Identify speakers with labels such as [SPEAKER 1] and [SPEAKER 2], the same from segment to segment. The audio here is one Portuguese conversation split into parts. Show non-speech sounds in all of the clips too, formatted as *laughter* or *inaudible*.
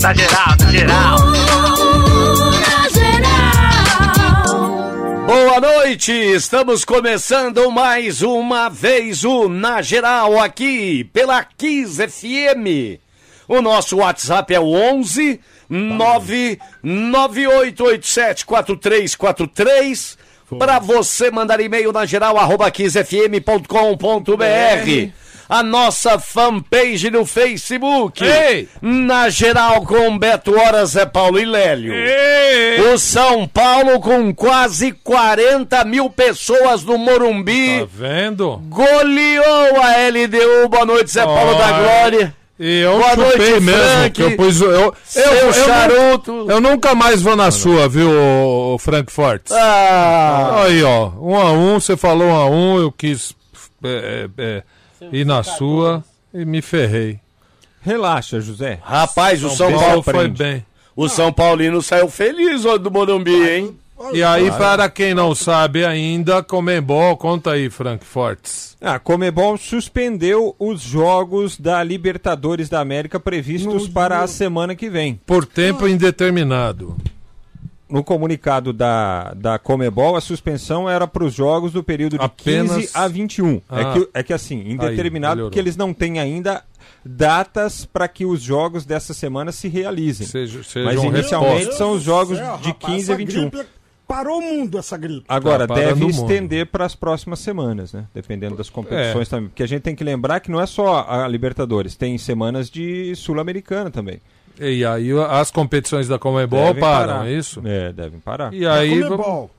[SPEAKER 1] Na geral, na geral.
[SPEAKER 2] Na geral.
[SPEAKER 3] Boa noite, estamos começando mais uma vez o Na Geral aqui pela Kiss FM. O nosso WhatsApp é o 11 998874343 para você mandar e-mail na geral arroba kissfm.com.br. A nossa fanpage no Facebook.
[SPEAKER 4] Ei!
[SPEAKER 3] Na geral com Beto Horas, Zé Paulo e Lélio. O São Paulo com quase 40 mil pessoas no
[SPEAKER 4] Tá
[SPEAKER 3] Morumbi
[SPEAKER 4] vendo?
[SPEAKER 3] goleou a LDU. Boa noite, Zé Paulo da Glória.
[SPEAKER 4] E eu
[SPEAKER 3] Boa
[SPEAKER 4] chutei
[SPEAKER 3] noite,
[SPEAKER 4] mesmo.
[SPEAKER 3] Frank.
[SPEAKER 4] que eu, pus, eu, eu,
[SPEAKER 3] Seu
[SPEAKER 4] eu- eu-
[SPEAKER 3] charuto.
[SPEAKER 4] eu nunca mais vou na sua, viu, ô- ô Frank Fortes?
[SPEAKER 3] Ah,
[SPEAKER 4] Aí, ó. Um a um, você falou um a um, eu quis é, é, é, ir na sua e me ferrei.
[SPEAKER 5] Relaxa, José.
[SPEAKER 3] rapaz, o São,
[SPEAKER 4] Paulo
[SPEAKER 3] Paulo,
[SPEAKER 4] foi bem.
[SPEAKER 3] o São Paulino saiu feliz ó, do Morumbi, hein?
[SPEAKER 4] E aí, para quem não sabe ainda, Comembol, conta aí, Frank Fortes.
[SPEAKER 5] A Comebol suspendeu os jogos da Libertadores da América previstos para a semana que vem.
[SPEAKER 4] Por tempo indeterminado.
[SPEAKER 5] No comunicado da, da Comebol, a suspensão era para os jogos do período de
[SPEAKER 4] Apenas-
[SPEAKER 5] 15 a 21.
[SPEAKER 4] Ah.
[SPEAKER 5] É, que, é que assim, indeterminado,
[SPEAKER 4] melhorou.
[SPEAKER 5] porque eles não têm ainda datas para que os jogos dessa semana se realizem.
[SPEAKER 4] Seja, um sejam
[SPEAKER 5] Mas
[SPEAKER 4] repostos.
[SPEAKER 5] inicialmente são os jogos
[SPEAKER 6] Céu,
[SPEAKER 5] de
[SPEAKER 6] rapaz,
[SPEAKER 5] 15 a
[SPEAKER 6] essa
[SPEAKER 5] 21.
[SPEAKER 6] gripe é- Parou o mundo essa gripe.
[SPEAKER 5] Agora,
[SPEAKER 4] Tá parando
[SPEAKER 5] deve
[SPEAKER 4] o mundo.
[SPEAKER 5] estender para as próximas semanas, né? Dependendo das
[SPEAKER 4] É.
[SPEAKER 5] competições também. Porque a gente tem que lembrar que não é só a Libertadores, tem semanas de Sul-Americana também.
[SPEAKER 4] E aí as competições da Comembol
[SPEAKER 5] Devem
[SPEAKER 4] param,
[SPEAKER 5] parar.
[SPEAKER 4] é isso?
[SPEAKER 5] É, devem parar.
[SPEAKER 4] E aí.
[SPEAKER 6] Comebol.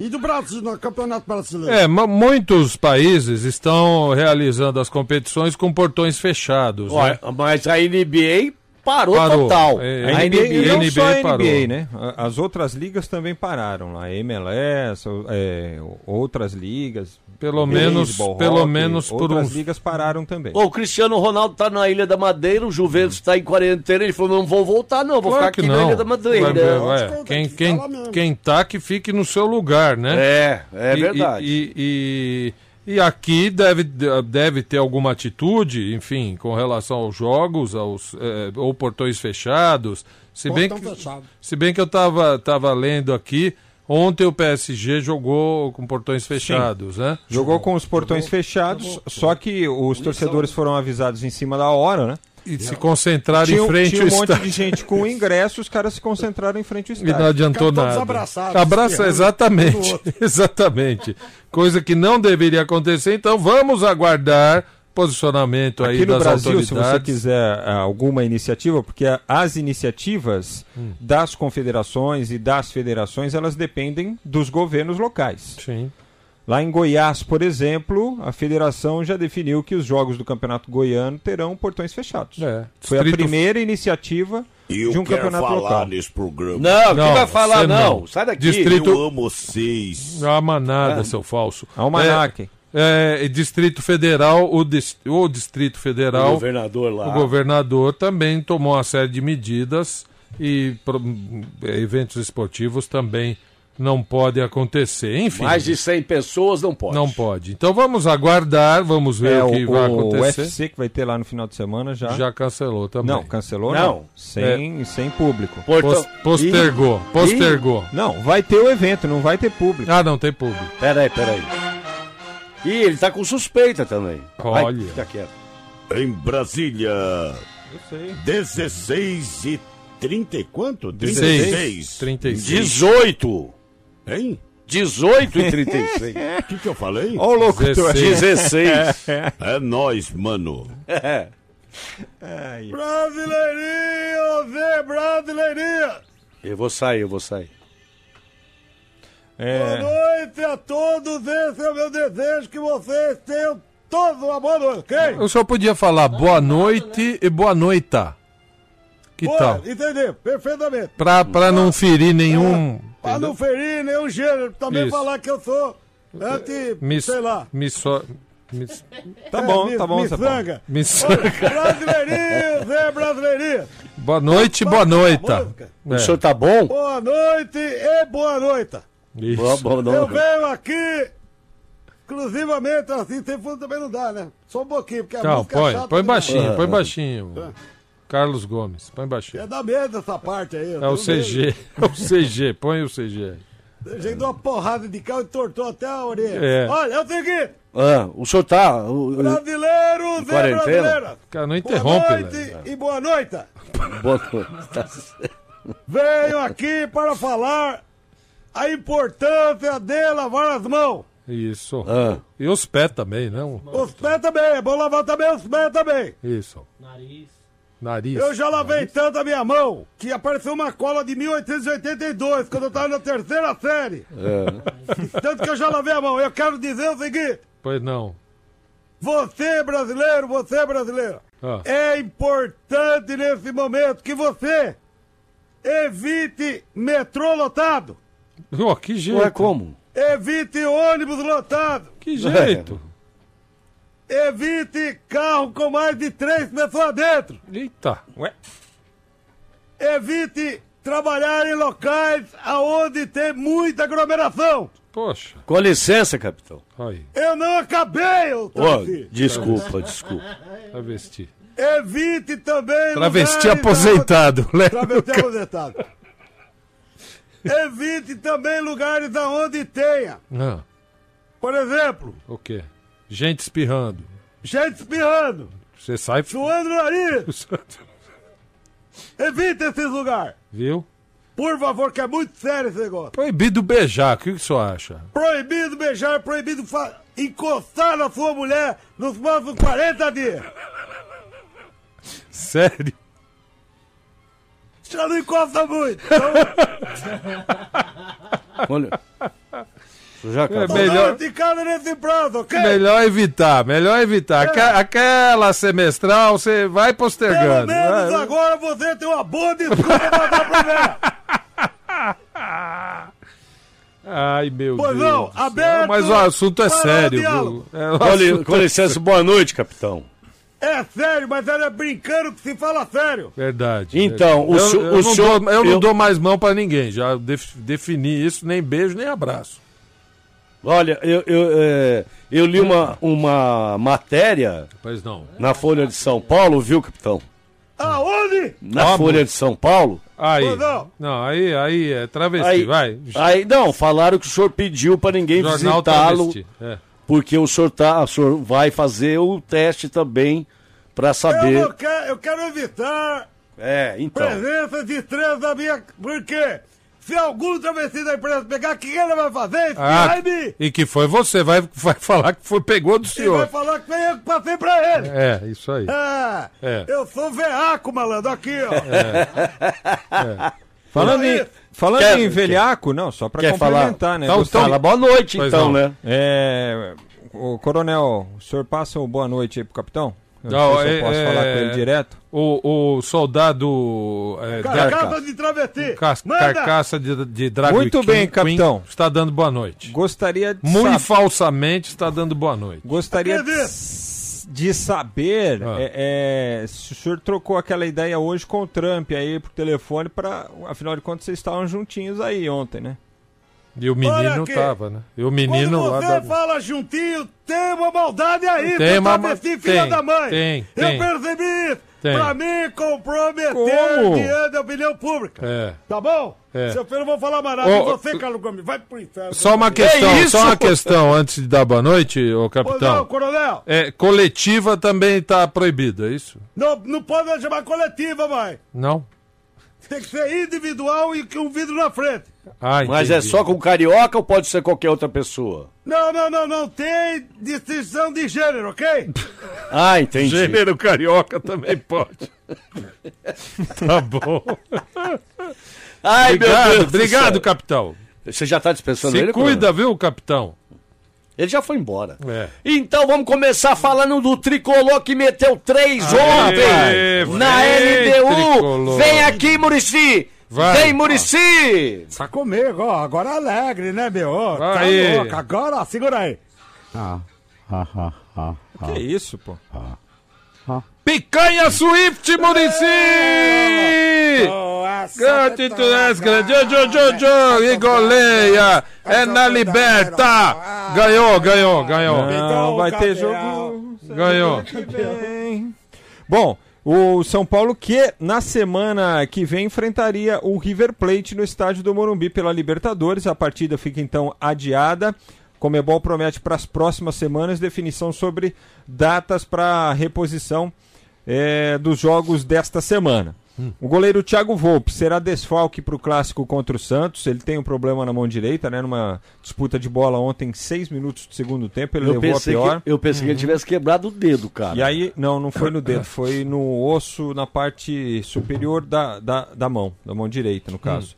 [SPEAKER 6] E do Brasil, no Campeonato Brasileiro.
[SPEAKER 4] É, ma- muitos países estão realizando as competições com portões fechados.
[SPEAKER 3] Ó,
[SPEAKER 4] né?
[SPEAKER 3] mas a NBA parou,
[SPEAKER 4] Parou.
[SPEAKER 3] total.
[SPEAKER 4] É,
[SPEAKER 5] A
[SPEAKER 4] A
[SPEAKER 5] NBA, e não
[SPEAKER 4] NBA
[SPEAKER 5] só a NBA,
[SPEAKER 4] parou.
[SPEAKER 5] né? A- As outras ligas também pararam lá. MLS, o- é, o- outras ligas.
[SPEAKER 4] Pelo menos- pelo menos por um
[SPEAKER 5] outras
[SPEAKER 4] uns-
[SPEAKER 5] ligas pararam também.
[SPEAKER 3] Ô, O Cristiano Ronaldo tá na Ilha da Madeira, o Juventus tá em quarentena, ele falou, não vou voltar não, vou
[SPEAKER 4] Claro
[SPEAKER 3] ficar aqui na Ilha da
[SPEAKER 4] Vai- vai-
[SPEAKER 3] Madeira.
[SPEAKER 6] Pode contar,
[SPEAKER 4] quem,
[SPEAKER 6] que
[SPEAKER 4] quem,
[SPEAKER 6] fala mesmo.
[SPEAKER 4] quem tá, que fique no seu lugar, né?
[SPEAKER 3] É, é
[SPEAKER 4] E-
[SPEAKER 3] verdade.
[SPEAKER 4] E, e- e aqui deve, deve ter alguma atitude, enfim, com relação aos jogos, aos, eh, ou portões fechados. Se bem, que,
[SPEAKER 6] Portão fechado.
[SPEAKER 4] se bem que eu estava tava lendo aqui, ontem o PSG jogou com portões fechados, né?
[SPEAKER 5] Jogou com os portões fechados, só que os torcedores foram avisados em cima da hora, né?
[SPEAKER 4] E se concentrar
[SPEAKER 5] Tinha,
[SPEAKER 4] em Tá frente
[SPEAKER 5] tinha um
[SPEAKER 4] ao
[SPEAKER 5] monte
[SPEAKER 4] estádio.
[SPEAKER 5] de gente
[SPEAKER 4] *laughs*
[SPEAKER 5] com ingresso, os caras se concentraram em frente ao
[SPEAKER 4] E não
[SPEAKER 5] estádio.
[SPEAKER 4] adiantou
[SPEAKER 6] Ficaram todos
[SPEAKER 4] nada.
[SPEAKER 6] abraçados,
[SPEAKER 4] Abraça,
[SPEAKER 6] esperando um do
[SPEAKER 5] assim,
[SPEAKER 4] exatamente.
[SPEAKER 6] outro.
[SPEAKER 4] *laughs* Exatamente. Coisa que não deveria acontecer, então vamos aguardar posicionamento aí
[SPEAKER 5] Aqui no
[SPEAKER 4] das
[SPEAKER 5] Brasil, se
[SPEAKER 4] autoridades.
[SPEAKER 5] você quiser ah, alguma iniciativa, porque a- as iniciativas
[SPEAKER 4] Hum.
[SPEAKER 5] das confederações e das federações, elas dependem dos governos locais.
[SPEAKER 4] Sim.
[SPEAKER 5] Lá em Goiás, por exemplo, a federação já definiu que os jogos do Campeonato Goiano terão portões fechados.
[SPEAKER 4] É.
[SPEAKER 5] Foi
[SPEAKER 4] Distrito-
[SPEAKER 5] a primeira iniciativa
[SPEAKER 7] Eu
[SPEAKER 5] de um
[SPEAKER 7] quero
[SPEAKER 5] campeonato
[SPEAKER 7] falar
[SPEAKER 5] local.
[SPEAKER 7] nesse programa.
[SPEAKER 3] Não, não,
[SPEAKER 4] Não,
[SPEAKER 3] que vai falar
[SPEAKER 4] você
[SPEAKER 3] não.
[SPEAKER 4] não.
[SPEAKER 3] sai daqui. É.
[SPEAKER 4] Distrito-
[SPEAKER 7] Eu amo vocês.
[SPEAKER 4] A manada, seu falso.
[SPEAKER 5] Almanac.
[SPEAKER 4] É, é, e Distrito Federal, o, dis- o Distrito
[SPEAKER 3] O
[SPEAKER 4] Federal,
[SPEAKER 3] governador lá.
[SPEAKER 4] o governador também tomou uma série de medidas e pro- eventos esportivos também não podem acontecer. Enfim.
[SPEAKER 3] Mais de 100 pessoas não pode.
[SPEAKER 4] Não pode. Então vamos aguardar, vamos ver
[SPEAKER 5] É,
[SPEAKER 4] o que
[SPEAKER 5] o,
[SPEAKER 4] vai
[SPEAKER 5] o
[SPEAKER 4] acontecer.
[SPEAKER 5] UFC que vai ter lá no final de semana já.
[SPEAKER 4] Já cancelou também.
[SPEAKER 5] tá?
[SPEAKER 4] É.
[SPEAKER 5] Não, cancelou
[SPEAKER 3] Não.
[SPEAKER 5] não. Sem, sem público.
[SPEAKER 3] Portão...
[SPEAKER 4] Pos- postergou, postergou.
[SPEAKER 5] Não, vai ter o evento, não vai ter público.
[SPEAKER 4] Ah, não, tem público.
[SPEAKER 3] Ih, peraí, peraí. Ih, ele tá com suspeita também. Vai,
[SPEAKER 4] Olha.
[SPEAKER 3] fica quieto.
[SPEAKER 7] Em Brasília,
[SPEAKER 5] Eu sei.
[SPEAKER 7] 16 e 30 e quanto?
[SPEAKER 4] 16, 36.
[SPEAKER 3] 18.
[SPEAKER 7] Hein?
[SPEAKER 3] 18 e *laughs* 36.
[SPEAKER 7] O que, que eu falei?
[SPEAKER 5] Ó o locutor.
[SPEAKER 4] 16.
[SPEAKER 3] 16.
[SPEAKER 7] É nós, mano.
[SPEAKER 5] É.
[SPEAKER 6] Brasileirinho, vê brasileirinha.
[SPEAKER 3] eu vou sair, eu vou sair.
[SPEAKER 6] Boa
[SPEAKER 5] É,
[SPEAKER 6] noite a todos. Esse é o meu desejo que vocês tenham todo o amor, ok?
[SPEAKER 4] O senhor podia falar boa noite e boa noita. Que
[SPEAKER 6] Boa,
[SPEAKER 4] tal?
[SPEAKER 6] Entendi, perfeitamente.
[SPEAKER 4] Pra, pra não ferir nenhum.
[SPEAKER 6] Pra não
[SPEAKER 4] entendeu?
[SPEAKER 6] ferir nenhum né, gênero, também
[SPEAKER 4] Isso.
[SPEAKER 6] falar que eu sou anti,
[SPEAKER 4] Mis-
[SPEAKER 6] sei lá.
[SPEAKER 4] misso- mis-
[SPEAKER 5] tá bom,
[SPEAKER 6] é,
[SPEAKER 5] tá bom, tá bom.
[SPEAKER 6] miçanga.
[SPEAKER 4] mis-
[SPEAKER 6] Brasileirinhos, é brasileirinhos.
[SPEAKER 4] boa noite, boa noita.
[SPEAKER 6] música.
[SPEAKER 3] O senhor tá bom?
[SPEAKER 6] Boa noite e boa noite.
[SPEAKER 4] É, isso.
[SPEAKER 3] Boa, boa,
[SPEAKER 6] Eu
[SPEAKER 3] não.
[SPEAKER 6] venho aqui, exclusivamente assim, sem fundo também não dá, né? Só um pouquinho, porque a
[SPEAKER 4] Não,
[SPEAKER 6] música é
[SPEAKER 4] põe,
[SPEAKER 6] chata
[SPEAKER 4] põe
[SPEAKER 6] demais.
[SPEAKER 4] baixinho, põe baixinho. Carlos Gomes. Põe baixinho.
[SPEAKER 8] É da mesa essa parte aí.
[SPEAKER 4] É o CG. É o CG. Põe o CG. aí.
[SPEAKER 8] Gente deu uma porrada de carro e tortou até a orelha.
[SPEAKER 4] É.
[SPEAKER 8] Olha, é o seguinte.
[SPEAKER 3] Ah, o senhor tá. o- o-
[SPEAKER 8] Brasileiros e
[SPEAKER 3] Quarentena?
[SPEAKER 8] brasileiras.
[SPEAKER 4] Cara, não interrompe.
[SPEAKER 8] Boa noite
[SPEAKER 4] velho.
[SPEAKER 8] e boa noite.
[SPEAKER 3] Boa noite, tá certo.
[SPEAKER 8] Venho aqui para falar a importância de lavar as mãos.
[SPEAKER 4] Isso.
[SPEAKER 3] Ah,
[SPEAKER 4] E os pés também, né? Um, não?
[SPEAKER 8] Os pés também, é bom lavar também os pés também.
[SPEAKER 4] Isso. Nariz.
[SPEAKER 8] Eu
[SPEAKER 4] Nariz.
[SPEAKER 8] já lavei tanto a minha mão que apareceu uma cola de 1882, quando eu tava na terceira série.
[SPEAKER 3] É.
[SPEAKER 8] Tanto que eu já lavei a mão. Eu quero dizer o seguinte:
[SPEAKER 4] Pois não.
[SPEAKER 8] você é brasileiro, você brasileira,
[SPEAKER 4] Ah.
[SPEAKER 8] é importante nesse momento que você evite metrô lotado,
[SPEAKER 4] Ó, que
[SPEAKER 3] não é
[SPEAKER 4] jeito.
[SPEAKER 3] como?
[SPEAKER 8] evite ônibus lotado,
[SPEAKER 4] Que jeito.
[SPEAKER 8] evite carro com mais de três pessoas dentro.
[SPEAKER 4] Eita.
[SPEAKER 5] Ué?
[SPEAKER 8] Evite trabalhar em locais aonde tem muita aglomeração.
[SPEAKER 4] Poxa.
[SPEAKER 3] Com licença, capitão.
[SPEAKER 4] Aí.
[SPEAKER 8] Eu não acabei, ô
[SPEAKER 3] Ó,
[SPEAKER 8] Travesti.
[SPEAKER 3] desculpa, *laughs* desculpa.
[SPEAKER 4] Travesti.
[SPEAKER 8] É. Evite também.
[SPEAKER 4] Travesti
[SPEAKER 8] lugares
[SPEAKER 4] aposentado.
[SPEAKER 8] aonde-
[SPEAKER 4] Lembra?
[SPEAKER 8] Travesti aposentado. Evite também lugares aonde tenha.
[SPEAKER 4] Ah,
[SPEAKER 8] Por exemplo,
[SPEAKER 4] o quê? Gente espirrando.
[SPEAKER 8] gente espirrando,
[SPEAKER 4] Você sai...
[SPEAKER 8] suando o nariz. Evite esses lugares.
[SPEAKER 4] Viu?
[SPEAKER 8] Por favor, que é muito sério esse negócio.
[SPEAKER 4] Proibido beijar. O que que o senhor acha?
[SPEAKER 8] Proibido beijar, proibido fa- encostar na sua mulher nos próximos 40 dias.
[SPEAKER 4] Sério?
[SPEAKER 8] Já não encosta muito.
[SPEAKER 4] *laughs*
[SPEAKER 8] Então,
[SPEAKER 3] Olha. Senhor Já
[SPEAKER 4] É
[SPEAKER 3] acabou.
[SPEAKER 4] bem- Melhor-
[SPEAKER 8] melhor esticada nesse prazo, ok?
[SPEAKER 4] Melhor evitar, melhor
[SPEAKER 8] É.
[SPEAKER 4] evitar. Aque- Aquela semestral, você vai
[SPEAKER 8] Pelo
[SPEAKER 4] postergando.
[SPEAKER 8] menos
[SPEAKER 4] Vai-
[SPEAKER 8] agora você tem uma boa desculpa pra dar pro velho.
[SPEAKER 4] Ai, meu
[SPEAKER 8] Pois
[SPEAKER 4] Deus.
[SPEAKER 8] não,
[SPEAKER 4] do céu.
[SPEAKER 8] aberto
[SPEAKER 4] Mas o assunto é
[SPEAKER 8] para o
[SPEAKER 4] sério, viu?
[SPEAKER 8] diálogo.
[SPEAKER 4] É, o
[SPEAKER 3] Com li-
[SPEAKER 4] assunto- *laughs*
[SPEAKER 3] Com licença, boa noite, capitão.
[SPEAKER 8] É sério, mas ela é brincando que se fala sério.
[SPEAKER 4] Verdade.
[SPEAKER 3] Então, o
[SPEAKER 4] verdade.
[SPEAKER 3] su-
[SPEAKER 4] eu,
[SPEAKER 3] o
[SPEAKER 4] eu não
[SPEAKER 3] senhor-
[SPEAKER 4] dou, eu,
[SPEAKER 3] eu-
[SPEAKER 4] não dou mais mão pra ninguém. Já def- defini isso, nem beijo, nem abraço.
[SPEAKER 3] Olha, eu, eu, é, eu li uma, uma matéria
[SPEAKER 4] Pois não.
[SPEAKER 3] na Folha de São Paulo, viu, capitão?
[SPEAKER 8] Aonde?
[SPEAKER 3] Na
[SPEAKER 4] Ah,
[SPEAKER 3] Folha de São Paulo.
[SPEAKER 4] Aí.
[SPEAKER 8] Pois não.
[SPEAKER 4] Não, aí, aí é travesti,
[SPEAKER 3] Aí,
[SPEAKER 4] vai.
[SPEAKER 3] aí não, falaram que o senhor pediu pra ninguém
[SPEAKER 4] Jornal
[SPEAKER 3] visitá-lo,
[SPEAKER 4] travesti. É.
[SPEAKER 3] porque o senhor, tá, o senhor vai fazer o teste também pra
[SPEAKER 8] Eu,
[SPEAKER 3] saber.
[SPEAKER 8] não quero, eu quero evitar
[SPEAKER 3] É, então.
[SPEAKER 8] presença de estrelas na minha. Por quê? Se algum travesti da empresa pegar, o que ele vai fazer?
[SPEAKER 4] Ah,
[SPEAKER 8] Espirrar em mim.
[SPEAKER 4] e que foi você, vai, vai falar que foi, pegou do
[SPEAKER 8] E vai
[SPEAKER 4] senhor.
[SPEAKER 8] falar que foi eu que passei pra ele.
[SPEAKER 4] É, isso aí.
[SPEAKER 8] Ah,
[SPEAKER 4] É.
[SPEAKER 8] Eu sou veaco, malandro, aqui, ó.
[SPEAKER 5] Falando em,
[SPEAKER 8] Aí.
[SPEAKER 5] falando
[SPEAKER 3] Quer-
[SPEAKER 5] em velhaco, não, só pra
[SPEAKER 3] quer falar?
[SPEAKER 5] complementar, né?
[SPEAKER 4] Então,
[SPEAKER 5] Gustavo?
[SPEAKER 3] Fala boa noite,
[SPEAKER 4] Pois
[SPEAKER 3] então,
[SPEAKER 4] não.
[SPEAKER 3] né?
[SPEAKER 5] É, o coronel, o senhor passa o boa noite aí pro capitão? Eu
[SPEAKER 4] Não,
[SPEAKER 5] sei se
[SPEAKER 4] é-
[SPEAKER 5] eu posso
[SPEAKER 4] é-
[SPEAKER 5] falar com ele direto.
[SPEAKER 4] O, o soldado. É,
[SPEAKER 8] Carcaça de travesti.
[SPEAKER 4] de- Um cas-
[SPEAKER 8] Manda.
[SPEAKER 4] carcaça de, de Drago
[SPEAKER 5] Muito
[SPEAKER 4] Queen-
[SPEAKER 5] bem,
[SPEAKER 4] Queen
[SPEAKER 5] capitão.
[SPEAKER 4] está dando boa noite.
[SPEAKER 5] Gostaria de
[SPEAKER 4] Muito
[SPEAKER 5] sab-
[SPEAKER 4] falsamente está dando boa noite.
[SPEAKER 5] Gostaria de,
[SPEAKER 8] Quer
[SPEAKER 5] de saber
[SPEAKER 4] Ah.
[SPEAKER 5] é, é, se o senhor trocou aquela ideia hoje com o Trump aí por telefone para, afinal de contas, vocês estavam juntinhos aí ontem, né?
[SPEAKER 4] E o
[SPEAKER 8] Olha
[SPEAKER 4] menino
[SPEAKER 8] aqui.
[SPEAKER 4] tava, né? E o
[SPEAKER 8] Quando
[SPEAKER 4] menino lá
[SPEAKER 8] você
[SPEAKER 4] da.
[SPEAKER 8] fala juntinho, tem uma maldade aí,
[SPEAKER 4] Tem
[SPEAKER 8] tem
[SPEAKER 4] uma ma-
[SPEAKER 8] uma travesti filha
[SPEAKER 4] tem,
[SPEAKER 8] da mãe.
[SPEAKER 4] tem,
[SPEAKER 8] Eu
[SPEAKER 4] tem.
[SPEAKER 8] percebi isso.
[SPEAKER 4] Tem.
[SPEAKER 8] Pra mim, comprometer
[SPEAKER 5] Como?
[SPEAKER 8] diante da opinião pública.
[SPEAKER 4] É.
[SPEAKER 8] Tá bom?
[SPEAKER 4] É.
[SPEAKER 8] Seu filho, não vou falar mais nada.
[SPEAKER 4] Ô,
[SPEAKER 8] E você, Carlos Gomes, vai pro inferno.
[SPEAKER 4] Só uma questão,
[SPEAKER 3] é isso?
[SPEAKER 4] só uma questão antes de dar boa noite, ô
[SPEAKER 8] Ô, não,
[SPEAKER 4] um capitão.
[SPEAKER 8] coronel,
[SPEAKER 4] É, coletiva também está proibida, é isso?
[SPEAKER 8] não, não pode chamar coletiva, mãe.
[SPEAKER 4] Não?
[SPEAKER 8] Tem que ser individual e com um vidro na frente.
[SPEAKER 4] Ah,
[SPEAKER 3] Mas é
[SPEAKER 4] entendi.
[SPEAKER 3] só com carioca ou pode ser qualquer outra pessoa?
[SPEAKER 8] Não, não, não, não tem distinção de gênero, ok?
[SPEAKER 3] Ah, entendi.
[SPEAKER 4] Gênero carioca também
[SPEAKER 3] *laughs*
[SPEAKER 4] pode. tá bom.
[SPEAKER 3] Ai, meu
[SPEAKER 4] Obrigado,
[SPEAKER 3] Deus. do
[SPEAKER 4] obrigado,
[SPEAKER 3] céu.
[SPEAKER 4] capitão.
[SPEAKER 3] Você já tá dispensando
[SPEAKER 4] Se
[SPEAKER 3] ele?
[SPEAKER 4] cuida, viu, capitão?
[SPEAKER 3] Ele já foi embora.
[SPEAKER 4] É.
[SPEAKER 3] Então vamos começar falando do tricolor que meteu três ontem
[SPEAKER 4] vai.
[SPEAKER 3] na
[SPEAKER 4] Ei,
[SPEAKER 3] LDU.
[SPEAKER 4] Tricolor.
[SPEAKER 3] Vem aqui, Murici!
[SPEAKER 4] Vai.
[SPEAKER 3] Vem, Murici!
[SPEAKER 8] Tá comigo, ó. Agora
[SPEAKER 6] é
[SPEAKER 8] alegre, né, meu? Ó, tá
[SPEAKER 4] Aí.
[SPEAKER 8] louco. Agora, ó, segura aí.
[SPEAKER 4] Ah.
[SPEAKER 5] Que isso, pô?
[SPEAKER 4] Picanha Swift, Murici! Grande né?
[SPEAKER 5] tá
[SPEAKER 4] Tunesca, jo, jo, jo, jo, e goleia, é na liberta!
[SPEAKER 5] Ah.
[SPEAKER 4] Ganhou,
[SPEAKER 8] tá
[SPEAKER 4] ganhou, ganhou,
[SPEAKER 5] Não, Ah, vai ter
[SPEAKER 8] campeão.
[SPEAKER 5] jogo.
[SPEAKER 4] ganhou.
[SPEAKER 5] Bem. Bom, O São Paulo que na semana que vem enfrentaria o River Plate no estádio do Morumbi pela Libertadores. A partida fica então adiada. Comebol promete para as próximas semanas definição sobre datas para reposição eh, dos jogos desta semana.
[SPEAKER 3] Hum.
[SPEAKER 5] O goleiro Thiago Volpe será desfalque para o clássico contra o Santos. Ele tem um problema na mão direita, né? Numa disputa de bola ontem, seis minutos do segundo tempo, ele
[SPEAKER 3] Eu
[SPEAKER 5] levou a
[SPEAKER 3] pensei,
[SPEAKER 5] pior.
[SPEAKER 3] que, eu pensei que ele tivesse quebrado o dedo, cara.
[SPEAKER 5] E aí, não, não foi no dedo, foi no osso, na parte superior da, da, da mão, da mão direita, no caso.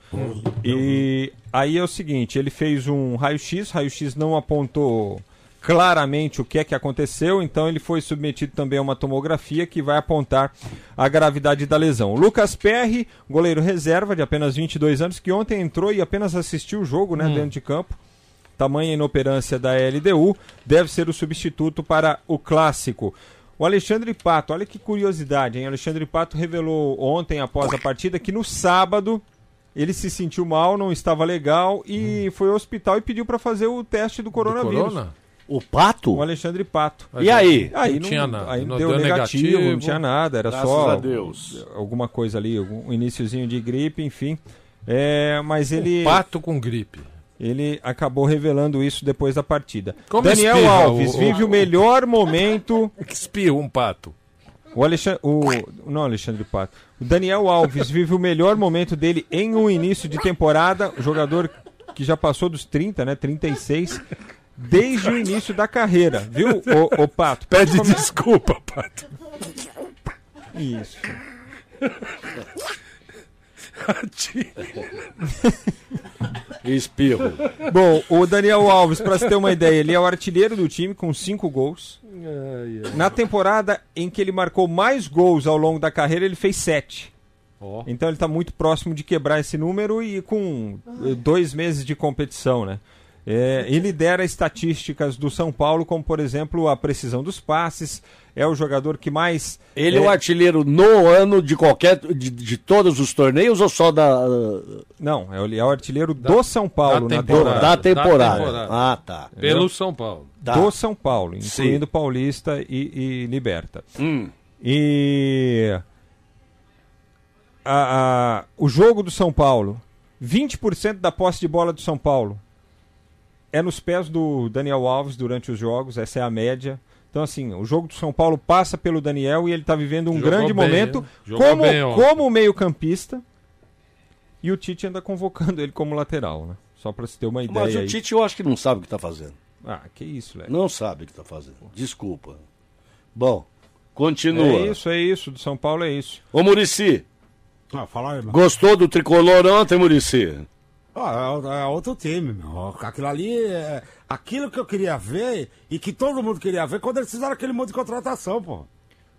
[SPEAKER 5] E aí é o seguinte, ele fez um raio-x, raio-x não apontou claramente o que é que aconteceu, então ele foi submetido também a uma tomografia que vai apontar a gravidade da lesão. Lucas Perry, goleiro reserva de apenas 22 anos, que ontem entrou e apenas assistiu o jogo, né, dentro de campo. Tamanha inoperância da LDU deve ser o substituto para o clássico. O Alexandre Pato, olha que curiosidade, hein? O Alexandre Pato revelou ontem, após a partida, que no sábado ele se sentiu mal, não estava legal e foi ao hospital e pediu para fazer o teste do
[SPEAKER 4] Do
[SPEAKER 5] coronavírus.
[SPEAKER 4] corona?
[SPEAKER 3] O pato?
[SPEAKER 5] O Alexandre Pato.
[SPEAKER 3] E aí?
[SPEAKER 5] Aí
[SPEAKER 4] Não tinha nada,
[SPEAKER 5] Aí não
[SPEAKER 4] não
[SPEAKER 5] deu,
[SPEAKER 4] deu
[SPEAKER 5] negativo, não
[SPEAKER 4] negativo.
[SPEAKER 5] tinha nada, era
[SPEAKER 7] Graças
[SPEAKER 5] só
[SPEAKER 7] a Deus.
[SPEAKER 5] alguma coisa ali, algum- um iniciozinho de gripe, enfim. É, mas ele,
[SPEAKER 4] Pato com gripe.
[SPEAKER 5] ele acabou revelando isso depois da partida.
[SPEAKER 4] Como
[SPEAKER 5] Daniel
[SPEAKER 4] espirra
[SPEAKER 5] Alves
[SPEAKER 4] o-
[SPEAKER 5] vive o, melhor momento.
[SPEAKER 4] Espirra um pato.
[SPEAKER 5] O Alexandre, o, não, Alexandre Pato. O Daniel Alves vive o melhor momento dele em um início de temporada. O jogador que já passou dos 30, né? 36. Desde o início da carreira, viu, ô, ô Pato?
[SPEAKER 4] Pede *laughs* desculpa, pato.
[SPEAKER 5] Isso.
[SPEAKER 3] Espirro.
[SPEAKER 5] Bom, o Daniel Alves, pra você ter uma ideia, ele é o artilheiro do time com cinco gols. Na temporada em que ele marcou mais gols ao longo da carreira, ele fez sete. Então ele tá muito próximo de quebrar esse número e com eh, dois meses de competição, né? É, e lidera estatísticas do São Paulo, como por exemplo a precisão dos passes. É o jogador que mais.
[SPEAKER 3] Ele é.
[SPEAKER 5] é,
[SPEAKER 3] o artilheiro no ano de qualquer. de, de todos os torneios ou só da,
[SPEAKER 5] Não, é o- ele é o artilheiro do São Paulo na
[SPEAKER 4] temporada.
[SPEAKER 5] temporada.
[SPEAKER 3] da, temporada.
[SPEAKER 4] Da temporada.
[SPEAKER 3] Ah, tá.
[SPEAKER 4] Pelo São Paulo.
[SPEAKER 3] Tá.
[SPEAKER 5] do São Paulo,
[SPEAKER 3] Sim.
[SPEAKER 5] incluindo Paulista e, e Liberta.
[SPEAKER 3] Hum.
[SPEAKER 5] E a- a- o jogo do São Paulo, 20% da posse de bola do São Paulo é nos pés do Daniel Alves durante os jogos, essa é a média. Então, assim, o jogo do São Paulo passa pelo Daniel e ele está vivendo um
[SPEAKER 4] Jogou
[SPEAKER 5] grande
[SPEAKER 4] bem,
[SPEAKER 5] momento
[SPEAKER 4] hein? Jogou
[SPEAKER 5] como,
[SPEAKER 4] bem ontem.
[SPEAKER 5] como meio-campista. E o Tite anda convocando ele como lateral, né? Só para se ter uma ideia.
[SPEAKER 3] Mas o
[SPEAKER 5] aí.
[SPEAKER 3] Tite eu acho que não sabe o que tá fazendo.
[SPEAKER 5] Ah, que isso, velho.
[SPEAKER 3] Não sabe o que tá fazendo. Desculpa. Bom, continua.
[SPEAKER 5] É isso, é isso. Do São Paulo é isso.
[SPEAKER 3] Ô Murici,
[SPEAKER 6] Ah, fala aí, meu.
[SPEAKER 3] gostou do tricolor ontem, Murici?
[SPEAKER 6] Ah, é, é outro time, meu. Aquilo ali é aquilo que eu queria ver e que todo mundo queria ver quando eles fizeram aquele monte de contratação, pô.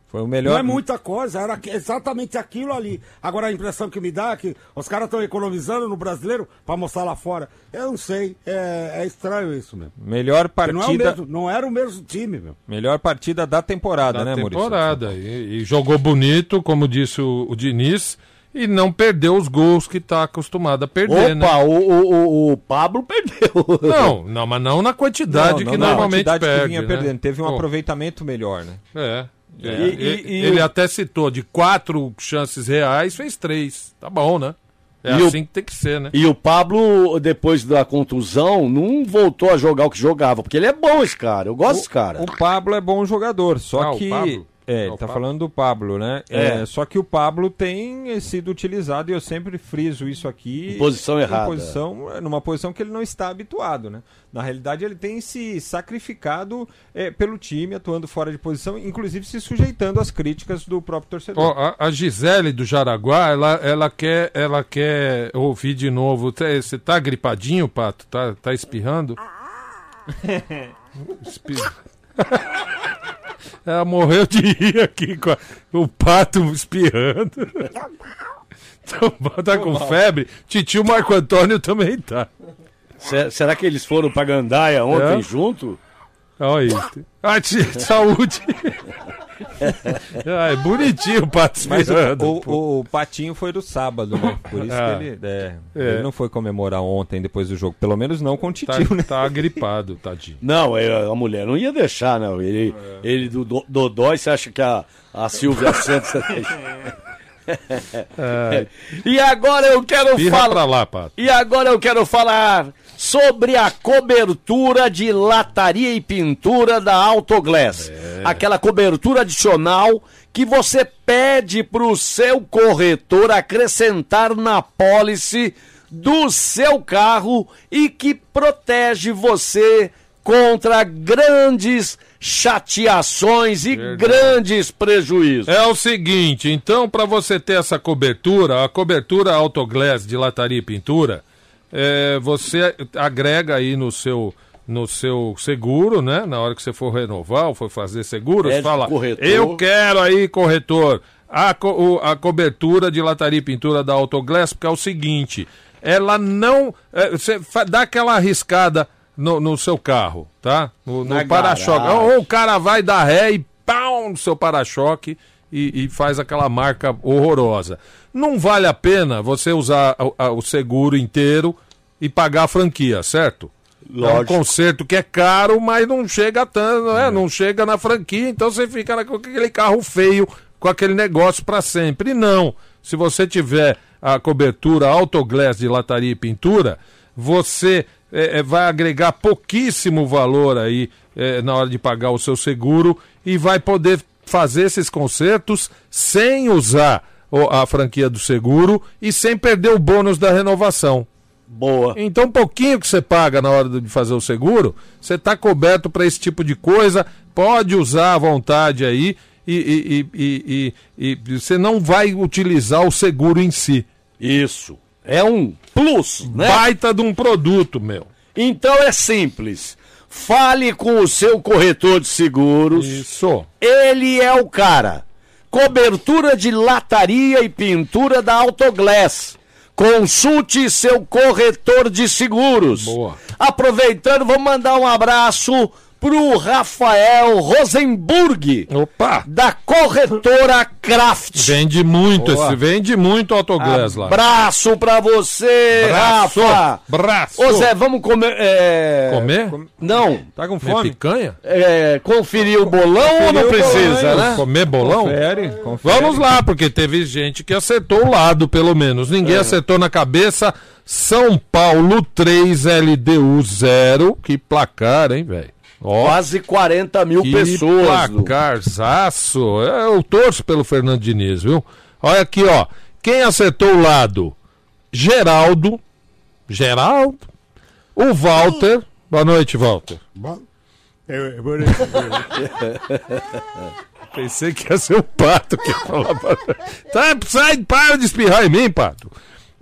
[SPEAKER 5] Foi o
[SPEAKER 6] Não
[SPEAKER 5] melhor.
[SPEAKER 6] é muita coisa, era que- exatamente aquilo ali. Agora a impressão que me dá é que os caras estão economizando no brasileiro pra mostrar lá fora. Eu não sei, é, é estranho isso mesmo.
[SPEAKER 5] Melhor
[SPEAKER 6] Porque Não, é o
[SPEAKER 5] partida,
[SPEAKER 6] mesmo, não era o mesmo time, meu.
[SPEAKER 5] melhor partida da temporada,
[SPEAKER 4] Da
[SPEAKER 5] né, Maurício?
[SPEAKER 4] Tá temporada. E, e jogou bonito, como disse o, o Diniz, e não perdeu os gols que tá acostumado a perder, né?
[SPEAKER 3] Opa, o, o, o- o Pablo perdeu. *laughs*
[SPEAKER 4] Não, não, mas não na quantidade que
[SPEAKER 5] não,
[SPEAKER 4] normalmente
[SPEAKER 5] a quantidade
[SPEAKER 4] perde.
[SPEAKER 5] que vinha
[SPEAKER 4] né?
[SPEAKER 5] perdendo. Teve um
[SPEAKER 4] Pô,
[SPEAKER 5] aproveitamento melhor, né?
[SPEAKER 4] É. É.
[SPEAKER 3] E- e-
[SPEAKER 4] E-
[SPEAKER 3] e
[SPEAKER 4] ele
[SPEAKER 3] o-
[SPEAKER 4] até citou de quatro chances reais, fez três. Tá bom, né? É
[SPEAKER 3] E o-
[SPEAKER 4] assim que tem que ser, né?
[SPEAKER 3] E o Pablo, depois da contusão, não voltou a jogar o que jogava, porque ele é bom esse cara, eu gosto desse cara.
[SPEAKER 5] O Pablo é bom jogador,
[SPEAKER 4] Ah,
[SPEAKER 5] só
[SPEAKER 4] o
[SPEAKER 5] que.
[SPEAKER 4] Pablo?
[SPEAKER 5] É,
[SPEAKER 4] Ah,
[SPEAKER 5] ele
[SPEAKER 4] o
[SPEAKER 5] tá
[SPEAKER 4] Pablo.
[SPEAKER 5] falando do Pablo, né?
[SPEAKER 3] É.
[SPEAKER 5] É, Só que o Pablo tem sido utilizado, e eu sempre friso isso aqui.
[SPEAKER 3] Em posição errada.
[SPEAKER 5] posição- é, numa posição que ele não está habituado, né? Na realidade, ele tem se sacrificado é, pelo time, atuando fora de posição, inclusive se sujeitando às críticas do próprio torcedor.
[SPEAKER 4] Ó, a, a Gisele do Jaraguá, ela, ela, quer, ela quer ouvir de novo. Tá- Você tá gripadinho, Pato? Tá, tá espirrando? *laughs* Espirra. Ela morreu de rir aqui com a- o pato espirrando. Então, tá com febre? Titio Marco Antônio também tá.
[SPEAKER 3] Se- será que eles foram pra Gandaia ontem
[SPEAKER 4] É.
[SPEAKER 3] junto?
[SPEAKER 4] Olha aí. Ah, ti- saúde. Ah, é bonitinho *laughs*
[SPEAKER 5] Mas
[SPEAKER 4] participando.
[SPEAKER 5] o, o- o Patinho foi do sábado, né? Por isso
[SPEAKER 4] um *laughs* Ah.
[SPEAKER 5] que ele, é,
[SPEAKER 4] É.
[SPEAKER 5] ele não foi comemorar ontem depois do jogo. Pelo menos não com o
[SPEAKER 4] tá,
[SPEAKER 5] Titio, né?
[SPEAKER 4] tá gripado, tadinho.
[SPEAKER 3] Não, é, a mulher não ia deixar, não. Ele, ele do do- Dodói, você acha que a, a *laughs* Silvia Santos. é *laughs* e agora eu quero
[SPEAKER 4] Pirra
[SPEAKER 3] falar.
[SPEAKER 4] pra lá, Pato.
[SPEAKER 3] E agora eu quero falar sobre a cobertura de lataria e pintura da Autoglass. Aquela cobertura adicional que você pede para o seu corretor acrescentar na pólice do seu carro e que protege você contra grandes chateações e grandes prejuízos.
[SPEAKER 4] É o seguinte, então, para você ter essa cobertura, a cobertura Autoglass de lataria e pintura, é, você agrega aí no seu no seu seguro, né? Na hora que você for renovar ou for fazer seguro,
[SPEAKER 3] Pede
[SPEAKER 4] você fala,
[SPEAKER 3] pro corretor.
[SPEAKER 4] eu quero aí, corretor, a, co- o- a cobertura de lataria e pintura da Autoglass, porque é o seguinte, ela não... é, você fa- dá aquela arriscada no, no seu carro, tá? No,
[SPEAKER 3] Na
[SPEAKER 4] no para-choque.
[SPEAKER 3] garagem.
[SPEAKER 4] Ou- ou o cara vai dar ré e pau no seu para-choque e, e faz aquela marca horrorosa. Não vale a pena você usar o, a- o seguro inteiro e pagar a franquia, certo? É um
[SPEAKER 3] Lógico.
[SPEAKER 4] conserto que é caro, mas não chega tanto, né? não chega na franquia, então você fica na- com aquele carro feio, com aquele negócio para sempre. E Não. Se você tiver a cobertura autoglass de lataria e pintura, você eh, eh, vai agregar pouquíssimo valor aí eh, na hora de pagar o seu seguro e vai poder fazer esses consertos sem usar o- a franquia do seguro e sem perder o bônus da renovação.
[SPEAKER 3] Boa.
[SPEAKER 4] Então, pouquinho que você paga na hora de fazer o seguro, você está coberto para esse tipo de coisa, pode usar à vontade aí e, e- e- e- e- e você não vai utilizar o seguro em si.
[SPEAKER 3] Isso. É um plus, né?
[SPEAKER 4] Baita de um produto, meu.
[SPEAKER 3] Então é simples. Fale com o seu corretor de seguros.
[SPEAKER 4] Isso.
[SPEAKER 3] Ele é o cara. Cobertura de lataria e pintura da Autoglass. Consulte seu corretor de seguros.
[SPEAKER 4] Boa.
[SPEAKER 3] Aproveitando, vou mandar um abraço pro Rafael Rosenburg,
[SPEAKER 4] Opa!
[SPEAKER 3] da corretora Kraft.
[SPEAKER 4] Vende muito
[SPEAKER 5] Boa.
[SPEAKER 4] esse, vende muito autoglass lá.
[SPEAKER 3] Abraço pra você,
[SPEAKER 4] Braço,
[SPEAKER 3] Rafa.
[SPEAKER 4] braço.
[SPEAKER 3] Ô Zé, vamos comer. é,
[SPEAKER 4] Comer?
[SPEAKER 3] Não.
[SPEAKER 5] Tá com
[SPEAKER 4] Comer
[SPEAKER 5] fome?
[SPEAKER 4] picanha?
[SPEAKER 3] é, conferir o bolão ou não
[SPEAKER 5] o bolão,
[SPEAKER 3] precisa,
[SPEAKER 5] hein?
[SPEAKER 3] né?
[SPEAKER 4] Comer bolão?
[SPEAKER 5] Confere, confere.
[SPEAKER 4] Vamos lá, porque teve gente que acertou o lado, pelo menos. Ninguém acertou na cabeça. São Paulo 3, LDU 0. Que placar, hein, velho? Ó,
[SPEAKER 3] Quase 40 mil
[SPEAKER 4] que
[SPEAKER 3] pessoas. Du.
[SPEAKER 4] placarzaço. É, Eu torço pelo Fernando Diniz, viu? Olha aqui, ó. Quem acertou o lado? Geraldo. Geraldo. O Walter. Boa noite, Walter. *laughs* Pensei que ia ser o pato que ia falar. pra- Tá, sai, para de espirrar em mim, pato.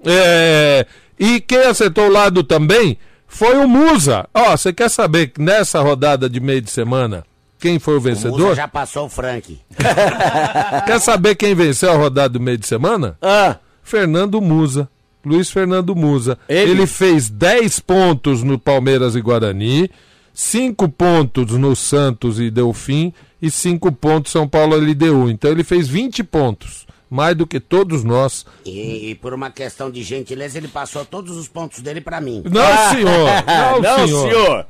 [SPEAKER 4] É, e quem acertou o lado também foi o Musa. Ó, você quer saber que nessa rodada de meio de semana quem foi o tá. vencedor?
[SPEAKER 1] já passou o Frank.
[SPEAKER 4] Quer saber quem venceu a rodada do meio de semana?
[SPEAKER 3] Ah,
[SPEAKER 4] Fernando Musa. Luiz Fernando Musa.
[SPEAKER 3] Ele?
[SPEAKER 4] Ele, fez 10 pontos no Palmeiras e Guarani, 5 pontos no Santos e Delfim e 5 pontos São Paulo e LDU. Então ele fez 20 pontos, mais do que todos nós.
[SPEAKER 1] E, e por uma questão de gentileza, ele passou todos os pontos dele pra mim.
[SPEAKER 4] Não,
[SPEAKER 3] *laughs*
[SPEAKER 4] senhor! Não,
[SPEAKER 3] Ah! não,
[SPEAKER 4] senhor!
[SPEAKER 3] senhor.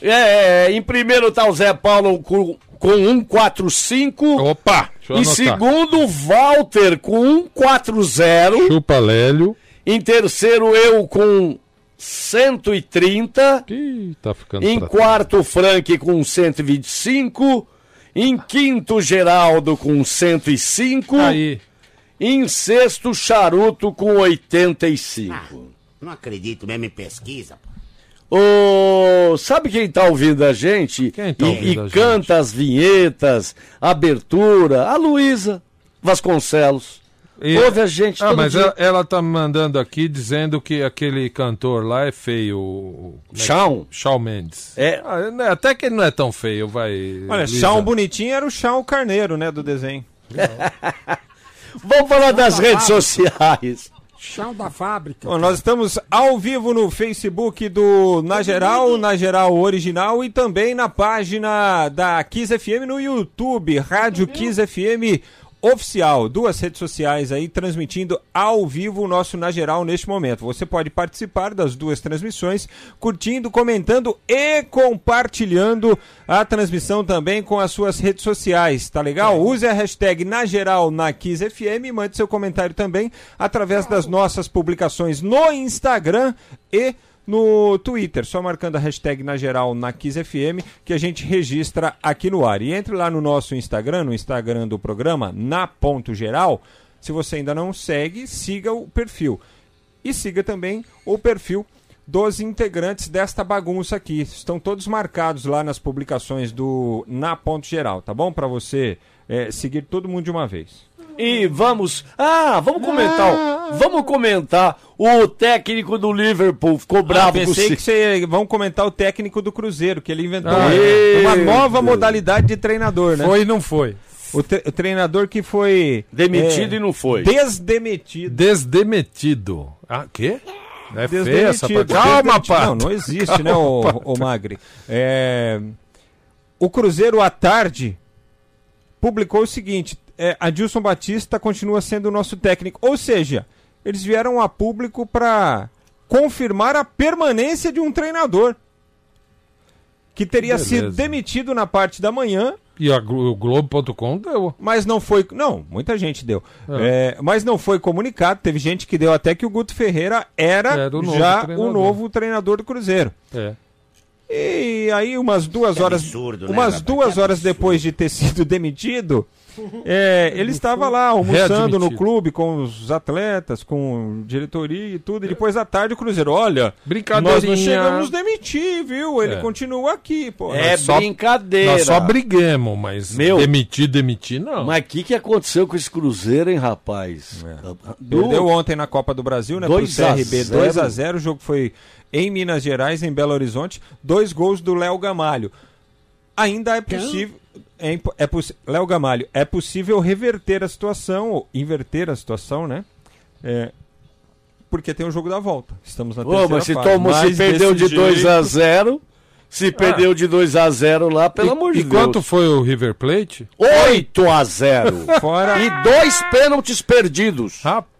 [SPEAKER 3] É, em primeiro tá o Zé Paulo com, com 145.
[SPEAKER 4] Opa! Deixa eu
[SPEAKER 3] Em
[SPEAKER 4] anotar.
[SPEAKER 3] segundo, o Walter com 140.
[SPEAKER 4] Chupa Lélio.
[SPEAKER 3] Em terceiro, eu com 130.
[SPEAKER 4] Ih, tá ficando
[SPEAKER 3] Em
[SPEAKER 4] pra-
[SPEAKER 3] quarto, Frank com 125. Em quinto, Geraldo com 105.
[SPEAKER 4] Aí.
[SPEAKER 3] Em sexto, Charuto com 85.
[SPEAKER 1] Não acredito mesmo em pesquisa. pô.
[SPEAKER 3] Ô, sabe quem tá ouvindo a gente?
[SPEAKER 4] Ah. Quem tá
[SPEAKER 3] e,
[SPEAKER 4] ouvindo
[SPEAKER 3] e
[SPEAKER 4] a gente?
[SPEAKER 3] canta as vinhetas, a abertura, a Luísa Vasconcelos.
[SPEAKER 4] E-
[SPEAKER 3] Ouve a gente
[SPEAKER 4] Ah,
[SPEAKER 3] todo
[SPEAKER 4] mas
[SPEAKER 3] dia.
[SPEAKER 4] ela, ela tá mandando aqui dizendo que aquele cantor lá é feio. o- o-
[SPEAKER 3] Shawn?
[SPEAKER 4] Shawn Mendes.
[SPEAKER 3] É.
[SPEAKER 4] Ah, né, até que ele não é tão feio, vai.
[SPEAKER 5] Olha,
[SPEAKER 4] Lisa.
[SPEAKER 5] chão bonitinho era o chão carneiro, né, do desenho.
[SPEAKER 3] Vamos falar das redes sociais.
[SPEAKER 9] Chão da fábrica.
[SPEAKER 5] Bom, nós estamos ao vivo no Facebook do Na Geral, Na Geral Original e também na página da Kiss FM no YouTube, Rádio Kiss FM Oficial. Duas redes sociais aí transmitindo ao vivo o nosso Na Geral neste momento. Você pode participar das duas transmissões, curtindo, comentando e compartilhando a transmissão também com as suas redes sociais, tá legal? Use a hashtag Na Geral na Kiss FM e mande seu comentário também através das nossas publicações no Instagram e no Twitter, só marcando a hashtag na geral na Kiss FM que a gente registra aqui no ar. E entre lá no nosso Instagram, no Instagram do programa, na ponto geral. Se você ainda não segue, siga o perfil. E siga também o perfil dos integrantes desta bagunça aqui. Estão todos marcados lá nas publicações do Na Ponto Geral, tá bom? Para você eh, seguir todo mundo de uma vez.
[SPEAKER 3] E vamos. Ah, vamos comentar.
[SPEAKER 4] Ah.
[SPEAKER 3] o- Vamos comentar. O técnico do Liverpool ficou
[SPEAKER 5] Ah,
[SPEAKER 3] bravo com
[SPEAKER 5] pensei
[SPEAKER 3] você.
[SPEAKER 5] que você vão comentar o técnico do Cruzeiro, que ele inventou
[SPEAKER 3] Aê,
[SPEAKER 5] uma nova modalidade de treinador, né?
[SPEAKER 4] Foi e não foi.
[SPEAKER 5] O, tre- o treinador que foi
[SPEAKER 3] Demitido
[SPEAKER 5] é,
[SPEAKER 3] e não foi.
[SPEAKER 5] desdemitido.
[SPEAKER 4] Desdemetido. Ah, quê? É feia essa parte.
[SPEAKER 5] Desdemitido.
[SPEAKER 4] Calma,
[SPEAKER 5] Desdemitido.
[SPEAKER 4] pá.
[SPEAKER 5] Não, não existe, né, o, o Magri? É, o Cruzeiro à tarde publicou o seguinte: é, Adilson Batista continua sendo o nosso técnico. Ou seja, eles vieram a público para confirmar a permanência de um treinador que teria
[SPEAKER 4] Beleza.
[SPEAKER 5] sido demitido na parte da manhã
[SPEAKER 4] E a Glo- o Globo.com deu.
[SPEAKER 5] mas não foi. Não, muita gente deu. É, mas não foi comunicado. Teve gente que deu até que o Guto Ferreira era,
[SPEAKER 4] Era o novo
[SPEAKER 5] já
[SPEAKER 4] treinador.
[SPEAKER 5] o novo treinador do Cruzeiro.
[SPEAKER 4] É.
[SPEAKER 5] E aí, umas duas
[SPEAKER 1] Que
[SPEAKER 5] horas.
[SPEAKER 1] absurdo, né,
[SPEAKER 5] umas
[SPEAKER 1] Rafa?
[SPEAKER 5] duas
[SPEAKER 1] Que
[SPEAKER 5] horas
[SPEAKER 1] absurdo.
[SPEAKER 5] depois de ter sido demitido, é, ele estava lá almoçando no
[SPEAKER 4] Readmitido.
[SPEAKER 5] clube com os atletas, com diretoria e tudo. E depois à tarde o Cruzeiro, olha,
[SPEAKER 4] Brincadeirinha.
[SPEAKER 5] nós não chegamos a demitir, viu? Ele
[SPEAKER 4] É.
[SPEAKER 5] continua aqui, pô.
[SPEAKER 3] É
[SPEAKER 4] Nós só-
[SPEAKER 3] brincadeira.
[SPEAKER 4] Nós só briguemos, mas
[SPEAKER 3] Meu.
[SPEAKER 4] demitir, demitir, não.
[SPEAKER 3] Mas o que, que aconteceu com esse Cruzeiro, hein, rapaz? Ah, Do-
[SPEAKER 5] É. Perdeu ontem na Copa do Brasil, né? Pro
[SPEAKER 3] 2 a
[SPEAKER 5] CRB
[SPEAKER 3] 0.
[SPEAKER 5] 2 a 0 O jogo foi em Minas Gerais, em Belo Horizonte. Dois gols do Léo Gamalho. Ainda é possível. É, impo- é possi- Léo Gamalho, é possível reverter a situação, ou inverter a situação, né? É, porque tem o jogo da volta. Estamos na
[SPEAKER 3] Ô,
[SPEAKER 5] terceira
[SPEAKER 3] mas se,
[SPEAKER 5] fase.
[SPEAKER 3] tomou, se
[SPEAKER 5] Mas
[SPEAKER 3] perdeu de
[SPEAKER 5] desse
[SPEAKER 3] 2
[SPEAKER 5] jeito- Ah.
[SPEAKER 3] a 0 se perdeu de 2 a 0 lá, pelo
[SPEAKER 4] E-
[SPEAKER 3] amor de
[SPEAKER 4] e quanto
[SPEAKER 3] Deus.
[SPEAKER 4] foi o River Plate?
[SPEAKER 3] 8
[SPEAKER 5] *laughs*
[SPEAKER 3] a 0
[SPEAKER 5] Fora-
[SPEAKER 3] um, E dois pênaltis perdidos.
[SPEAKER 4] Rapaz.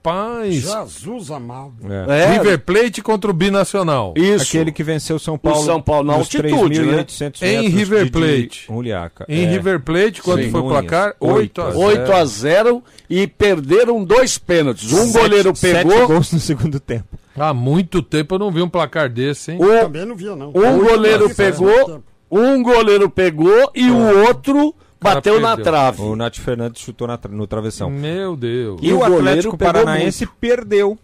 [SPEAKER 9] Jesus amado.
[SPEAKER 3] É,
[SPEAKER 4] River Plate contra o Binacional.
[SPEAKER 3] Isso.
[SPEAKER 5] Aquele que venceu o São Paulo,
[SPEAKER 3] São Paulo na
[SPEAKER 5] nos
[SPEAKER 3] altitude, né?
[SPEAKER 5] 3.800
[SPEAKER 4] Em
[SPEAKER 5] metros
[SPEAKER 4] River
[SPEAKER 5] de-
[SPEAKER 4] Plate.
[SPEAKER 5] de Juliaca.
[SPEAKER 4] Em
[SPEAKER 5] É.
[SPEAKER 4] River Plate, quando
[SPEAKER 5] Sim.
[SPEAKER 4] foi o placar?
[SPEAKER 5] Nunes.
[SPEAKER 4] 8 a 0.
[SPEAKER 3] 8 a 0 e perderam dois pênaltis. Um
[SPEAKER 5] Sete-
[SPEAKER 3] goleiro
[SPEAKER 5] Sete
[SPEAKER 3] pegou,
[SPEAKER 5] gols no segundo tempo.
[SPEAKER 4] Há muito tempo eu não vi um placar desse, hein?
[SPEAKER 3] o-
[SPEAKER 9] Também não viu, não.
[SPEAKER 3] um goleiro
[SPEAKER 6] né?
[SPEAKER 3] pegou, um goleiro pegou e o
[SPEAKER 5] Ah.
[SPEAKER 3] outro
[SPEAKER 4] cara
[SPEAKER 3] bateu na
[SPEAKER 4] perdeu.
[SPEAKER 3] trave.
[SPEAKER 5] O Nath Fernandes chutou na tra- no travessão.
[SPEAKER 4] Meu Deus.
[SPEAKER 5] E
[SPEAKER 3] Hum. o
[SPEAKER 5] o
[SPEAKER 3] goleiro
[SPEAKER 5] Atlético
[SPEAKER 3] pegou
[SPEAKER 5] Paranaense perdeu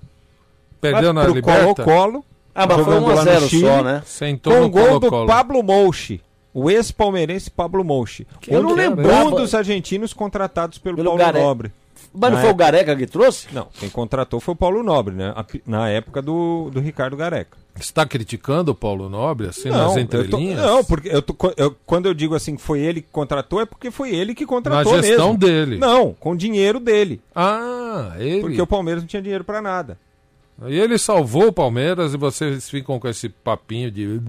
[SPEAKER 4] Perdeu na
[SPEAKER 5] pro
[SPEAKER 4] Liberta?
[SPEAKER 5] Colo-Colo
[SPEAKER 3] Ah, mas foi
[SPEAKER 5] Jogando
[SPEAKER 3] 1 a
[SPEAKER 5] lá no
[SPEAKER 3] 0 só,
[SPEAKER 5] Chile.
[SPEAKER 3] né?
[SPEAKER 4] Sentou
[SPEAKER 5] com
[SPEAKER 4] no
[SPEAKER 5] o gol do
[SPEAKER 4] Colo-Colo.
[SPEAKER 5] Pablo Mouchi. O ex-palmeirense Pablo Mouchi.
[SPEAKER 3] Eu não
[SPEAKER 5] Um
[SPEAKER 3] lembrava.
[SPEAKER 5] dos argentinos contratados pelo,
[SPEAKER 3] Pelo
[SPEAKER 5] Paulo
[SPEAKER 3] Gare-
[SPEAKER 5] Nobre.
[SPEAKER 3] Mas não
[SPEAKER 5] Na
[SPEAKER 3] foi o
[SPEAKER 5] época-
[SPEAKER 3] Gareca que trouxe?
[SPEAKER 5] Não, quem contratou foi o Paulo Nobre, né? A- Na época do, do Ricardo Gareca.
[SPEAKER 4] Você está criticando o Paulo Nobre, assim, nas
[SPEAKER 5] eu tô-
[SPEAKER 4] entrelinhas?
[SPEAKER 5] não, porque eu tô- eu- quando eu digo assim que foi ele que contratou, é porque foi ele que
[SPEAKER 4] Na
[SPEAKER 5] contratou
[SPEAKER 4] gestão
[SPEAKER 5] mesmo.
[SPEAKER 4] dele.
[SPEAKER 5] Não, com o dinheiro dele.
[SPEAKER 4] Ah, ele.
[SPEAKER 5] Porque o Palmeiras não tinha dinheiro pra nada.
[SPEAKER 4] E ele salvou o Palmeiras e vocês ficam com esse papinho de.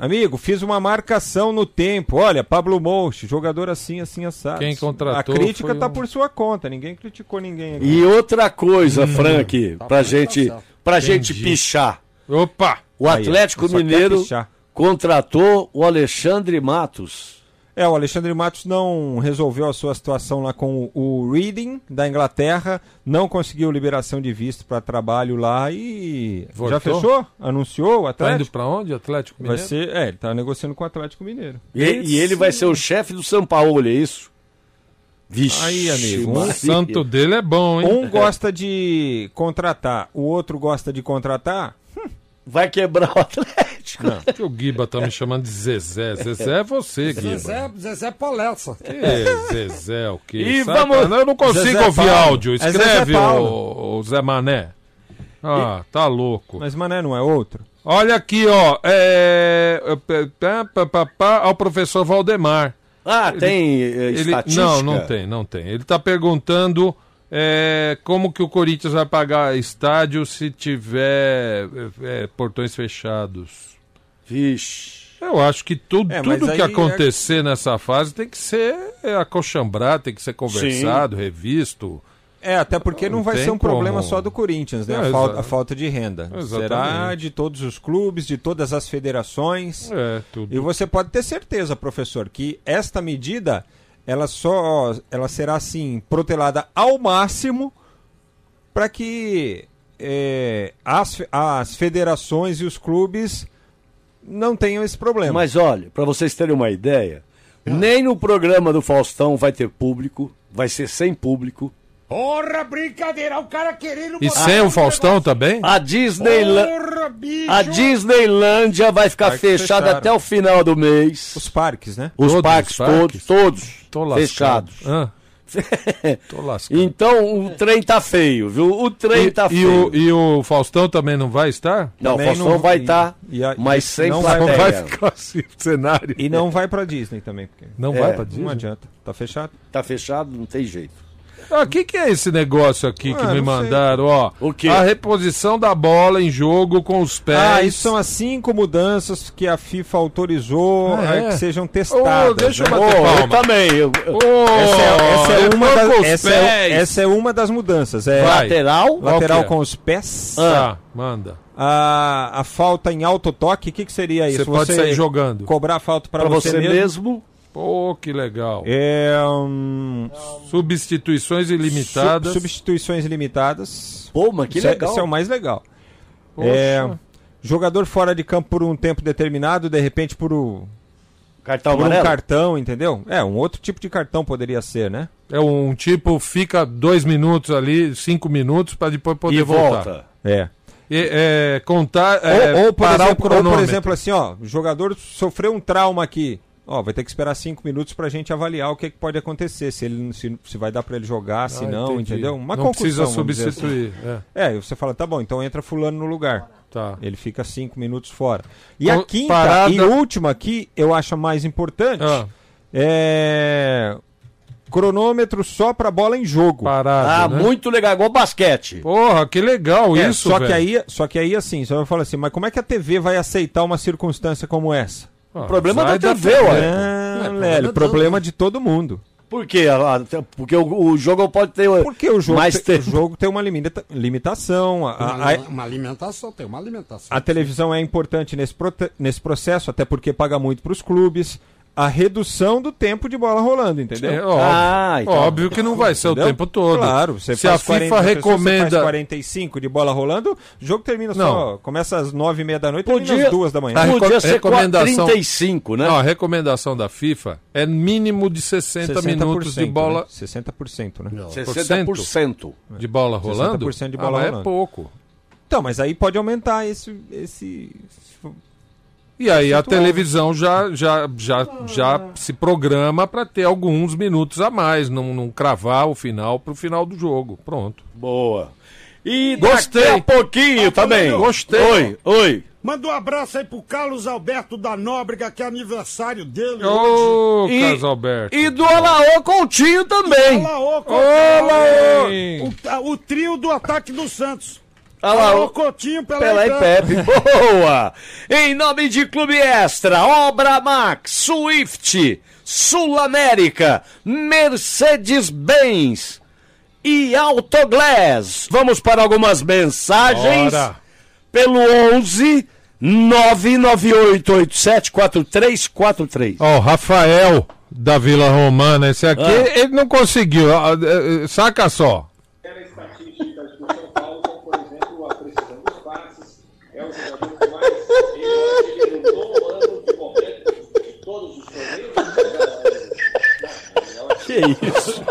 [SPEAKER 5] Amigo, fiz uma marcação no tempo. Olha, Pablo Monte, jogador assim, assim, assado.
[SPEAKER 4] Quem contratou
[SPEAKER 5] A crítica
[SPEAKER 4] foi um-
[SPEAKER 5] tá
[SPEAKER 4] o-
[SPEAKER 5] por sua conta. Ninguém criticou ninguém. aqui.
[SPEAKER 3] E outra coisa,
[SPEAKER 5] Hum,
[SPEAKER 3] Frank,
[SPEAKER 5] tá
[SPEAKER 3] pra gente, pra gente
[SPEAKER 4] Entendi.
[SPEAKER 3] pichar.
[SPEAKER 4] Opa!
[SPEAKER 3] O
[SPEAKER 5] Aí,
[SPEAKER 3] Atlético
[SPEAKER 5] só quer
[SPEAKER 3] Mineiro
[SPEAKER 5] pichar.
[SPEAKER 3] contratou o Alexandre Matos.
[SPEAKER 5] É, o Alexandre Matos não resolveu a sua situação lá com o Reading da Inglaterra, não conseguiu liberação de visto para trabalho lá e
[SPEAKER 4] Voltou?
[SPEAKER 5] já fechou? Anunciou
[SPEAKER 4] Tá
[SPEAKER 5] o
[SPEAKER 4] indo
[SPEAKER 5] Atlético?
[SPEAKER 4] pra onde? Atlético
[SPEAKER 5] Vai
[SPEAKER 4] Mineiro?
[SPEAKER 5] ser, é, ele tá negociando com o Atlético Mineiro.
[SPEAKER 3] E, e ele vai ser o chefe do São Paulo, é isso? Vixe,
[SPEAKER 5] Aí, amigo, um
[SPEAKER 4] O
[SPEAKER 3] Maria.
[SPEAKER 4] santo dele é bom, hein?
[SPEAKER 5] Um gosta de contratar, o outro gosta de contratar.
[SPEAKER 3] vai quebrar o Atlético.
[SPEAKER 4] Que o Guiba tá me chamando de Zezé. Zezé é você, Guiba.
[SPEAKER 9] Zezé, Zezé Palessa.
[SPEAKER 5] é
[SPEAKER 4] Que Zezé, é o que?
[SPEAKER 3] E vamos-
[SPEAKER 4] Eu não consigo
[SPEAKER 5] Zezé
[SPEAKER 4] ouvir
[SPEAKER 5] Paulo.
[SPEAKER 4] áudio.
[SPEAKER 5] É Zezé
[SPEAKER 4] Escreve,
[SPEAKER 5] Paulo.
[SPEAKER 4] o, Zé Mané. Ah, tá louco.
[SPEAKER 5] Mas Mané não é outro.
[SPEAKER 4] Olha aqui, ó. É... pá, pá, pá, pá, Ao professor Valdemar.
[SPEAKER 3] Ah, tem eh,
[SPEAKER 4] Ele...
[SPEAKER 3] estatística?
[SPEAKER 4] Não, não tem, não tem. Ele está tá perguntando é, como que o Corinthians vai pagar estádio se tiver é, é, portões fechados?
[SPEAKER 3] Vixe.
[SPEAKER 4] Eu acho que tu,
[SPEAKER 5] É, mas
[SPEAKER 4] tudo
[SPEAKER 5] aí
[SPEAKER 4] que
[SPEAKER 5] é-
[SPEAKER 4] acontecer nessa fase tem que ser é, acochambrado, tem que ser conversado, revisto.
[SPEAKER 5] É, até porque não,
[SPEAKER 4] Não
[SPEAKER 5] vai
[SPEAKER 4] tem
[SPEAKER 5] ser um problema
[SPEAKER 4] como.
[SPEAKER 5] só do Corinthians, né?
[SPEAKER 4] É,
[SPEAKER 5] a, falta,
[SPEAKER 4] exa-
[SPEAKER 5] a falta de renda.
[SPEAKER 4] Exatamente.
[SPEAKER 5] Será de todos os clubes, de todas as federações.
[SPEAKER 4] É, tudo.
[SPEAKER 5] E você pode ter certeza, professor, que esta medida ela só ela será assim protelada ao máximo para que eh, as, fe- as federações e os clubes não tenham esse problema.
[SPEAKER 3] Mas olha, pra vocês terem uma ideia, nem no programa do Faustão vai ter público, vai ser sem público.
[SPEAKER 9] Porra, brincadeira, o cara querendo...
[SPEAKER 4] E
[SPEAKER 9] botar
[SPEAKER 3] é
[SPEAKER 4] sem o
[SPEAKER 9] um
[SPEAKER 4] Faustão também?
[SPEAKER 3] A Disneyland.
[SPEAKER 9] negócio- Porra, bicho!
[SPEAKER 3] A Disneylândia vai ficar
[SPEAKER 5] Parque
[SPEAKER 3] fechada
[SPEAKER 5] fecharam.
[SPEAKER 3] até o final do mês.
[SPEAKER 5] Os parques, né?
[SPEAKER 3] Os
[SPEAKER 4] Todos
[SPEAKER 3] parques,
[SPEAKER 4] os parques?
[SPEAKER 3] todos, todos
[SPEAKER 4] Tô lascado.
[SPEAKER 3] fechados.
[SPEAKER 4] Hã? *laughs* Tô lascado.
[SPEAKER 3] Então o trem tá feio, viu? O trem
[SPEAKER 4] E,
[SPEAKER 3] tá
[SPEAKER 4] e
[SPEAKER 3] feio.
[SPEAKER 4] o, e o Faustão também não vai estar?
[SPEAKER 3] Não, o
[SPEAKER 5] também
[SPEAKER 3] Faustão
[SPEAKER 5] não-
[SPEAKER 3] vai estar,
[SPEAKER 5] e- e a-
[SPEAKER 3] mas
[SPEAKER 5] e
[SPEAKER 3] sem
[SPEAKER 5] não vai-
[SPEAKER 4] Não
[SPEAKER 3] plateia.
[SPEAKER 4] vai ficar assim o cenário.
[SPEAKER 5] E não vai para Disney também, porque
[SPEAKER 4] Não
[SPEAKER 3] É,
[SPEAKER 4] vai pra
[SPEAKER 5] não
[SPEAKER 4] Disney?
[SPEAKER 5] adianta, tá fechado.
[SPEAKER 3] Tá fechado, não tem jeito.
[SPEAKER 4] Ah, o que, que é esse negócio aqui que me
[SPEAKER 5] Ah, não sei.
[SPEAKER 4] mandaram? Ó,
[SPEAKER 3] O quê?
[SPEAKER 4] A reposição da bola em jogo com os pés.
[SPEAKER 5] Ah, isso são as cinco mudanças que a FIFA autorizou
[SPEAKER 4] Ah,
[SPEAKER 5] eh,
[SPEAKER 4] é?
[SPEAKER 5] que sejam testadas.
[SPEAKER 4] Ô, deixa eu
[SPEAKER 5] né?
[SPEAKER 3] Ô,
[SPEAKER 4] bater
[SPEAKER 3] eu
[SPEAKER 4] palma.
[SPEAKER 3] também. eu- eu-
[SPEAKER 4] Ô,
[SPEAKER 5] Essa é, essa é
[SPEAKER 4] eu
[SPEAKER 5] uma
[SPEAKER 4] tô
[SPEAKER 5] das,
[SPEAKER 4] com os
[SPEAKER 5] essa é,
[SPEAKER 4] pés.
[SPEAKER 5] essa é uma das mudanças. É
[SPEAKER 4] Vai.
[SPEAKER 3] Lateral?
[SPEAKER 4] Qual
[SPEAKER 5] lateral
[SPEAKER 4] que é?
[SPEAKER 5] com os pés,
[SPEAKER 4] Tá, manda.
[SPEAKER 5] a, a falta em alto toque, o que, que seria isso?
[SPEAKER 4] Você pode sair jogando.
[SPEAKER 5] Cobrar a falta para
[SPEAKER 3] Pra
[SPEAKER 5] você, mesmo.
[SPEAKER 4] Pô, que legal.
[SPEAKER 5] É, hum,
[SPEAKER 4] Substituições ilimitadas.
[SPEAKER 5] su- substituições limitadas.
[SPEAKER 3] Pô, mas que
[SPEAKER 5] Isso é-
[SPEAKER 3] legal.
[SPEAKER 4] um-
[SPEAKER 5] isso é o mais legal.
[SPEAKER 4] Poxa.
[SPEAKER 5] É, jogador fora de campo por um tempo determinado, de repente por, o-
[SPEAKER 3] Cartão
[SPEAKER 5] por um
[SPEAKER 3] amarelo?
[SPEAKER 5] cartão, entendeu? É, um outro tipo de cartão poderia ser, né?
[SPEAKER 4] É um tipo, fica dois minutos ali, cinco minutos, pra depois poder
[SPEAKER 3] E
[SPEAKER 4] voltar.
[SPEAKER 3] volta.
[SPEAKER 5] É.
[SPEAKER 4] E, é, contar, é,
[SPEAKER 5] ou, ou, por
[SPEAKER 4] parar
[SPEAKER 5] exemplo,
[SPEAKER 4] o
[SPEAKER 5] ou, por
[SPEAKER 4] cronômetro.
[SPEAKER 5] exemplo, assim, ó, o jogador sofreu um trauma aqui. Ó, vai ter que esperar cinco minutos pra gente avaliar o que, que pode acontecer, se ele se, se vai dar pra ele jogar,
[SPEAKER 4] Ah,
[SPEAKER 5] se assim, não,
[SPEAKER 4] entendi.
[SPEAKER 5] entendeu? Uma
[SPEAKER 4] não
[SPEAKER 5] conclusão.
[SPEAKER 4] precisa
[SPEAKER 5] vamos dizer assim.
[SPEAKER 4] substituir. É,
[SPEAKER 5] É, e você fala, tá bom, então entra fulano no lugar.
[SPEAKER 4] tá.
[SPEAKER 5] Ele fica cinco minutos fora. E
[SPEAKER 4] Com-
[SPEAKER 5] a quinta
[SPEAKER 4] parada-
[SPEAKER 5] e última que eu acho a mais importante
[SPEAKER 4] Ah.
[SPEAKER 5] é cronômetro só pra bola em jogo.
[SPEAKER 4] Parado,
[SPEAKER 3] Ah,
[SPEAKER 4] né?
[SPEAKER 3] muito legal, igual basquete.
[SPEAKER 4] Porra, que legal
[SPEAKER 5] É,
[SPEAKER 4] isso,
[SPEAKER 5] só
[SPEAKER 4] velho.
[SPEAKER 5] que aí, só que aí assim, você vai falar assim, mas como é que a TV vai aceitar uma circunstância como essa?
[SPEAKER 4] Ah,
[SPEAKER 3] O problema
[SPEAKER 4] sai
[SPEAKER 3] é da TV, ué.
[SPEAKER 5] Não,
[SPEAKER 1] Não, é
[SPEAKER 5] Lélio,
[SPEAKER 1] problema
[SPEAKER 5] problema de todo mundo.
[SPEAKER 3] Por quê? Ah, Porque o, o jogo pode ter.
[SPEAKER 5] Porque o jogo,
[SPEAKER 3] mais
[SPEAKER 5] te- o
[SPEAKER 3] tempo.
[SPEAKER 5] jogo tem uma limita- limitação. A, a-
[SPEAKER 9] Uma,
[SPEAKER 5] a-
[SPEAKER 9] uma alimentação, tem uma alimentação.
[SPEAKER 5] a televisão é importante nesse, prote- nesse processo, até porque paga muito para os clubes. A redução do tempo de bola rolando, entendeu?
[SPEAKER 4] É óbvio,
[SPEAKER 3] Ah, então.
[SPEAKER 4] óbvio que não vai ser
[SPEAKER 5] né? Entendeu?
[SPEAKER 4] o tempo todo.
[SPEAKER 5] Claro, você
[SPEAKER 4] Se a
[SPEAKER 5] faz
[SPEAKER 4] FIFA
[SPEAKER 5] 40 pessoas, Você
[SPEAKER 4] recomenda.
[SPEAKER 5] faz 45 de bola rolando, o jogo termina só.
[SPEAKER 4] Não.
[SPEAKER 5] Começa às 9 e meia da noite, termina às 2 da manhã.
[SPEAKER 4] A
[SPEAKER 3] Podia
[SPEAKER 4] reco-
[SPEAKER 3] ser
[SPEAKER 4] recomendação-
[SPEAKER 3] 35, né?
[SPEAKER 4] Não, a recomendação da FIFA é mínimo de 60,
[SPEAKER 5] 60%
[SPEAKER 4] minutos de bola,
[SPEAKER 5] Né? 60%, né?
[SPEAKER 3] 60%.
[SPEAKER 4] de bola rolando.
[SPEAKER 5] 60% de bola
[SPEAKER 4] Ah,
[SPEAKER 5] rolando.
[SPEAKER 4] É pouco.
[SPEAKER 5] Então, mas aí pode aumentar esse. esse...
[SPEAKER 4] E aí a televisão já, já, já, já se programa para ter alguns minutos a mais, não, não cravar o final pro final do jogo. Pronto.
[SPEAKER 3] Boa. E
[SPEAKER 4] Gostei. Ah, tá
[SPEAKER 3] daqui a pouquinho também.
[SPEAKER 4] Gostei.
[SPEAKER 3] Oi, oi.
[SPEAKER 6] Manda um abraço aí pro Carlos Alberto da Nóbrega, que é aniversário dele.
[SPEAKER 4] Ô,
[SPEAKER 3] E-
[SPEAKER 4] Casalberto.
[SPEAKER 3] E do Alaô Coutinho também.
[SPEAKER 6] Olá, ô,
[SPEAKER 4] Olá, ô.
[SPEAKER 6] O, o trio do ataque do Santos. Alô,
[SPEAKER 3] Alaô
[SPEAKER 6] Coutinho, pela
[SPEAKER 3] Pelé e
[SPEAKER 6] Pepe.
[SPEAKER 3] Pepe. *laughs* Boa! Em nome de Clube Extra, Obra Max, Swift, Sul América, Mercedes-Benz e Autoglass. Vamos para algumas mensagens
[SPEAKER 4] Bora.
[SPEAKER 3] pelo 11 998874343.
[SPEAKER 4] Ó, o Rafael da Vila Romana, esse aqui,
[SPEAKER 3] Ah.
[SPEAKER 4] ele não conseguiu. ó, é, é, Saca só.
[SPEAKER 3] Que isso?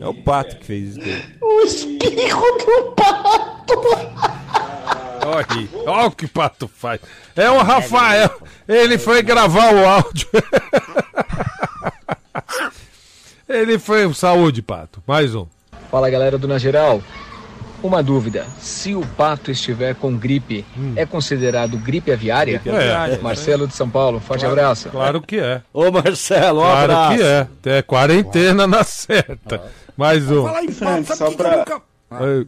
[SPEAKER 5] É o Pato que fez isso.
[SPEAKER 4] Ó, aí, ó o que o pato faz. É o Rafael. Ele foi gravar o áudio. *laughs* Ele foi. Saúde, pato. Mais um.
[SPEAKER 10] Fala galera do Na Geral. Uma dúvida: se o pato estiver com gripe,
[SPEAKER 4] Hum.
[SPEAKER 10] é considerado gripe aviária?
[SPEAKER 5] Gripe aviária,
[SPEAKER 10] Marcelo de São Paulo, forte abraço.
[SPEAKER 4] É, Claro que é.
[SPEAKER 3] *laughs* Ô, Marcelo, um
[SPEAKER 4] Claro
[SPEAKER 3] abraço.
[SPEAKER 4] que é. É quarentena na certa. Mais um.
[SPEAKER 11] *laughs*
[SPEAKER 9] Falar em pato, sabe
[SPEAKER 11] Só
[SPEAKER 9] por que que
[SPEAKER 11] pra-
[SPEAKER 9] eu nunca...
[SPEAKER 4] Ai,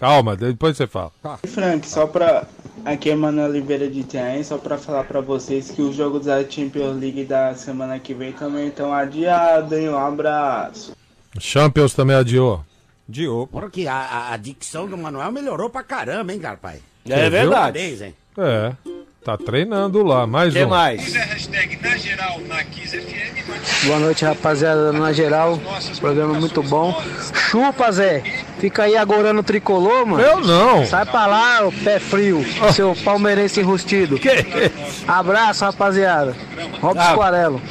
[SPEAKER 4] Calma, depois você fala.
[SPEAKER 11] Frank, só pra. Aqui é Mano Oliveira de Itaim, só pra falar pra vocês que os jogos da Champions League da semana que vem também estão adiados, hein? Um abraço.
[SPEAKER 4] Champions também adiou.
[SPEAKER 5] De opa.
[SPEAKER 1] Olha que a, a- a dicção do Manuel melhorou pra caramba, hein, Garpai?
[SPEAKER 3] É verdade.
[SPEAKER 1] Parabéns, hein?
[SPEAKER 4] É. Tá treinando lá. Mais
[SPEAKER 3] Quem
[SPEAKER 4] um.
[SPEAKER 3] mais?
[SPEAKER 10] Boa noite, rapaziada. Na geral, programa muito bom. Chupa, Zé. Fica aí agorando o tricolor, mano.
[SPEAKER 4] Eu não.
[SPEAKER 10] Sai pra lá, ô pé frio, seu palmeirense enrustido. Abraço, rapaziada. Robson
[SPEAKER 3] Ah. um
[SPEAKER 10] Quarello.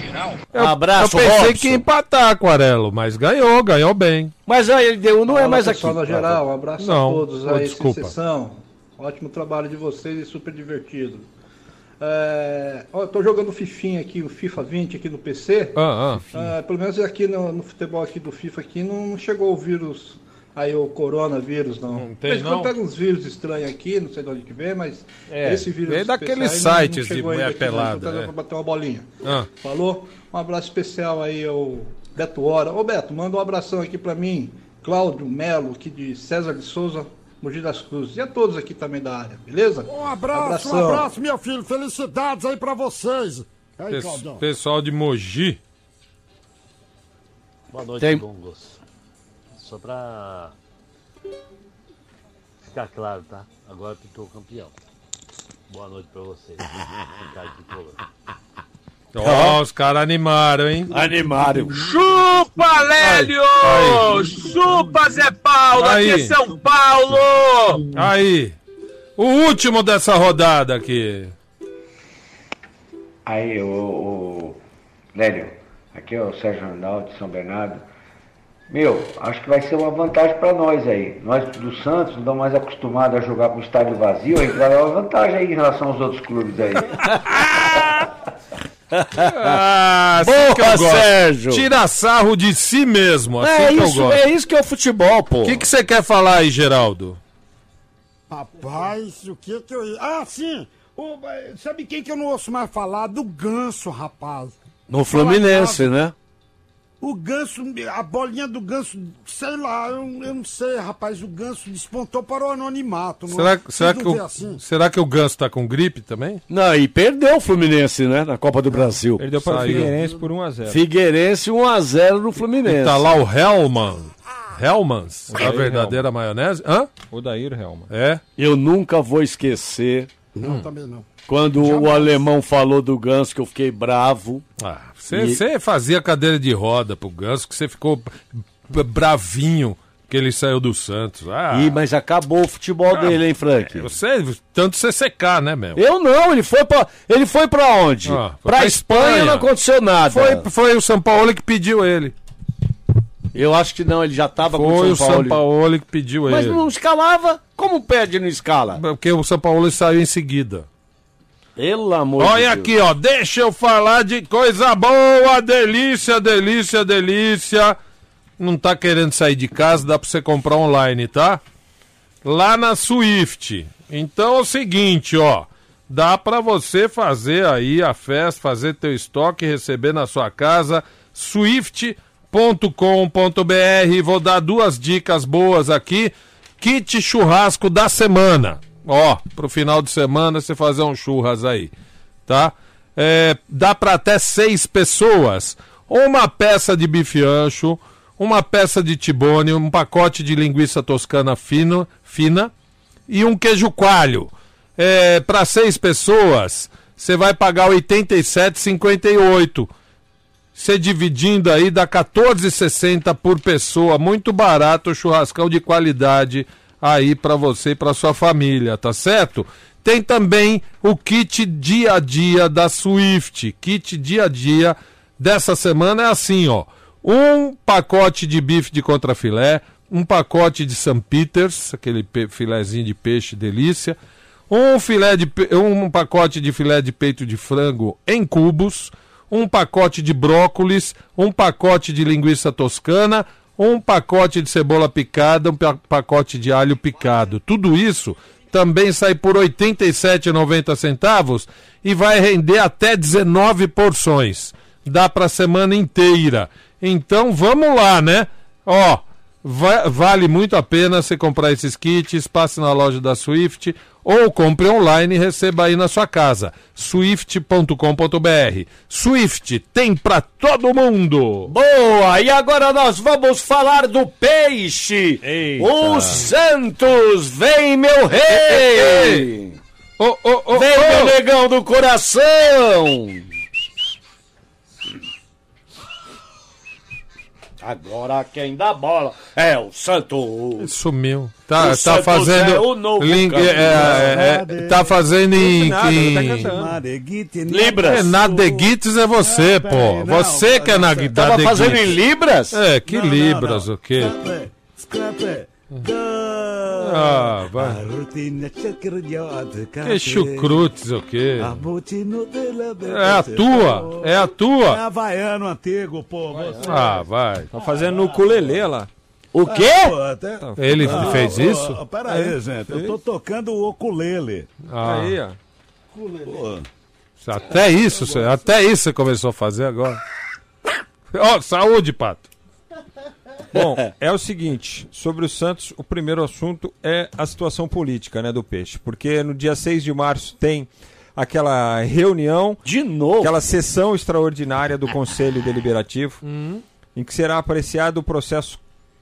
[SPEAKER 4] Eu,
[SPEAKER 3] Abraço,
[SPEAKER 4] eu pensei
[SPEAKER 3] Robson.
[SPEAKER 4] que ia empatar, Aquarelo, mas ganhou, ganhou bem.
[SPEAKER 3] Mas aí, ele deu um, não é mais aqui.
[SPEAKER 12] Pessoal da geral, um abraço
[SPEAKER 4] Não,
[SPEAKER 12] a todos
[SPEAKER 4] ô,
[SPEAKER 12] aí,
[SPEAKER 4] desculpa.
[SPEAKER 12] sem exceção. Ótimo trabalho de vocês e super divertido. É, ó, eu tô jogando Fifinha aqui, o FIFA 20 aqui no PC.
[SPEAKER 4] Ah, ah.
[SPEAKER 12] É, pelo menos aqui no, no futebol aqui do FIFA aqui não chegou o vírus, aí o coronavírus não.
[SPEAKER 4] Não tem,
[SPEAKER 12] De vez em quando
[SPEAKER 4] não?
[SPEAKER 12] pega uns vírus estranhos aqui, não sei de onde que vem, mas
[SPEAKER 4] É,
[SPEAKER 12] esse vírus
[SPEAKER 4] vem
[SPEAKER 12] especial
[SPEAKER 4] daqueles
[SPEAKER 12] aí não- não
[SPEAKER 4] sites de
[SPEAKER 12] chegou
[SPEAKER 4] mulher
[SPEAKER 12] ainda aqui, não, tá
[SPEAKER 4] pelada,
[SPEAKER 12] Tô fazendo
[SPEAKER 4] é.
[SPEAKER 12] pra bater uma bolinha.
[SPEAKER 4] Ah.
[SPEAKER 12] Falou? Um abraço especial aí ao Beto Hora. Ô Beto, manda um abração aqui pra mim, Cláudio Melo, aqui de César de Souza, Mogi das Cruzes. E a todos aqui também da área, beleza?
[SPEAKER 6] Um abraço, um
[SPEAKER 12] Abração.
[SPEAKER 6] abraço, meu filho. Felicidades aí pra vocês. Aí,
[SPEAKER 4] Pes-
[SPEAKER 6] Claudão.
[SPEAKER 4] pessoal de Mogi.
[SPEAKER 8] Boa noite,
[SPEAKER 3] Tem-
[SPEAKER 8] Gongos. Só pra ficar claro, tá? Agora pintou o campeão. Boa noite pra vocês. Ricardo de Colombo.
[SPEAKER 4] Ó, os caras animaram, hein?
[SPEAKER 3] Animário.
[SPEAKER 13] Chupa, Lélio!
[SPEAKER 4] Aí.
[SPEAKER 13] Chupa, Zé Paulo!
[SPEAKER 4] Aí.
[SPEAKER 13] Aqui é São Paulo!
[SPEAKER 4] Aí. O último dessa rodada aqui.
[SPEAKER 10] Aí, o, Lélio, aqui é o Sérgio Arnaldo de São Bernardo. Meu, acho que vai ser uma vantagem para nós aí. Nós do Santos, não mais acostumados a jogar com o estádio vazio, aí vai uma vantagem aí em relação aos outros clubes aí.
[SPEAKER 4] Ah, assim
[SPEAKER 3] Boa,
[SPEAKER 4] que eu gosto.
[SPEAKER 3] Sérgio.
[SPEAKER 4] Tira sarro de si mesmo, assim
[SPEAKER 3] é
[SPEAKER 4] que eu
[SPEAKER 3] isso,
[SPEAKER 4] gosto.
[SPEAKER 3] é isso que é o futebol, pô.
[SPEAKER 4] O que que você quer falar aí, Geraldo?
[SPEAKER 6] Rapaz, o que que eu ia... Ah, sim! O- Sabe quem que eu não ouço mais falar? Do Ganso, rapaz.
[SPEAKER 3] No Fluminense, né?
[SPEAKER 6] O Ganso, a bolinha do Ganso, sei lá, eu, eu não sei, rapaz. O Ganso despontou para o anonimato. não é?
[SPEAKER 4] Será, será,
[SPEAKER 6] Vocês
[SPEAKER 4] que
[SPEAKER 6] não vê
[SPEAKER 4] o,
[SPEAKER 6] assim?
[SPEAKER 4] será que o Ganso tá com gripe também?
[SPEAKER 3] Não, e perdeu o Fluminense, né? Na Copa do Brasil.
[SPEAKER 5] Perdeu para o
[SPEAKER 4] Saiu.
[SPEAKER 5] Figueirense por 1x0.
[SPEAKER 3] Figueirense 1x0 no Fluminense.
[SPEAKER 4] Tá lá o Hellman. Hellmans, a
[SPEAKER 5] Aí,
[SPEAKER 4] verdadeira maionese. Hã?
[SPEAKER 5] O Daír Helma.
[SPEAKER 4] É?
[SPEAKER 3] Eu nunca vou esquecer
[SPEAKER 6] Não,
[SPEAKER 4] Hum.
[SPEAKER 6] também não.
[SPEAKER 3] quando o alemão falou do Ganso que eu fiquei bravo.
[SPEAKER 4] Ah, Você você fazia cadeira de roda pro Ganso, que você ficou b- bravinho que ele saiu do Santos. Ah, É,
[SPEAKER 3] Ih, mas acabou o futebol dele, hein, Frank?
[SPEAKER 4] você, tanto você secar, né, meu?
[SPEAKER 3] Eu não, ele foi pra, ele foi pra onde?
[SPEAKER 4] Ah, foi
[SPEAKER 3] pra,
[SPEAKER 4] pra
[SPEAKER 3] Espanha,
[SPEAKER 4] Espanha.
[SPEAKER 3] não aconteceu nada.
[SPEAKER 4] Foi, foi o São Paulo que pediu ele.
[SPEAKER 3] Eu acho que não, ele já tava com
[SPEAKER 4] Foi
[SPEAKER 3] o
[SPEAKER 4] o São Paulo que pediu
[SPEAKER 3] Mas
[SPEAKER 4] ele.
[SPEAKER 3] não escalava? Como perde e não escala?
[SPEAKER 4] Porque o São Paulo saiu em seguida.
[SPEAKER 3] Pelo amor
[SPEAKER 4] Olha
[SPEAKER 3] de
[SPEAKER 4] aqui,
[SPEAKER 3] Deus.
[SPEAKER 4] ó, deixa eu falar de coisa boa, delícia, delícia, delícia. Não tá querendo sair de casa, dá pra você comprar online, tá? Lá na Swift. Então é o seguinte, ó, dá pra você fazer aí a festa, fazer teu estoque, receber na sua casa, swift.com.br. Vou dar duas dicas boas aqui. Kit churrasco da semana. Ó, pro final de semana você fazer um churras aí tá? É, dá para até seis pessoas. Uma peça de bife ancho, uma peça de tibone, um pacote de linguiça toscana fino, fina e um queijo coalho. É, para seis pessoas, você vai pagar R$ 87,58. Você dividindo aí dá 14,60 por pessoa, muito barato, churrascão de qualidade aí pra você e pra sua família, tá certo? Tem também o kit dia a dia da Swift. Kit dia a dia dessa semana é assim, ó: um pacote de bife de contrafilé, um pacote de St. Peters, aquele pe- filézinho de peixe delícia, um filé de pe- um pacote de filé de peito de frango em cubos, um pacote de brócolis, um pacote de linguiça toscana, um pacote de cebola picada, um pa- pacote de alho picado. Tudo isso também sai por R$ 87,90 centavos e vai render até 19 porções. Dá para a semana inteira. Então vamos lá, né? Ó, va- vale muito a pena você comprar esses kits, passe na loja da Swift ou compre online e receba aí na sua casa. swift.com.br. Swift tem para todo mundo.
[SPEAKER 3] Boa! E agora nós vamos falar do peixe. O Santos vem, meu rei! vem, meu negão do coração! Agora quem dá bola é o Santos.
[SPEAKER 4] Sumiu. Tá,
[SPEAKER 3] O
[SPEAKER 4] tá
[SPEAKER 3] Santos
[SPEAKER 4] fazendo.
[SPEAKER 3] é o novo
[SPEAKER 4] link-
[SPEAKER 3] campeão.
[SPEAKER 4] é, é, é, tá fazendo em.
[SPEAKER 3] tá
[SPEAKER 4] em-
[SPEAKER 3] Libras.
[SPEAKER 4] É, Nadeguites é você, pô. você que é na guitarra.
[SPEAKER 3] Tava tá fazendo em Libras?
[SPEAKER 4] É, que Libras, o quê?
[SPEAKER 6] é,
[SPEAKER 4] Ah, vai. Que chucrutes, o quê? É a tua, é a tua.
[SPEAKER 6] É havaiano antigo, pô. você.
[SPEAKER 4] Ah, vai. Tá
[SPEAKER 5] fazendo no culelê lá.
[SPEAKER 3] O
[SPEAKER 6] Ah,
[SPEAKER 3] quê?
[SPEAKER 6] pô, até-
[SPEAKER 4] Ele
[SPEAKER 6] Ah,
[SPEAKER 4] fez
[SPEAKER 6] ó,
[SPEAKER 4] isso?
[SPEAKER 6] ó, Pera aí,
[SPEAKER 4] É,
[SPEAKER 6] gente. Eu
[SPEAKER 4] fez.
[SPEAKER 6] tô tocando o ukulele.
[SPEAKER 4] Ah.
[SPEAKER 5] É
[SPEAKER 4] Aí, ó.
[SPEAKER 6] Pô,
[SPEAKER 4] Até isso, você- até isso você começou a fazer agora. Ó, saúde, Pato.
[SPEAKER 5] Bom, é o seguinte, sobre o Santos, o primeiro assunto é a situação política, né, do Peixe, porque no dia 6 de março tem aquela reunião
[SPEAKER 3] de novo,
[SPEAKER 5] aquela sessão extraordinária do Conselho Deliberativo, em que será apreciado o processo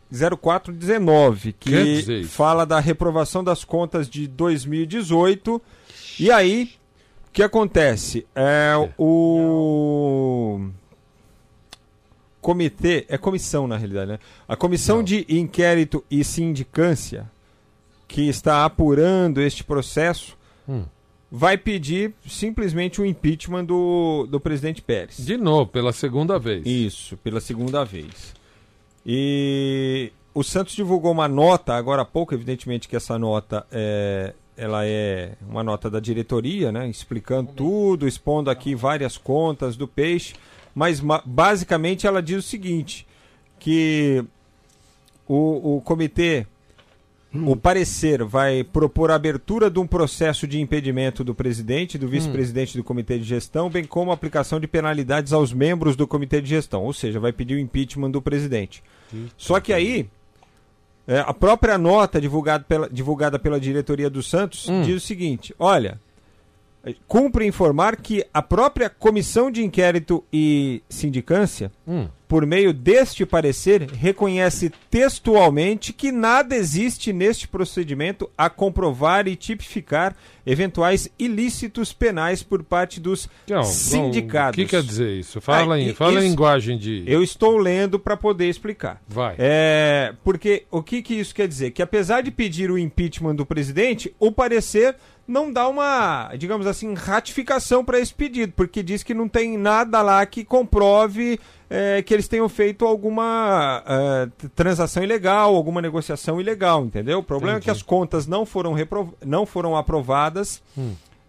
[SPEAKER 5] 0419,
[SPEAKER 4] Quer
[SPEAKER 5] que
[SPEAKER 4] dizer isso.
[SPEAKER 5] fala da reprovação das contas de 2018. E aí, o que acontece? É o comitê, é comissão na realidade, né? A comissão de inquérito e sindicância que está apurando este processo
[SPEAKER 4] Hum.
[SPEAKER 5] vai pedir simplesmente o impeachment do, do presidente Pérez.
[SPEAKER 4] De novo, pela segunda vez.
[SPEAKER 5] Isso, pela segunda vez. E o Santos divulgou uma nota agora há pouco, evidentemente que essa nota é ela é uma nota da diretoria, né, explicando tudo, expondo aqui várias contas do peixe, mas ma- basicamente ela diz o seguinte, que o, o comitê o parecer vai propor a abertura de um processo de impedimento do presidente e do vice-presidente do comitê de gestão, bem como a aplicação de penalidades aos membros do comitê de gestão, ou seja, vai pedir o impeachment do presidente. Só que aí, é, a própria nota divulgada pela, divulgada pela diretoria do Santos
[SPEAKER 4] Hum.
[SPEAKER 5] diz o seguinte: olha, cumpre informar que a própria comissão de inquérito e sindicância
[SPEAKER 4] Hum.
[SPEAKER 5] por meio deste parecer, reconhece textualmente que nada existe neste procedimento a comprovar e tipificar eventuais ilícitos penais por parte dos
[SPEAKER 4] Então,
[SPEAKER 5] sindicados.
[SPEAKER 4] O que quer dizer isso? Fala,
[SPEAKER 5] Ah,
[SPEAKER 4] em,
[SPEAKER 5] e-
[SPEAKER 4] fala em
[SPEAKER 5] isso-
[SPEAKER 4] linguagem de.
[SPEAKER 5] Eu estou lendo para poder explicar.
[SPEAKER 4] Vai.
[SPEAKER 5] É, porque o que, que isso quer dizer? Que apesar de pedir o impeachment do presidente, o parecer não dá uma, digamos assim, ratificação para esse pedido, porque diz que não tem nada lá que comprove é, que eles tenham feito alguma ah, t- transação ilegal, alguma negociação ilegal, entendeu? O problema é que as contas não foram, repro- não foram aprovadas.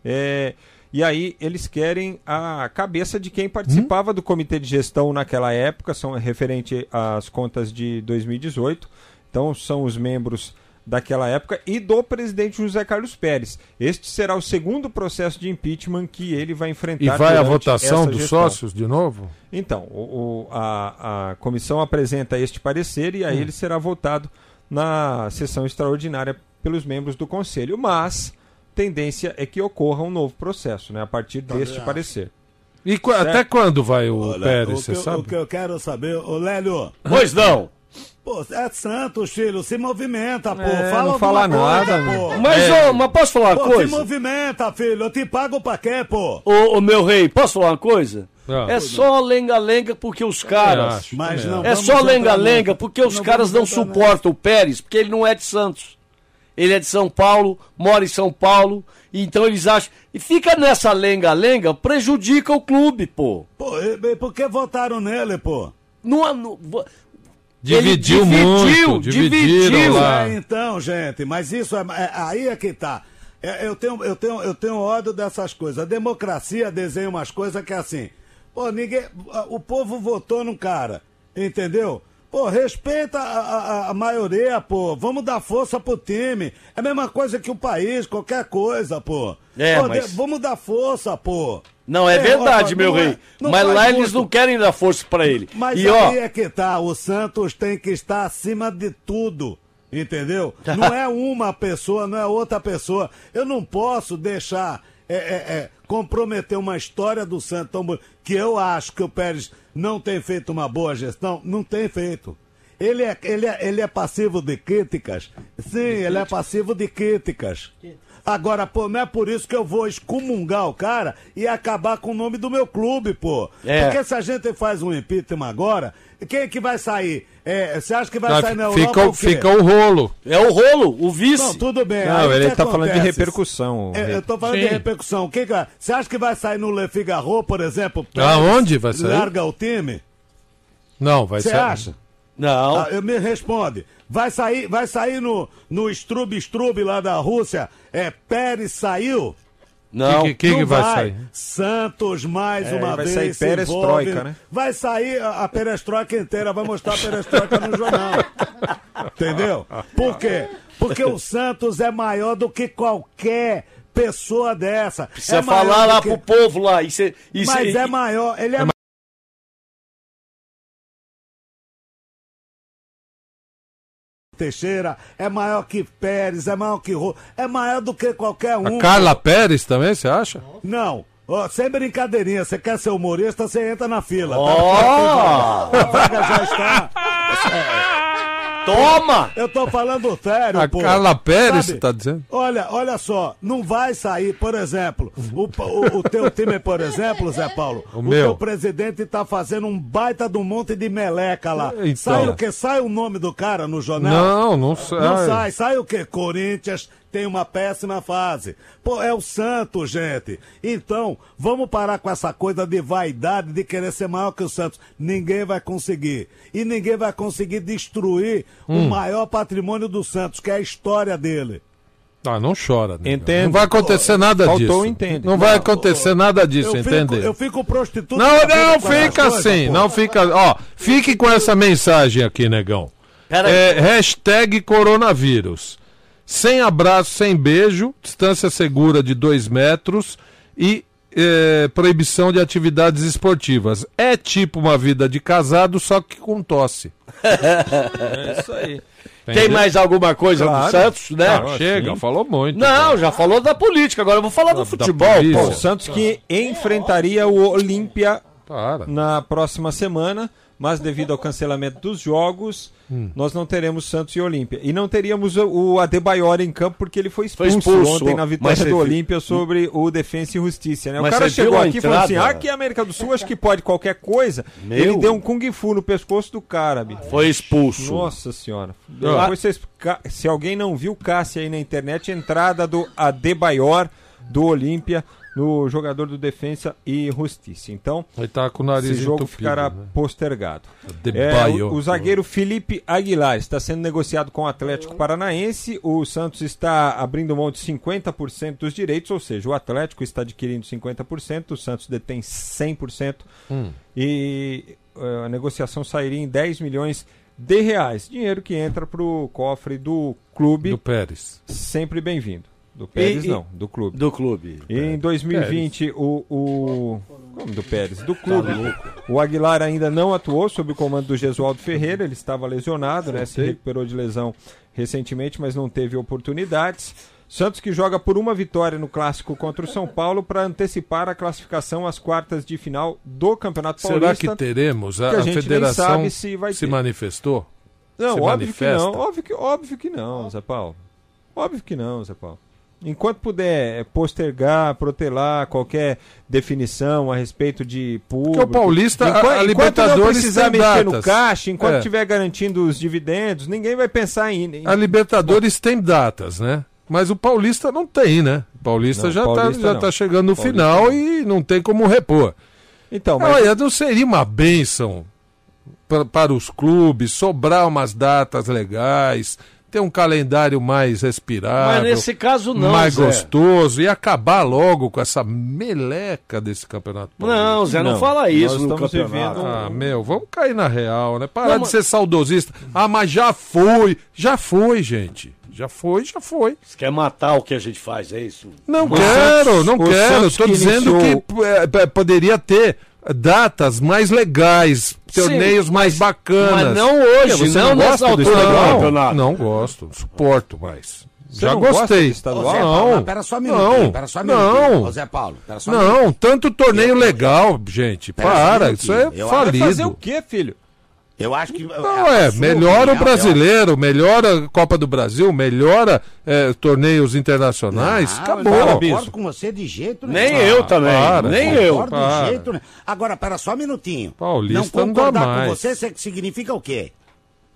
[SPEAKER 5] É, e aí eles querem a cabeça de quem
[SPEAKER 4] Hum?
[SPEAKER 5] participava do comitê de gestão naquela época, são referente às contas de 2018. Então são os membros daquela época e do presidente José Carlos Pérez. Este será o segundo processo de impeachment que ele vai enfrentar.
[SPEAKER 4] E vai a
[SPEAKER 5] tá durante
[SPEAKER 4] votação
[SPEAKER 5] essa
[SPEAKER 4] dos
[SPEAKER 5] gestão.
[SPEAKER 4] sócios de novo?
[SPEAKER 5] Então, o- o- a, a comissão apresenta este parecer e
[SPEAKER 6] Hum.
[SPEAKER 5] aí ele será votado na sessão extraordinária pelos membros do conselho. Mas tendência é que ocorra um novo processo, né, a partir deste
[SPEAKER 6] acho.
[SPEAKER 5] parecer.
[SPEAKER 4] E qu- até
[SPEAKER 5] Certo.
[SPEAKER 4] quando vai o
[SPEAKER 6] Olha,
[SPEAKER 4] Pérez,
[SPEAKER 6] o
[SPEAKER 4] você
[SPEAKER 6] que eu- O
[SPEAKER 4] sabe?
[SPEAKER 6] que eu quero saber, ô Lélio.
[SPEAKER 3] Pois não.
[SPEAKER 6] Pô, é Santos, filho, se movimenta, pô.
[SPEAKER 5] É,
[SPEAKER 6] fala
[SPEAKER 5] não
[SPEAKER 6] alguma
[SPEAKER 5] fala
[SPEAKER 6] coisa,
[SPEAKER 5] nada,
[SPEAKER 6] pô.
[SPEAKER 3] Mas,
[SPEAKER 4] É.
[SPEAKER 3] ô, mas posso falar uma
[SPEAKER 6] Pô, se
[SPEAKER 3] coisa?
[SPEAKER 6] movimenta, filho. Eu te pago pra quê, pô?
[SPEAKER 3] Ô, ô, meu rei, posso falar uma coisa?
[SPEAKER 6] Ah.
[SPEAKER 3] É só lenga-lenga porque os
[SPEAKER 6] Eu
[SPEAKER 3] caras.
[SPEAKER 6] acho, Mas também não
[SPEAKER 3] é
[SPEAKER 6] acho.
[SPEAKER 3] só
[SPEAKER 6] vamos
[SPEAKER 3] lenga-lenga
[SPEAKER 6] entrar
[SPEAKER 3] porque os
[SPEAKER 6] Não
[SPEAKER 3] caras não
[SPEAKER 6] vamos entrar
[SPEAKER 3] suportam o Pérez, porque ele não é de Santos. Ele é de São Paulo, mora em São Paulo, e então eles acham. E fica nessa lenga-lenga, prejudica o clube, pô.
[SPEAKER 6] Pô, e, e por que votaram nele, pô?
[SPEAKER 3] Não, não, vo-
[SPEAKER 4] Dividiu
[SPEAKER 3] ele dividiu,
[SPEAKER 4] muito, dividiram
[SPEAKER 3] dividiu.
[SPEAKER 4] lá.
[SPEAKER 6] É, então, gente, mas isso é, é- aí é que tá. É, eu, tenho, eu, tenho, eu tenho ódio dessas coisas. A democracia desenha umas coisas que é assim. Pô, ninguém. a- O povo votou num cara, entendeu? Pô, respeita a, a- a maioria, pô. Vamos dar força pro time. É a mesma coisa que o país, qualquer coisa, pô.
[SPEAKER 3] É,
[SPEAKER 6] Pô,
[SPEAKER 3] mas-
[SPEAKER 6] de- Vamos dar força, pô.
[SPEAKER 3] Não, é, verdade,
[SPEAKER 6] ó,
[SPEAKER 3] meu
[SPEAKER 6] não é-
[SPEAKER 3] rei.
[SPEAKER 6] não
[SPEAKER 3] mas
[SPEAKER 6] faz
[SPEAKER 3] lá
[SPEAKER 6] muito.
[SPEAKER 3] eles não querem dar força pra ele.
[SPEAKER 6] Mas
[SPEAKER 3] e ó,
[SPEAKER 6] aí é que tá, o Santos tem que estar acima de tudo.
[SPEAKER 3] *laughs*
[SPEAKER 6] Entendeu? Não é uma pessoa, não é outra pessoa. Eu não posso deixar é, é, é, comprometer uma história do Santos tão bonita, que eu acho que o Pérez não tem feito uma boa gestão. Não tem feito. Ele é, ele é, ele é passivo de críticas? Sim, ele é passivo de críticas. Agora, pô, não é por isso que eu vou excomungar o cara e acabar com o nome do meu clube, pô.
[SPEAKER 3] É.
[SPEAKER 6] Porque se a gente faz um impeachment agora, quem é que vai sair? É, você acha que vai
[SPEAKER 4] Ah,
[SPEAKER 6] sair na
[SPEAKER 4] fica,
[SPEAKER 6] Europa
[SPEAKER 4] o, fica o rolo.
[SPEAKER 3] É o rolo, o vice.
[SPEAKER 6] Não, tudo bem.
[SPEAKER 5] Não,
[SPEAKER 6] É, aí
[SPEAKER 5] ele
[SPEAKER 6] o que
[SPEAKER 5] tá falando de
[SPEAKER 6] acontece?
[SPEAKER 5] repercussão.
[SPEAKER 6] É, eu tô falando de repercussão. O que que vai- você acha que vai sair no Le Figaro, por exemplo?
[SPEAKER 5] Ah,
[SPEAKER 6] Pérez
[SPEAKER 4] Aonde vai sair?
[SPEAKER 6] Larga o time?
[SPEAKER 4] Não, vai
[SPEAKER 6] Você
[SPEAKER 4] ser.
[SPEAKER 6] acha?
[SPEAKER 3] Não.
[SPEAKER 6] Ah, eu- me responde. Vai sair, vai sair no, no Strub Strub lá da Rússia? É Pérez saiu?
[SPEAKER 3] Não.
[SPEAKER 4] Que- que- que vai sair?
[SPEAKER 6] Santos mais
[SPEAKER 5] É,
[SPEAKER 6] uma
[SPEAKER 5] vai
[SPEAKER 6] vez.
[SPEAKER 5] sair
[SPEAKER 6] se
[SPEAKER 5] perestroika,
[SPEAKER 6] envolve.
[SPEAKER 5] né?
[SPEAKER 6] Vai sair a, a perestroika inteira, vai mostrar a perestroika no jornal. Entendeu? Por quê? Porque o Santos é maior do que qualquer pessoa dessa.
[SPEAKER 3] precisa
[SPEAKER 6] é maior
[SPEAKER 3] falar
[SPEAKER 6] do
[SPEAKER 3] lá
[SPEAKER 6] que-
[SPEAKER 3] pro povo lá. Isso, é- isso,
[SPEAKER 6] Mas
[SPEAKER 3] é-
[SPEAKER 6] é maior, ele é, ma- Teixeira, é maior que Pérez, é maior que Rô, é maior do que qualquer um.
[SPEAKER 4] A Carla Pérez também, você acha?
[SPEAKER 6] Não. Ó, sem brincadeirinha, você quer ser humorista, você entra na fila. tá?
[SPEAKER 4] Ó!
[SPEAKER 6] A vaga já está.
[SPEAKER 3] Toma!
[SPEAKER 6] Eu tô falando sério,
[SPEAKER 4] A
[SPEAKER 6] pô.
[SPEAKER 4] Carla Pérez, você
[SPEAKER 6] Sabe?
[SPEAKER 4] tá dizendo?
[SPEAKER 6] Olha, olha só, não vai sair, por exemplo, o, o, o teu time, por exemplo, Zé Paulo, o,
[SPEAKER 4] meu.
[SPEAKER 6] teu presidente tá fazendo um baita de um monte de meleca lá.
[SPEAKER 4] Então.
[SPEAKER 6] Sai o que? Sai o nome do cara no jornal?
[SPEAKER 4] Não, não sai.
[SPEAKER 6] Não sai, sai o que? Corinthians tem uma péssima fase. Pô, é o Santos, gente. Então, vamos parar com essa coisa de vaidade, de querer ser maior que o Santos. Ninguém vai conseguir. E ninguém vai conseguir destruir
[SPEAKER 4] Hum.
[SPEAKER 6] o maior patrimônio do Santos, que é a história dele.
[SPEAKER 4] Ah, não chora. Né?
[SPEAKER 5] Entendo.
[SPEAKER 4] Não vai acontecer nada
[SPEAKER 5] Faltou
[SPEAKER 4] disso.
[SPEAKER 5] o entende.
[SPEAKER 4] Não vai acontecer nada disso,
[SPEAKER 6] eu
[SPEAKER 4] entende?
[SPEAKER 6] Fico, eu fico prostituto.
[SPEAKER 4] Não,
[SPEAKER 6] da vida
[SPEAKER 4] não,
[SPEAKER 6] com essas
[SPEAKER 4] fica
[SPEAKER 6] coisas,
[SPEAKER 4] assim.
[SPEAKER 6] pô.
[SPEAKER 4] Não fica. Ó, fique com essa mensagem aqui, negão.
[SPEAKER 3] Peraí.
[SPEAKER 4] É, hashtag coronavírus. Sem abraço, sem beijo, distância segura de dois metros e é, proibição de atividades esportivas. É tipo uma vida de casado, só que com tosse.
[SPEAKER 5] É isso aí.
[SPEAKER 3] Tem mais alguma coisa do
[SPEAKER 4] Claro.
[SPEAKER 3] Santos, né?
[SPEAKER 4] Ah, chega, falou muito.
[SPEAKER 3] Não, já falou da política, agora eu vou falar do futebol.
[SPEAKER 5] Pô,
[SPEAKER 3] pô.
[SPEAKER 5] o Santos que enfrentaria o Olímpia
[SPEAKER 4] Para.
[SPEAKER 5] na próxima semana, mas devido ao cancelamento dos jogos, nós não teremos Santos e Olímpia. E não teríamos o o Adebayor em campo porque ele foi expulso,
[SPEAKER 3] expulso,
[SPEAKER 5] ontem na
[SPEAKER 3] ó.
[SPEAKER 5] vitória
[SPEAKER 3] Mas você
[SPEAKER 5] do
[SPEAKER 3] viu-
[SPEAKER 5] Olímpia sobre o Defensa e Justiça, né? O
[SPEAKER 3] Mas
[SPEAKER 5] cara
[SPEAKER 3] você
[SPEAKER 5] chegou
[SPEAKER 3] viu a
[SPEAKER 5] aqui e falou assim:
[SPEAKER 3] entrada?
[SPEAKER 5] "Ah, que a América do Sul acho que pode qualquer coisa".
[SPEAKER 3] Meu.
[SPEAKER 5] Ele deu um kung fu no pescoço do cara, bicho.
[SPEAKER 3] Foi expulso.
[SPEAKER 5] Nossa senhora.
[SPEAKER 3] Ah.
[SPEAKER 5] Depois vocês, ca- se alguém não viu, Cássio aí na internet, entrada do Adebayor do Olímpia no jogador do Defensa e Justiça. Então,
[SPEAKER 4] Ele tá com o nariz
[SPEAKER 5] esse jogo
[SPEAKER 4] entupido,
[SPEAKER 5] ficará
[SPEAKER 4] né?
[SPEAKER 5] postergado. É,
[SPEAKER 4] Adebayor.
[SPEAKER 5] o, o zagueiro Felipe Aguilar está sendo negociado com o Atlético Paranaense. O Santos está abrindo mão de 50% dos direitos, ou seja, o Atlético está adquirindo 50%, o Santos detém 100%
[SPEAKER 4] Hum.
[SPEAKER 5] e eh, a negociação sairia em 10 milhões de reais. Dinheiro que entra para o cofre do clube.
[SPEAKER 4] Do Pérez.
[SPEAKER 5] Sempre bem-vindo. Do Pérez,
[SPEAKER 3] E- e-
[SPEAKER 5] não, do clube.
[SPEAKER 3] Do clube.
[SPEAKER 5] E em 2020, o. o... Como do Pérez? Do clube. o Aguilar ainda não atuou sob o comando do Gesualdo Ferreira, ele estava lesionado, né? Se recuperou de lesão recentemente, mas não teve oportunidades. Santos que joga por uma vitória no clássico contra o São Paulo para antecipar a classificação às quartas de final do Campeonato
[SPEAKER 4] Será
[SPEAKER 5] Paulista.
[SPEAKER 4] que teremos? A,
[SPEAKER 5] que a
[SPEAKER 4] a
[SPEAKER 5] gente nem
[SPEAKER 4] federação
[SPEAKER 5] sabe se vai ter.
[SPEAKER 4] manifestou?
[SPEAKER 5] Não,
[SPEAKER 4] se
[SPEAKER 5] óbvio que
[SPEAKER 4] manifesta?
[SPEAKER 5] não, óbvio que, óbvio que não, Zé Paulo. Óbvio que não, Zé Paulo. Enquanto puder eh, postergar, protelar qualquer definição a respeito de público.
[SPEAKER 4] Porque o Paulista, a- a
[SPEAKER 5] não
[SPEAKER 4] Libertadores
[SPEAKER 5] precisar
[SPEAKER 4] tem
[SPEAKER 5] mexer no
[SPEAKER 4] datas.
[SPEAKER 5] caixa, enquanto
[SPEAKER 4] É. Ah,
[SPEAKER 5] estiver garantindo os dividendos, ninguém vai pensar em. em-
[SPEAKER 4] A Libertadores tem datas, né? Mas o Paulista não tem, né? O Paulista
[SPEAKER 5] Não,
[SPEAKER 4] já
[SPEAKER 5] Paulista
[SPEAKER 4] está
[SPEAKER 5] não.
[SPEAKER 4] chegando no
[SPEAKER 5] Paulista
[SPEAKER 4] final e não tem como repor.
[SPEAKER 5] Então, mas-
[SPEAKER 4] Olha, não é- seria uma bênção pra- para os clubes sobrar umas datas legais, ter um calendário mais respirável.
[SPEAKER 3] Mas nesse caso não,
[SPEAKER 4] Ah, Mais
[SPEAKER 3] Zé.
[SPEAKER 4] gostoso e acabar logo com essa meleca desse campeonato.
[SPEAKER 3] Não, Zé, não fala isso no campeonato.
[SPEAKER 5] um-
[SPEAKER 4] Ah, meu, vamos cair na real, né? Parar
[SPEAKER 3] Não,
[SPEAKER 4] de
[SPEAKER 3] mas-
[SPEAKER 4] ser saudosista. Ah, mas já foi, já foi, gente. Já foi, já foi.
[SPEAKER 3] Você quer matar o que a gente faz, é isso?
[SPEAKER 4] Não
[SPEAKER 3] O
[SPEAKER 4] quero,
[SPEAKER 3] Santos-
[SPEAKER 4] não
[SPEAKER 3] o
[SPEAKER 4] quero.
[SPEAKER 3] Santos
[SPEAKER 4] Estou dizendo
[SPEAKER 3] iniciou-
[SPEAKER 4] que eh, p- poderia ter datas mais legais, torneios
[SPEAKER 3] Sim,
[SPEAKER 4] mais bacanas.
[SPEAKER 3] mas não hoje,
[SPEAKER 4] É, você
[SPEAKER 3] não nessa
[SPEAKER 4] gosta do
[SPEAKER 3] altura do
[SPEAKER 4] estadual?
[SPEAKER 3] campeonato.
[SPEAKER 4] Não gosto, não suporto mais.
[SPEAKER 1] Você
[SPEAKER 4] Já
[SPEAKER 1] não gosta
[SPEAKER 4] gostei.
[SPEAKER 1] do estadual? Ô, Zé Paulo,
[SPEAKER 4] não,
[SPEAKER 1] mas pera só um minutinho,
[SPEAKER 4] não,
[SPEAKER 1] pera só um minutinho.
[SPEAKER 4] não.
[SPEAKER 1] Ô, Zé Paulo, pera só um
[SPEAKER 4] não,
[SPEAKER 1] minutinho.
[SPEAKER 4] tanto torneio legal, gente.
[SPEAKER 1] Pera só um
[SPEAKER 4] para, isso
[SPEAKER 1] minutinho.
[SPEAKER 4] é
[SPEAKER 1] Eu acho-
[SPEAKER 4] falido.
[SPEAKER 1] Fazer o
[SPEAKER 5] quê, filho?
[SPEAKER 1] Eu acho que.
[SPEAKER 4] Não é, melhora o brasileiro, melhora a Copa do Brasil, melhora eh, torneios internacionais.
[SPEAKER 2] Ah,
[SPEAKER 4] acabou.
[SPEAKER 1] Ah, Eu não concordo com você de jeito nenhum.
[SPEAKER 4] Nem eu também,
[SPEAKER 1] Não
[SPEAKER 4] nem
[SPEAKER 1] concordo
[SPEAKER 4] eu.
[SPEAKER 1] de
[SPEAKER 4] Para.
[SPEAKER 1] jeito nenhum. Agora, pera só um minutinho.
[SPEAKER 4] Paulista
[SPEAKER 1] não
[SPEAKER 4] não dá
[SPEAKER 1] concordar
[SPEAKER 4] mais.
[SPEAKER 1] com você se- significa o quê?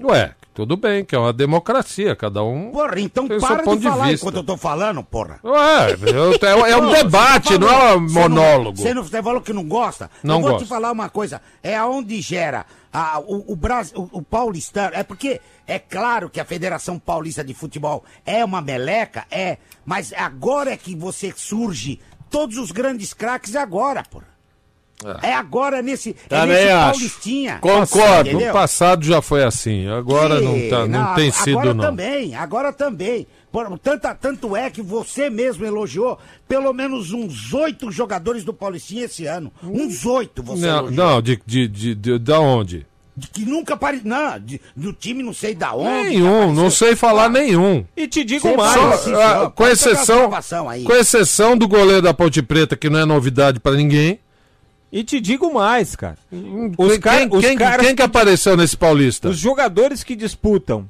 [SPEAKER 4] Ué, tudo bem, que é uma democracia, cada um.
[SPEAKER 1] Porra, então
[SPEAKER 4] Tem seu
[SPEAKER 1] para
[SPEAKER 4] ponto
[SPEAKER 1] de
[SPEAKER 4] de
[SPEAKER 1] falar
[SPEAKER 4] vista.
[SPEAKER 1] enquanto eu tô falando, porra.
[SPEAKER 4] Ué, eu- é, é um
[SPEAKER 1] Não,
[SPEAKER 4] debate,
[SPEAKER 1] você
[SPEAKER 4] não é
[SPEAKER 1] falou-
[SPEAKER 4] um
[SPEAKER 1] você não-
[SPEAKER 4] monólogo.
[SPEAKER 1] Você não você falou que não gosta?
[SPEAKER 4] Não
[SPEAKER 1] Eu vou
[SPEAKER 4] gosto.
[SPEAKER 1] te falar uma coisa. É aonde gera a- o, o, Bras- o- o paulistano. É porque é claro que a Federação Paulista de Futebol é uma meleca, é. Mas agora é que você surge. Todos os grandes craques é agora, porra. É agora nesse, é
[SPEAKER 4] Ah. Também
[SPEAKER 1] nesse
[SPEAKER 4] acho.
[SPEAKER 1] paulistinha.
[SPEAKER 4] Concordo.
[SPEAKER 1] Entendeu?
[SPEAKER 4] No passado já foi assim, agora
[SPEAKER 1] Que-
[SPEAKER 4] não, tá, não, tem sido,
[SPEAKER 1] Agora
[SPEAKER 4] não.
[SPEAKER 1] também, agora também. Por- tanta- tanto é que você mesmo elogiou pelo menos uns oito jogadores do Paulistinha esse ano. Uns oito você
[SPEAKER 4] Não,
[SPEAKER 1] elogiou.
[SPEAKER 4] não, de, de, de, de- da onde?
[SPEAKER 1] De Que nunca pare... Não, de- do time não sei da onde.
[SPEAKER 4] Nenhum, não sei falar nenhum.
[SPEAKER 5] E te digo
[SPEAKER 1] Você
[SPEAKER 5] mais.
[SPEAKER 1] fala
[SPEAKER 4] Só,
[SPEAKER 1] assim,
[SPEAKER 4] ah,
[SPEAKER 1] ó,
[SPEAKER 4] com
[SPEAKER 1] pode pegar
[SPEAKER 4] exceção,
[SPEAKER 1] a gravação aí.
[SPEAKER 4] com exceção do goleiro da Ponte Preta, que não é novidade pra ninguém.
[SPEAKER 5] E te digo mais, cara.
[SPEAKER 4] Hum, Quem-
[SPEAKER 5] car-
[SPEAKER 4] quem, quem-
[SPEAKER 5] caras
[SPEAKER 4] quem que apareceu nesse paulista?
[SPEAKER 5] Os jogadores que disputam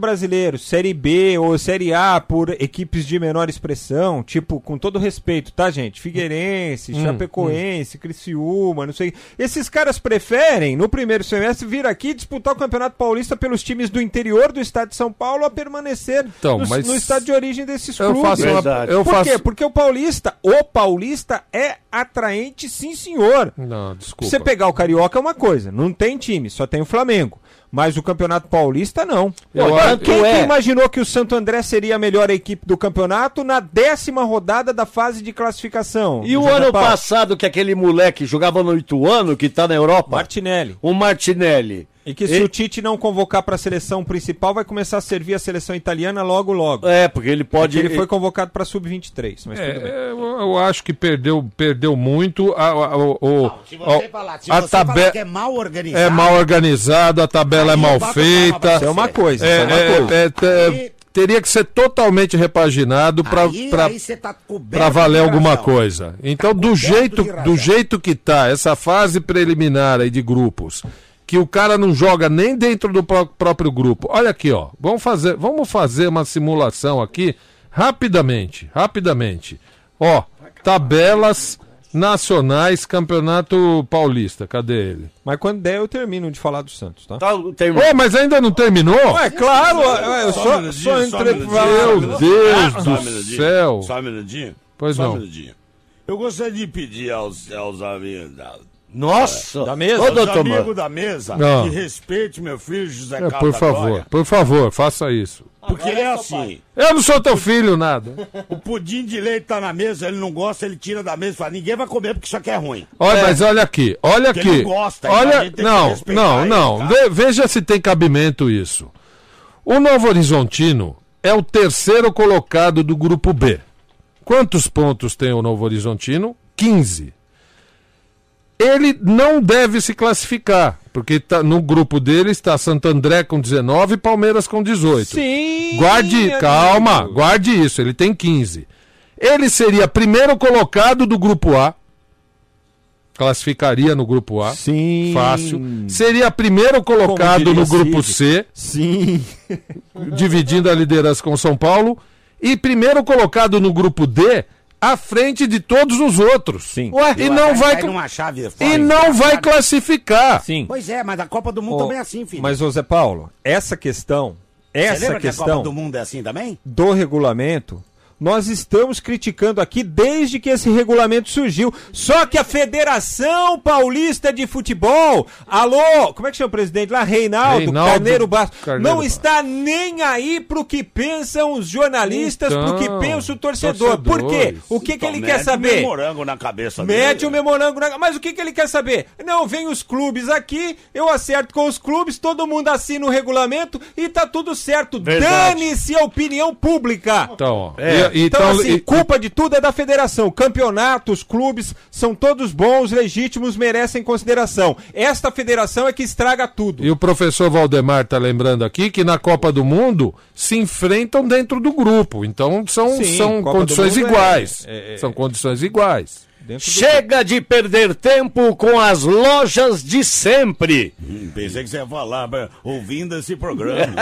[SPEAKER 4] Ah.
[SPEAKER 5] Brasileiro, Série B ou Série A por equipes de menor expressão, tipo, com todo respeito, tá, gente? Figueirense,
[SPEAKER 14] Hum,
[SPEAKER 5] Chapecoense, Criciúma, não sei. Esses caras preferem, no primeiro semestre, vir aqui disputar o Campeonato Paulista pelos times do interior do estado de São Paulo a permanecer
[SPEAKER 4] Então,
[SPEAKER 5] no,
[SPEAKER 4] mas
[SPEAKER 5] no estado de origem desses
[SPEAKER 4] eu
[SPEAKER 5] clubes.
[SPEAKER 4] faço uma- Verdade. eu
[SPEAKER 5] por
[SPEAKER 4] faço-
[SPEAKER 5] quê? Porque o paulista, o paulista é atraente, sim, senhor.
[SPEAKER 4] Não, desculpa.
[SPEAKER 5] Você pegar o Carioca é uma coisa, não tem time, só tem o Flamengo. Mas o Campeonato Paulista não.
[SPEAKER 4] Eu
[SPEAKER 5] Pô,
[SPEAKER 4] acho-
[SPEAKER 5] quem
[SPEAKER 4] eu-
[SPEAKER 5] que
[SPEAKER 4] é.
[SPEAKER 5] imaginou que o Santo André seria a melhor equipe do campeonato na décima rodada da fase de classificação?
[SPEAKER 3] E o
[SPEAKER 5] José
[SPEAKER 3] ano
[SPEAKER 5] Paulo?
[SPEAKER 3] passado que aquele moleque jogava no Ituano, que tá na Europa?
[SPEAKER 5] Martinelli.
[SPEAKER 3] O Martinelli.
[SPEAKER 5] E que se o Tite não convocar para a seleção principal, vai começar a servir a seleção italiana logo logo.
[SPEAKER 3] É, porque ele pode-
[SPEAKER 5] Ele foi convocado para sub-23, mas tudo bem.
[SPEAKER 4] É, eu, eu acho que perdeu, perdeu muito a, a, o- o-
[SPEAKER 1] Se você
[SPEAKER 4] a-
[SPEAKER 1] falar, se
[SPEAKER 4] a
[SPEAKER 1] você
[SPEAKER 4] tabe-
[SPEAKER 1] falar que é mal organizado.
[SPEAKER 4] É mal organizado, a tabela é mal
[SPEAKER 1] bato
[SPEAKER 4] feita.
[SPEAKER 5] Isso é uma coisa,
[SPEAKER 4] É,
[SPEAKER 5] isso é uma
[SPEAKER 4] é,
[SPEAKER 5] coisa.
[SPEAKER 4] é, é, teria que ser totalmente repaginado para
[SPEAKER 1] Aí- aí você tá coberto
[SPEAKER 4] para valer
[SPEAKER 1] de
[SPEAKER 4] alguma
[SPEAKER 1] razão.
[SPEAKER 4] coisa. Então, do jeito, do jeito que tá essa fase preliminar aí de grupos, que o cara não joga nem dentro do pró- próprio grupo. Olha aqui, ó. Vamos fazer, vamos fazer uma simulação aqui rapidamente, rapidamente. Ó, tabelas nacionais Campeonato Paulista. Cadê ele?
[SPEAKER 5] Mas quando der, eu termino de falar do Santos, tá?
[SPEAKER 4] Ô, mas ainda não terminou?
[SPEAKER 5] É claro, é, eu só, só, entrei pra-
[SPEAKER 4] Meu
[SPEAKER 6] Ah,
[SPEAKER 1] Ah,
[SPEAKER 4] Deus
[SPEAKER 7] Só um
[SPEAKER 4] do
[SPEAKER 7] minutinho,
[SPEAKER 4] céu.
[SPEAKER 7] Só um minutinho.
[SPEAKER 4] Pois
[SPEAKER 7] só
[SPEAKER 4] não.
[SPEAKER 7] Um minutinho. Eu gostaria de pedir aos, aos amigos da,
[SPEAKER 3] Nossa!
[SPEAKER 7] da mesa,
[SPEAKER 3] Ô,
[SPEAKER 7] aos
[SPEAKER 3] doutor
[SPEAKER 7] amigos
[SPEAKER 3] Mano.
[SPEAKER 7] da mesa,
[SPEAKER 4] Não.
[SPEAKER 7] que respeite meu filho José
[SPEAKER 4] É,
[SPEAKER 7] Carlos.
[SPEAKER 4] por
[SPEAKER 7] da
[SPEAKER 4] favor,
[SPEAKER 7] Glória,
[SPEAKER 4] por favor, faça isso.
[SPEAKER 7] Porque ele é assim.
[SPEAKER 4] Eu não sou teu filho, nada.
[SPEAKER 7] O pudim de leite tá na mesa, ele não gosta, ele tira da mesa e fala, ninguém vai comer porque isso aqui é ruim.
[SPEAKER 4] Olha, mas olha aqui, olha
[SPEAKER 7] Porque
[SPEAKER 4] aqui.
[SPEAKER 7] ele não gosta, então a
[SPEAKER 4] olha,
[SPEAKER 7] gente tem que
[SPEAKER 4] não,
[SPEAKER 7] respeitar
[SPEAKER 4] não,
[SPEAKER 7] ele,
[SPEAKER 4] não.
[SPEAKER 7] tá?
[SPEAKER 4] Ve- veja se tem cabimento isso. O Novo Horizontino é o terceiro colocado do grupo B. Quantos pontos tem o Novo Horizontino? 15. Ele não deve se classificar, porque tá, no grupo dele está Santo André com 19 e Palmeiras com 18.
[SPEAKER 5] Sim!
[SPEAKER 4] Guarde,
[SPEAKER 5] amigo.
[SPEAKER 4] calma, guarde isso, ele tem 15. Ele seria primeiro colocado do grupo A. Classificaria no grupo A.
[SPEAKER 5] Sim.
[SPEAKER 4] Fácil. Seria primeiro colocado
[SPEAKER 5] Como diria
[SPEAKER 4] no grupo
[SPEAKER 5] Cid.
[SPEAKER 4] C.
[SPEAKER 5] Sim.
[SPEAKER 4] Dividindo a liderança com o São Paulo. E primeiro colocado no grupo D, à frente de todos os outros. Sim. Ué, e
[SPEAKER 1] Eu
[SPEAKER 4] não
[SPEAKER 1] acho que
[SPEAKER 4] vai.
[SPEAKER 1] cai numa chave fora,
[SPEAKER 4] E não vai
[SPEAKER 1] engraçado.
[SPEAKER 4] classificar.
[SPEAKER 5] Sim.
[SPEAKER 1] Pois é, mas a Copa do Mundo também é assim, filho.
[SPEAKER 5] Mas, ô Zé Paulo, essa questão,
[SPEAKER 1] Você
[SPEAKER 5] essa
[SPEAKER 1] lembra que a Copa
[SPEAKER 5] questão
[SPEAKER 1] do Mundo é assim também?
[SPEAKER 5] do regulamento Nós estamos criticando aqui desde que esse regulamento surgiu. Só que a Federação Paulista de Futebol, alô, como é que chama o presidente lá? Reinaldo,
[SPEAKER 4] Reinaldo
[SPEAKER 5] Carneiro Bastos,
[SPEAKER 4] Carneiro
[SPEAKER 5] não
[SPEAKER 4] Bastos.
[SPEAKER 5] está nem aí pro que pensam os jornalistas, pro que
[SPEAKER 4] Então,
[SPEAKER 5] pensa o torcedor. Por quê?
[SPEAKER 4] torcedores.
[SPEAKER 5] O que, que
[SPEAKER 4] Então,
[SPEAKER 5] ele
[SPEAKER 4] mete
[SPEAKER 1] né?
[SPEAKER 5] quer
[SPEAKER 1] é
[SPEAKER 5] saber?
[SPEAKER 7] morango na cabeça
[SPEAKER 5] Mete o memorango na... Mas o que, que ele quer saber? Não, vem os clubes aqui, eu acerto com os clubes, todo mundo assina o regulamento e tá tudo certo.
[SPEAKER 4] Verdade.
[SPEAKER 5] Dane-se a opinião pública.
[SPEAKER 4] Então, ó.
[SPEAKER 5] É.
[SPEAKER 4] E- e-
[SPEAKER 5] então,
[SPEAKER 4] então,
[SPEAKER 5] assim,
[SPEAKER 4] e-
[SPEAKER 5] culpa de tudo é da federação. Campeonatos, clubes, são todos bons, legítimos, merecem consideração. Esta federação é que estraga tudo.
[SPEAKER 4] E o professor Valdemar está lembrando aqui que na Copa do Mundo se enfrentam dentro do grupo. Então são,
[SPEAKER 3] Sim,
[SPEAKER 4] são
[SPEAKER 3] Copa do
[SPEAKER 4] condições
[SPEAKER 3] Mundo é-
[SPEAKER 4] iguais.
[SPEAKER 3] é- é-
[SPEAKER 4] são condições iguais.
[SPEAKER 3] Chega de perder tempo com as lojas de sempre.
[SPEAKER 7] Hum, Pensei que você ia falar, mas ouvindo esse
[SPEAKER 5] *laughs*
[SPEAKER 7] programa.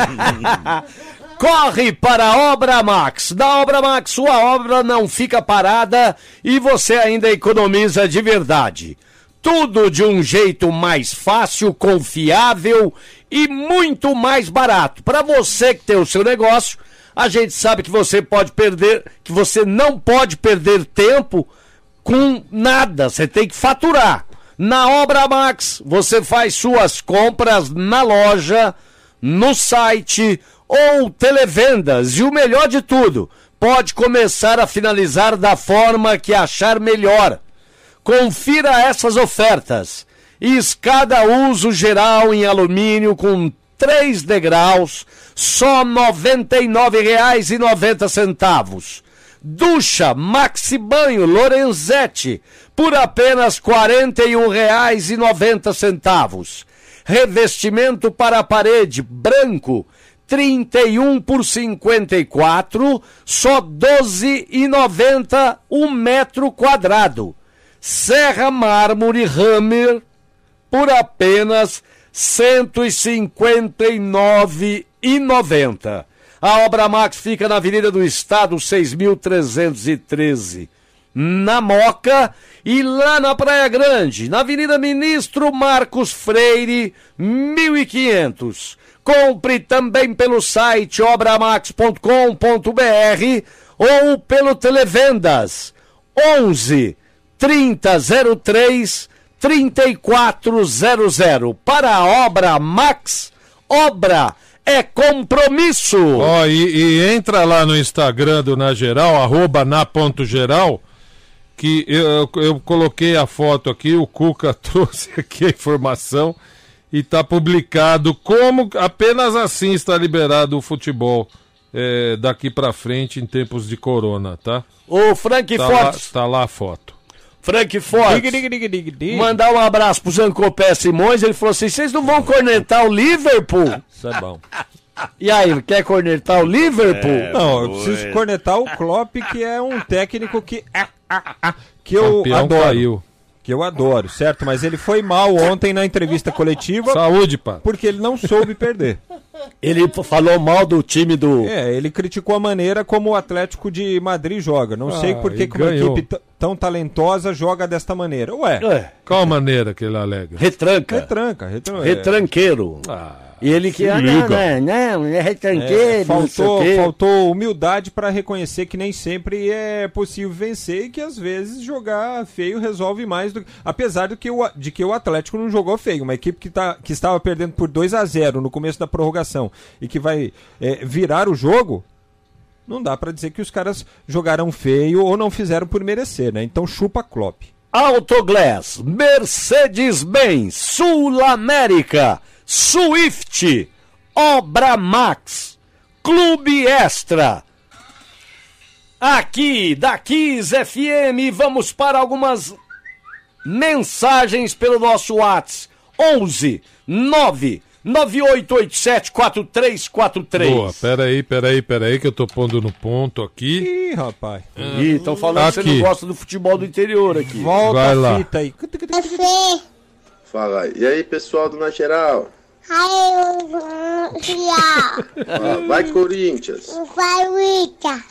[SPEAKER 3] Corre para a Obra Max. Da Obra Max, sua obra não fica parada e você ainda economiza de verdade. Tudo de um jeito mais fácil, confiável e muito mais barato. Para você que tem o seu negócio, a gente sabe que você pode perder, que você não pode perder tempo com nada, você tem que faturar. Na Obra Max, você faz suas compras na loja, no site ou televendas. E o melhor de tudo, pode começar a finalizar da forma que achar melhor. Confira essas ofertas. Escada uso geral em alumínio com 3 degraus, só R$ 99,90. Ducha Maxi Banho Lorenzetti por apenas um R$ 41,90. Revestimento para a parede branco 31 por 54, só 12,90 um metro quadrado. Serra Mármore Hammer por apenas R$ 159,90. A Obra Max fica na Avenida do Estado, 6313, na Moca e lá na Praia Grande, na Avenida Ministro Marcos Freire, 1500. Compre também pelo site obramax.com.br ou pelo Televendas 11 3003 3400. Para a obra Max, obra é compromisso.
[SPEAKER 4] Ó, e, e entra lá no Instagram do Na Geral, arroba na ponto geral, que eu, eu, eu coloquei a foto aqui, o Cuca *laughs* trouxe aqui a informação e tá publicado como apenas assim está liberado o futebol eh, daqui pra frente em tempos de corona, tá?
[SPEAKER 3] O Frank
[SPEAKER 4] tá lá,
[SPEAKER 3] Fortes.
[SPEAKER 4] tá lá a foto.
[SPEAKER 3] Frank Fortes. Mandar um abraço pro Zancopé Simões. Ele falou assim: vocês não vão cornetar o Liverpool?
[SPEAKER 5] Isso é bom.
[SPEAKER 3] E aí, quer cornetar o Liverpool?
[SPEAKER 5] *laughs* É. não, eu preciso cornetar o Klopp, que é um técnico que. ah, ah, ah, que eu
[SPEAKER 4] Campeão
[SPEAKER 5] adoro.
[SPEAKER 4] caiu.
[SPEAKER 5] Que eu adoro, certo? Mas ele foi mal ontem na entrevista coletiva.
[SPEAKER 4] Saúde, pá.
[SPEAKER 5] Porque ele não soube perder.
[SPEAKER 3] Ele falou mal do time do.
[SPEAKER 5] É, ele criticou a maneira como o Atlético de Madrid joga. Não sei
[SPEAKER 4] Ah,
[SPEAKER 5] por
[SPEAKER 4] e
[SPEAKER 5] que que uma
[SPEAKER 4] ganhou.
[SPEAKER 5] equipe t- tão talentosa joga desta maneira. Ué.
[SPEAKER 4] Qual maneira que ele alega? É.
[SPEAKER 3] Retranca.
[SPEAKER 5] É. Retranca, retranca.
[SPEAKER 3] Retranqueiro. e ele que.
[SPEAKER 5] se
[SPEAKER 3] Ah,
[SPEAKER 5] liga.
[SPEAKER 3] não, não, não, é retranqueiro.
[SPEAKER 5] É,
[SPEAKER 3] não sei
[SPEAKER 5] faltou,
[SPEAKER 3] o quê.
[SPEAKER 5] faltou humildade para reconhecer que nem sempre é possível vencer e que às vezes jogar feio resolve mais do que. Apesar do que o, de que o Atlético não jogou feio, uma equipe que, tá, que estava perdendo por 2 a 0 no começo da prorrogação e que vai é, virar o jogo. Não dá para dizer que os caras jogaram feio ou não fizeram por merecer, né? Então chupa Klopp.
[SPEAKER 3] Autoglass, Mercedes-Benz, Sul América, Swift, Obra Max, Clube Extra. Aqui da Kiss FM, vamos para algumas mensagens pelo nosso WhatsApp. 11 9 9887 4343.
[SPEAKER 4] Boa, peraí, peraí, peraí, que eu tô pondo no ponto aqui. *laughs*
[SPEAKER 5] Ih, rapaz.
[SPEAKER 3] Ih, estão falando que você não gosta do futebol do interior aqui.
[SPEAKER 4] Volta Vai a lá. fita
[SPEAKER 5] aí.
[SPEAKER 14] Fala, e aí pessoal do Na Geral?
[SPEAKER 2] Ai, eu vou criar
[SPEAKER 14] Ah, vai Corinthians!
[SPEAKER 2] um favorita.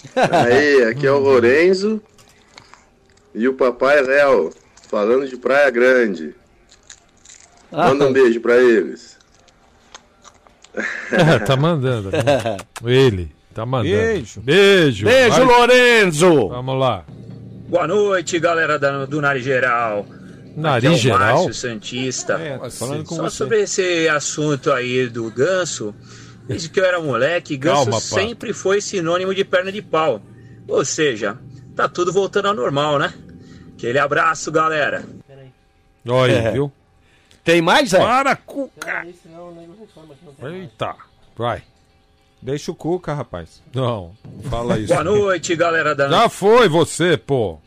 [SPEAKER 14] Aí, aqui é o Lorenzo e o papai Léo, falando de Praia Grande.
[SPEAKER 4] Ah.
[SPEAKER 14] Manda um beijo pra eles.
[SPEAKER 4] É, tá mandando. né? Ele. Tá mandando.
[SPEAKER 5] Beijo.
[SPEAKER 4] Beijo.
[SPEAKER 3] Beijo,
[SPEAKER 4] Vai.
[SPEAKER 3] Lorenzo.
[SPEAKER 4] Vamos lá.
[SPEAKER 15] Boa noite, galera da- do Nariz Geral.
[SPEAKER 4] Nariz
[SPEAKER 15] Aqui é o
[SPEAKER 4] Geral?
[SPEAKER 15] Márcio Santista.
[SPEAKER 12] É.
[SPEAKER 4] falando com
[SPEAKER 15] Só
[SPEAKER 4] você.
[SPEAKER 15] sobre esse assunto aí do ganso, desde que eu era moleque, ganso
[SPEAKER 4] Calma, pá.
[SPEAKER 15] sempre foi sinônimo de perna de pau. Ou seja, tá tudo voltando ao normal, né? Aquele abraço, galera.
[SPEAKER 4] Olha,
[SPEAKER 3] É.
[SPEAKER 4] aí, viu?
[SPEAKER 3] Tem mais, é? Zé?
[SPEAKER 4] Para, Cuca! Eita. Vai.
[SPEAKER 5] Deixa o Cuca, rapaz.
[SPEAKER 4] Não, não fala isso.
[SPEAKER 15] Boa noite, galera da
[SPEAKER 4] Já foi você, pô.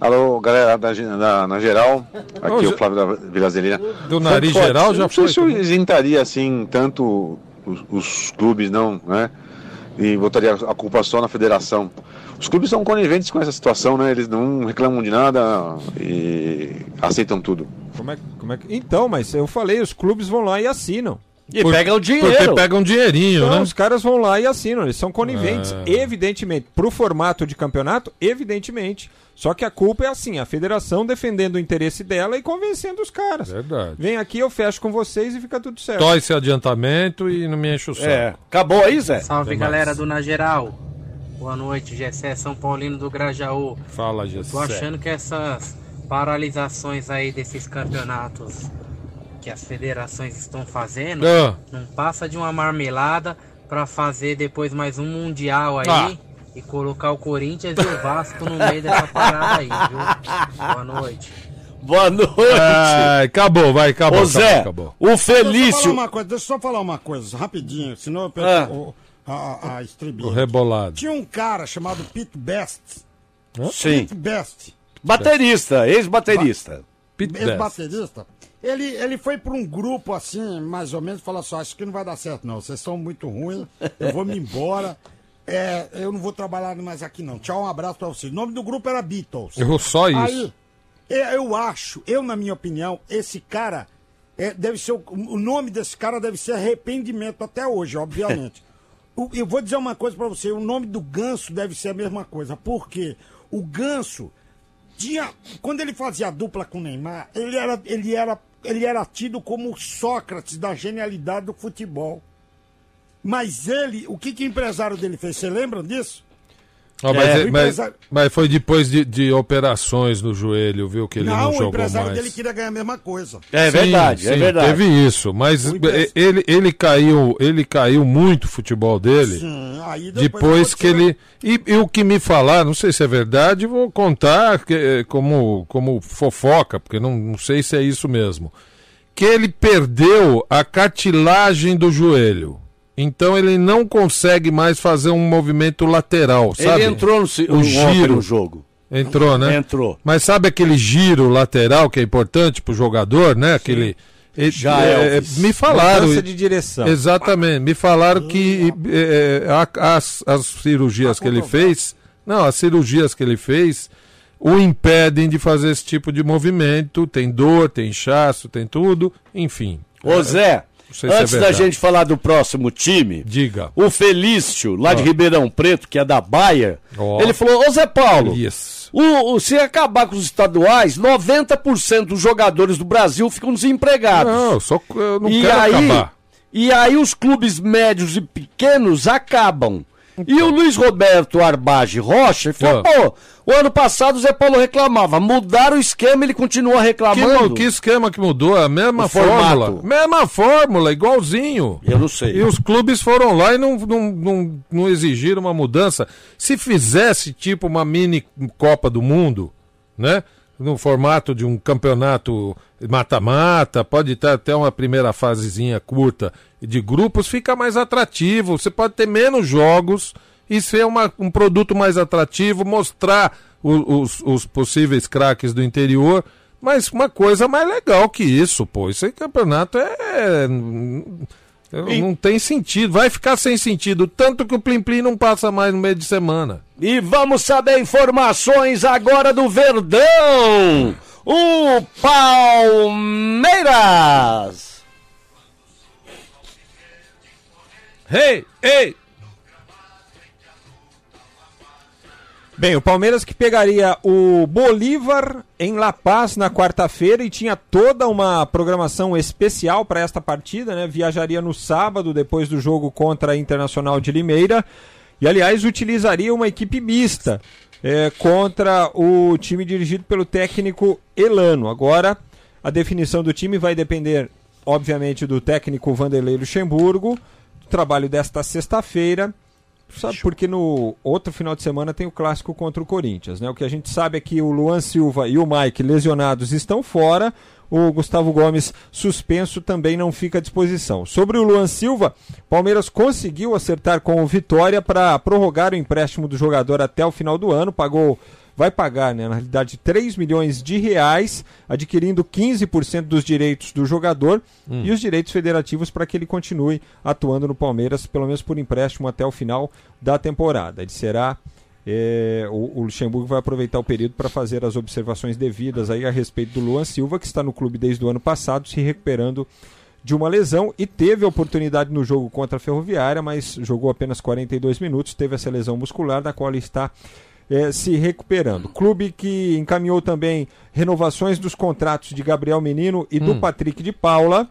[SPEAKER 16] Alô, galera da, da- na geral, aqui é o Flávio da Vilazelinha.
[SPEAKER 4] Do nariz geral já
[SPEAKER 16] não sei se eu isentaria assim tanto os, os clubes não, né? E botaria a culpa só na federação. Os clubes são coniventes com essa situação, né? Eles não reclamam de nada e aceitam tudo.
[SPEAKER 5] Como é, como é que... Então, mas eu falei, os clubes vão lá e assinam.
[SPEAKER 3] E pegam o dinheiro.
[SPEAKER 4] Porque pega um dinheirinho,
[SPEAKER 5] Então,
[SPEAKER 4] né?
[SPEAKER 5] os caras vão lá e assinam, eles são coniventes,
[SPEAKER 4] Ah.
[SPEAKER 5] evidentemente. Pro formato de campeonato, evidentemente. Só que a culpa é assim, a federação defendendo o interesse dela e convencendo os caras.
[SPEAKER 4] Verdade.
[SPEAKER 5] Vem aqui, eu fecho com vocês e fica tudo certo.
[SPEAKER 4] Tó esse adiantamento e não me enche o saco.
[SPEAKER 3] É. Acabou aí, Zé?
[SPEAKER 17] Salve
[SPEAKER 4] Tem mais.
[SPEAKER 17] galera do Na Geral. Boa noite, Gessé São Paulino do Grajaú.
[SPEAKER 4] Fala,
[SPEAKER 17] Eu Tô
[SPEAKER 4] Gessé.
[SPEAKER 17] achando que essas paralisações aí desses campeonatos que as federações estão fazendo
[SPEAKER 4] Ah.
[SPEAKER 17] não passa de uma marmelada pra fazer depois mais um mundial aí
[SPEAKER 4] Ah.
[SPEAKER 17] e colocar o Corinthians e o Vasco no meio dessa parada aí, viu? Boa noite.
[SPEAKER 3] Boa noite. Ah,
[SPEAKER 4] Ai, acabou, vai, acabou.
[SPEAKER 3] Ô, Zé,
[SPEAKER 4] acabou, acabou.
[SPEAKER 3] o
[SPEAKER 18] Deixa eu, só
[SPEAKER 3] Felício.
[SPEAKER 18] falar uma coisa, deixa eu só falar uma coisa, rapidinho, senão eu perco
[SPEAKER 4] Ah.
[SPEAKER 18] o- a, a, a estribinha.
[SPEAKER 4] O rebolado.
[SPEAKER 18] Tinha um cara chamado Pete Best.
[SPEAKER 3] Sim.
[SPEAKER 18] Pete Best.
[SPEAKER 3] Baterista, ex-baterista.
[SPEAKER 18] Ex-baterista. Ele, ele foi pra um grupo assim, mais ou menos, e falou assim: acho que não vai dar certo, não. Vocês são muito ruins, eu vou me embora. É, eu não vou trabalhar mais aqui, não. Tchau, um abraço pra vocês. O nome do grupo era Beatles.
[SPEAKER 4] Eu- só isso.
[SPEAKER 18] Aí, é, eu acho, eu, na minha opinião, esse cara é, deve ser. O, o nome desse cara deve ser arrependimento até hoje,
[SPEAKER 4] *laughs*
[SPEAKER 18] obviamente. O- eu vou dizer uma coisa pra você: o nome do ganso deve ser a mesma coisa. Porque o ganso tinha, quando ele fazia a dupla com o Neymar, ele era, ele era, ele era tido como o Sócrates da genialidade do futebol. Mas ele, o que, que o empresário dele fez? Você lembra disso?
[SPEAKER 4] Ó,
[SPEAKER 18] É.
[SPEAKER 4] mas, é-
[SPEAKER 18] O
[SPEAKER 4] mas-
[SPEAKER 18] empresário-
[SPEAKER 4] mas foi depois de, de operações no joelho, viu? Que ele não,
[SPEAKER 18] o
[SPEAKER 4] jogou
[SPEAKER 18] empresário
[SPEAKER 4] mais.
[SPEAKER 18] dele queria ganhar a mesma coisa.
[SPEAKER 3] É
[SPEAKER 4] Sim,
[SPEAKER 3] verdade, é
[SPEAKER 4] sim,
[SPEAKER 3] verdade.
[SPEAKER 4] Teve isso, mas
[SPEAKER 18] O empresa-
[SPEAKER 4] ele, ele caiu, ele caiu muito o futebol dele.
[SPEAKER 18] Sim, Hum, aí depois
[SPEAKER 4] depois que ele e, e o que me falar, não sei se é verdade, vou contar que, eh, como como fofoca, porque não, não sei se é isso mesmo. Que ele perdeu a cartilagem do joelho. Então ele não consegue mais fazer um movimento lateral, sabe?
[SPEAKER 3] Ele entrou no, ci-
[SPEAKER 4] o
[SPEAKER 3] no
[SPEAKER 4] giro
[SPEAKER 3] no jogo.
[SPEAKER 4] Entrou, né?
[SPEAKER 3] Entrou.
[SPEAKER 4] Mas sabe aquele giro lateral que é importante pro jogador, né? Aquele. e-
[SPEAKER 3] Já,
[SPEAKER 4] é,
[SPEAKER 3] Elvis.
[SPEAKER 4] me falaram.
[SPEAKER 5] Mudança de
[SPEAKER 3] Então.
[SPEAKER 5] direção.
[SPEAKER 4] Exatamente. Me falaram que é, a- as, as cirurgias que ele fez. Não, as cirurgias que ele fez o impedem de fazer esse tipo de movimento. Tem dor, tem inchaço, tem tudo. Enfim.
[SPEAKER 3] Ô, Zé,
[SPEAKER 4] Não sei se é
[SPEAKER 3] antes da
[SPEAKER 4] verdade.
[SPEAKER 3] gente falar do próximo time,
[SPEAKER 4] Diga.
[SPEAKER 3] o Felício, lá de
[SPEAKER 4] Ó.
[SPEAKER 3] Ribeirão Preto, que é da Baia,
[SPEAKER 4] Ó.
[SPEAKER 3] ele falou: Ô Zé Paulo,
[SPEAKER 4] Isso.
[SPEAKER 3] o, o- se acabar com os estaduais, 90% dos jogadores do Brasil ficam desempregados.
[SPEAKER 4] Não, eu só, eu não
[SPEAKER 3] e
[SPEAKER 4] quero
[SPEAKER 3] aí,
[SPEAKER 4] acabar.
[SPEAKER 3] E aí os clubes médios e pequenos acabam. E o Luiz Roberto Arbage Rocha falou,
[SPEAKER 4] Ah.
[SPEAKER 3] pô, o ano passado o Zé Paulo reclamava, mudaram o esquema, ele continua
[SPEAKER 4] Que,
[SPEAKER 3] reclamando.
[SPEAKER 4] mo- que esquema que mudou? A mesma
[SPEAKER 3] O
[SPEAKER 4] fórmula.
[SPEAKER 3] formato.
[SPEAKER 4] Mesma fórmula, igualzinho.
[SPEAKER 3] Eu não sei.
[SPEAKER 4] E os clubes foram lá e não, não, não, não exigiram uma mudança. Se fizesse tipo uma mini Copa do Mundo, né? No formato de um campeonato mata-mata, pode ter até uma primeira fasezinha curta de grupos, fica mais atrativo. Você pode ter menos jogos e ser uma- um produto mais atrativo, mostrar o- os, os possíveis craques do interior. Mas uma coisa mais legal que isso, pô. Esse campeonato é. Eu- Então, Não tem sentido. Vai ficar sem sentido. Tanto que o Plim Plim não passa mais no meio de semana.
[SPEAKER 3] E vamos saber informações agora do Verdão, o Palmeiras.
[SPEAKER 4] Ei, ei!
[SPEAKER 5] Bem, o Palmeiras que pegaria o Bolívar em La Paz na quarta-feira e tinha toda uma programação especial para esta partida, né? Viajaria no sábado depois do jogo contra a Internacional de Limeira e, aliás, utilizaria uma equipe mista é, contra o time dirigido pelo técnico Elano. Agora, a definição do time vai depender, obviamente, do técnico Vanderlei Luxemburgo, do trabalho desta sexta-feira. Sabe, porque no outro final de semana tem o clássico contra o Corinthians, né? O que a gente sabe é que o Luan Silva e o Mike lesionados estão fora, o Gustavo Gomes suspenso também não fica à disposição. Sobre o Luan Silva, Palmeiras conseguiu acertar com o Vitória para prorrogar o empréstimo do jogador até o final do ano, pagou vai pagar, né, na realidade, 3 milhões de reais, adquirindo 15% dos direitos do jogador hum. e os direitos federativos para que ele continue atuando no Palmeiras, pelo menos por empréstimo até o final da temporada. Ele será. É, o, o, Luxemburgo vai aproveitar o período para fazer as observações devidas aí a respeito do Luan Silva, que está no clube desde o ano passado, se recuperando de uma lesão e teve a oportunidade no jogo contra a Ferroviária, mas jogou apenas 42 minutos, teve essa lesão muscular, da qual ele está é, se recuperando. Clube que encaminhou também renovações dos contratos de Gabriel Menino e do hum. Patrick de Paula.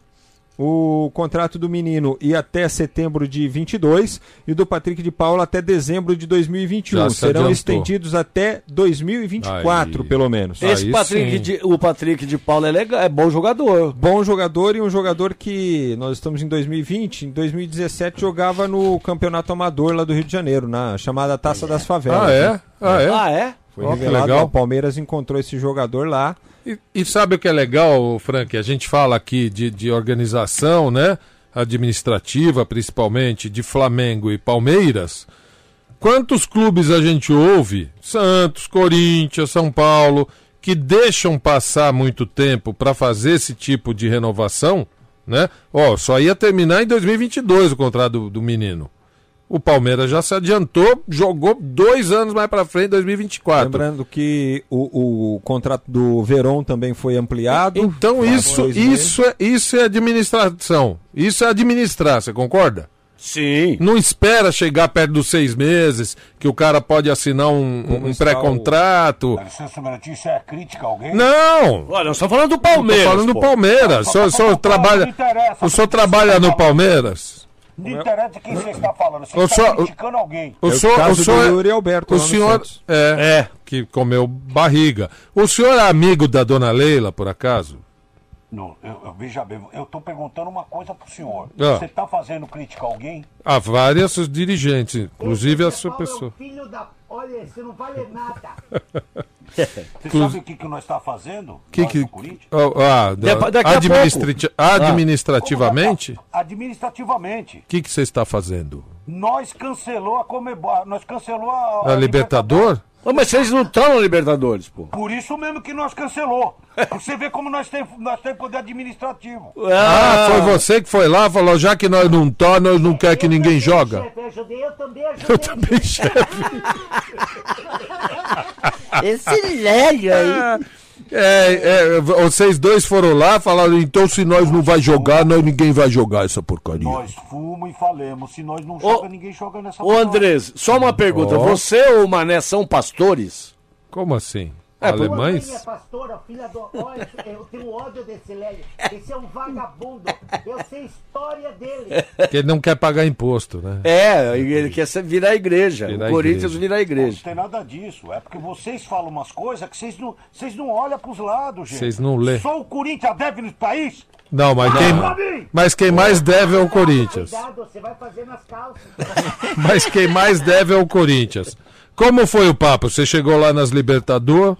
[SPEAKER 5] O contrato do menino ia até setembro de 22 e do Patrick de Paula até dezembro de 2021. Já um. Serão se estendidos até 2024, Aí. É. pelo menos.
[SPEAKER 3] Esse Patrick de, o Patrick de Paula é legal, é bom jogador.
[SPEAKER 5] Bom jogador e um jogador que nós estamos em 2020, em 2017 jogava no Campeonato Amador lá do Rio de Janeiro, na chamada Taça das Favelas.
[SPEAKER 4] Ah,
[SPEAKER 5] né?
[SPEAKER 4] é? Ah, é?
[SPEAKER 3] Ah, é?
[SPEAKER 5] Foi oh, revelado, legal. o Palmeiras encontrou esse jogador lá.
[SPEAKER 4] E, e, sabe o que é legal, Frank? A gente fala aqui de, de organização, né? Administrativa, principalmente, de Flamengo e Palmeiras. Quantos clubes a gente ouve, Santos, Corinthians, São Paulo, que deixam passar muito tempo para fazer esse tipo de renovação, né? Ó, oh, só ia terminar em 2022 o contrato do, do menino. O Palmeiras já se adiantou, jogou dois anos mais para frente, 2024.
[SPEAKER 5] Lembrando que o, o, contrato do Verón também foi ampliado.
[SPEAKER 4] Então isso, isso, é, isso é administração. Isso é administrar, você concorda?
[SPEAKER 3] Sim.
[SPEAKER 4] Não espera chegar perto dos seis meses, que o cara pode assinar um, um pré-contrato.
[SPEAKER 18] O... Licença, notícia é crítica a alguém?
[SPEAKER 4] Não!
[SPEAKER 3] Olha, eu só falando do Palmeiras. Eu tô
[SPEAKER 4] falando pô. do Palmeiras. Não, só, só, só, só trabalha, o senhor trabalha no Palmeiras?
[SPEAKER 18] Não interessa de quem você está falando, você está criticando alguém.
[SPEAKER 4] O senhor,
[SPEAKER 5] é o, o senhor, Yuri Alberto,
[SPEAKER 4] o senhor é, é, que comeu barriga. O senhor é amigo da dona Leila, por acaso?
[SPEAKER 18] Não, eu, eu veja bem, eu estou perguntando uma coisa para o senhor. Ah. Você está fazendo crítica a alguém?
[SPEAKER 4] A várias dirigentes, inclusive a sua pessoa.
[SPEAKER 18] É filho da... Olha, você não vale nada. Você sabe o que, que nós tá está fazendo?
[SPEAKER 4] Que, que, ah, da, da, administrati administrativamente?
[SPEAKER 18] Ah. Administrativamente.
[SPEAKER 4] O que, que você está fazendo?
[SPEAKER 18] Nós cancelou a Comebol, nós cancelou a,
[SPEAKER 4] a, a Libertador?
[SPEAKER 3] Oh, mas vocês não estão na Libertadores, pô.
[SPEAKER 18] Por isso mesmo que nós cancelou. Você vê como nós temos nós tem poder administrativo.
[SPEAKER 4] Ah, ah, foi você que foi lá falou, já que nós não tá, nós não quer que ninguém também, joga. *laughs* Tá Chefe,
[SPEAKER 2] ajudei, eu também ajudei. Eu também, chefe.
[SPEAKER 13] Esse Lélio aí.
[SPEAKER 4] É, é, vocês dois foram lá, falaram, então se nós, nós não vai jogar, nós, ninguém vai jogar essa porcaria.
[SPEAKER 18] Nós fumamos e falemos, se nós não ô, joga, ninguém joga nessa
[SPEAKER 3] Ô Andrés, só uma pergunta, oh. você ou o Mané são pastores?
[SPEAKER 4] Como assim? É, Alemães?
[SPEAKER 2] Minha pastora, filha do... Eu tenho ódio desse Lélio. Esse é um vagabundo. Eu sei história dele.
[SPEAKER 4] Que ele não quer pagar imposto, né?
[SPEAKER 3] É, ele quer virar igreja. Virar o Corinthians igreja. virar igreja.
[SPEAKER 18] Não, tem nada disso. É porque vocês falam umas coisas que vocês não, vocês não olham pros lados, gente.
[SPEAKER 4] Vocês não lê.
[SPEAKER 18] Só o Corinthians deve no país?
[SPEAKER 4] Não, mas quem, mas quem mais deve é o Corinthians.
[SPEAKER 2] Cuidado, você vai fazer nas calças.
[SPEAKER 4] mas quem mais deve é o Corinthians. Como foi o papo? Você chegou lá nas Libertadores?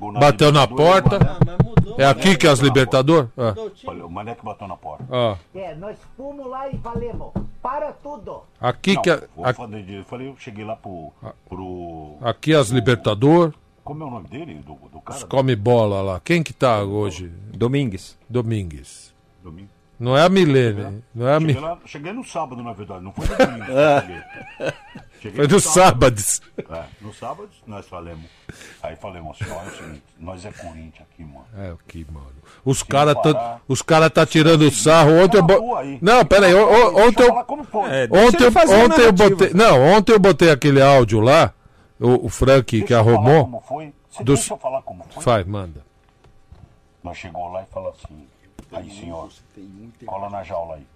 [SPEAKER 18] Não, na
[SPEAKER 4] bateu na porta. Mudou, é aqui que é as Libertador?
[SPEAKER 18] Ah. né? Olha, o Mané que bateu na porta.
[SPEAKER 4] Ah.
[SPEAKER 2] É, nós fomos lá e valemos. Para tudo.
[SPEAKER 4] Aqui
[SPEAKER 18] não,
[SPEAKER 4] que.
[SPEAKER 18] A, eu, falei, eu, falei, eu cheguei lá pro. pro
[SPEAKER 4] aqui as Libertador.
[SPEAKER 18] Como é o nome dele? Do, do cara? Os
[SPEAKER 4] come bola lá. Quem que tá hoje?
[SPEAKER 5] Domingues.
[SPEAKER 4] Domingues.
[SPEAKER 18] Domingues.
[SPEAKER 4] Não é a Milene. Não é a
[SPEAKER 18] cheguei, Mi... lá, cheguei no sábado, na verdade. Não foi no domingo.
[SPEAKER 4] *laughs*
[SPEAKER 18] né? cheguei.
[SPEAKER 4] foi no, no sábado.
[SPEAKER 18] sábado. É, no sábado nós falamos. Aí falamos assim, olha o seguinte, nós é Corinthians aqui, mano. É
[SPEAKER 4] aqui, mano. Os caras tá, os cara tá tirando sarro. Ontem eu bo... Não, pera aí. Ontem eu... Ontem, eu botei... Não, ontem eu botei aquele áudio lá o, o Frank que
[SPEAKER 18] eu falar
[SPEAKER 4] arrumou.
[SPEAKER 18] como foi? Você
[SPEAKER 4] dos-
[SPEAKER 18] deixa eu falar como foi?
[SPEAKER 4] Vai, manda.
[SPEAKER 18] Nós chegou lá e falou assim, aí senhor, cola tá na jaula aí.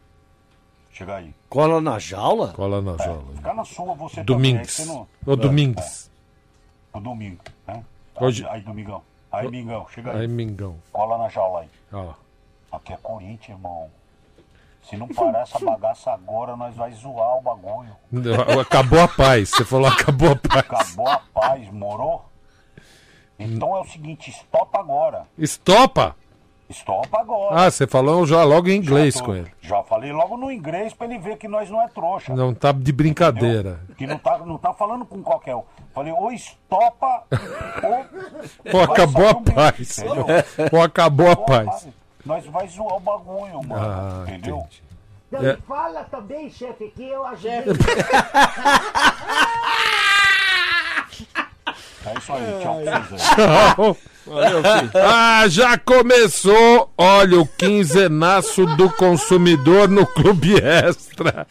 [SPEAKER 18] Chega aí.
[SPEAKER 3] Cola na jaula?
[SPEAKER 4] Cola na jaula.
[SPEAKER 18] Fica na sua você
[SPEAKER 4] Domingues.
[SPEAKER 18] também. é que você
[SPEAKER 4] Ô, Domingues.
[SPEAKER 18] É, o domingo, né?
[SPEAKER 4] Hoje-
[SPEAKER 18] Aí, aí, domingão. Aí, mingão, chega aí.
[SPEAKER 4] Aí, Mingão.
[SPEAKER 18] Cola Tá na jaula aí.
[SPEAKER 4] Ó.
[SPEAKER 18] Aqui é Corinthians, irmão. Se não parar essa bagaça agora, nós vai zoar o bagulho.
[SPEAKER 4] Acabou a paz. Você falou acabou a paz.
[SPEAKER 18] Acabou a paz, morou? Então é o seguinte, estopa agora.
[SPEAKER 4] Estopa!
[SPEAKER 18] Estopa agora.
[SPEAKER 4] Ah, você falou já logo em inglês
[SPEAKER 18] tô-
[SPEAKER 4] com ele.
[SPEAKER 18] Já falei logo no inglês pra ele ver que nós não é trouxa.
[SPEAKER 4] Não tá de brincadeira.
[SPEAKER 18] Que não tá, não tá falando com qualquer um. Falei, ou estopa, ou.
[SPEAKER 4] Pô,
[SPEAKER 18] vai
[SPEAKER 4] acabou
[SPEAKER 18] sair
[SPEAKER 4] a
[SPEAKER 18] um bicho,
[SPEAKER 4] paz.
[SPEAKER 18] entendeu?
[SPEAKER 4] Pô, acabou
[SPEAKER 18] Acabou
[SPEAKER 4] a
[SPEAKER 18] a
[SPEAKER 4] paz.
[SPEAKER 18] Nós vai zoar é o bagulho, mano.
[SPEAKER 4] Ah,
[SPEAKER 12] 哎
[SPEAKER 18] entendeu?
[SPEAKER 4] entendi.
[SPEAKER 19] Não,
[SPEAKER 4] É.
[SPEAKER 19] me fala também, chefe, que eu ajudei.
[SPEAKER 18] É isso aí, tchau pra vocês aí.
[SPEAKER 4] Tchau. Ah, já começou. Olha o quinzenaço do consumidor no Clube Extra.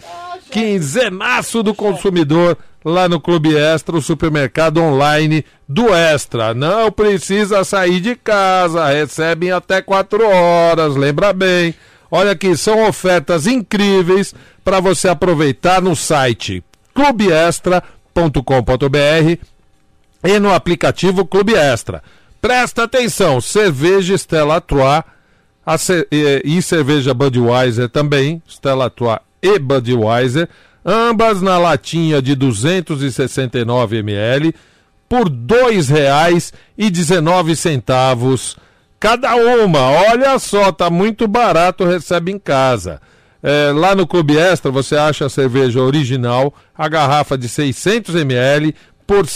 [SPEAKER 4] Quinzenaço do consumidor lá no Clube Extra, o supermercado online do Extra. Não precisa sair de casa, recebem até 4 horas, lembra bem. Olha aqui, são ofertas incríveis para você aproveitar no site clubeextra.com.br e no aplicativo Clube Extra. Presta atenção, cerveja Stella Artois a ce- e, e cerveja Budweiser também, Stella Artois e Budweiser, ambas na latinha de 269 ml por R$ 2,19 cada uma. Olha só, tá muito barato, recebe em casa. É, lá no Clube Extra você acha a cerveja original, a garrafa de 600 ml por R$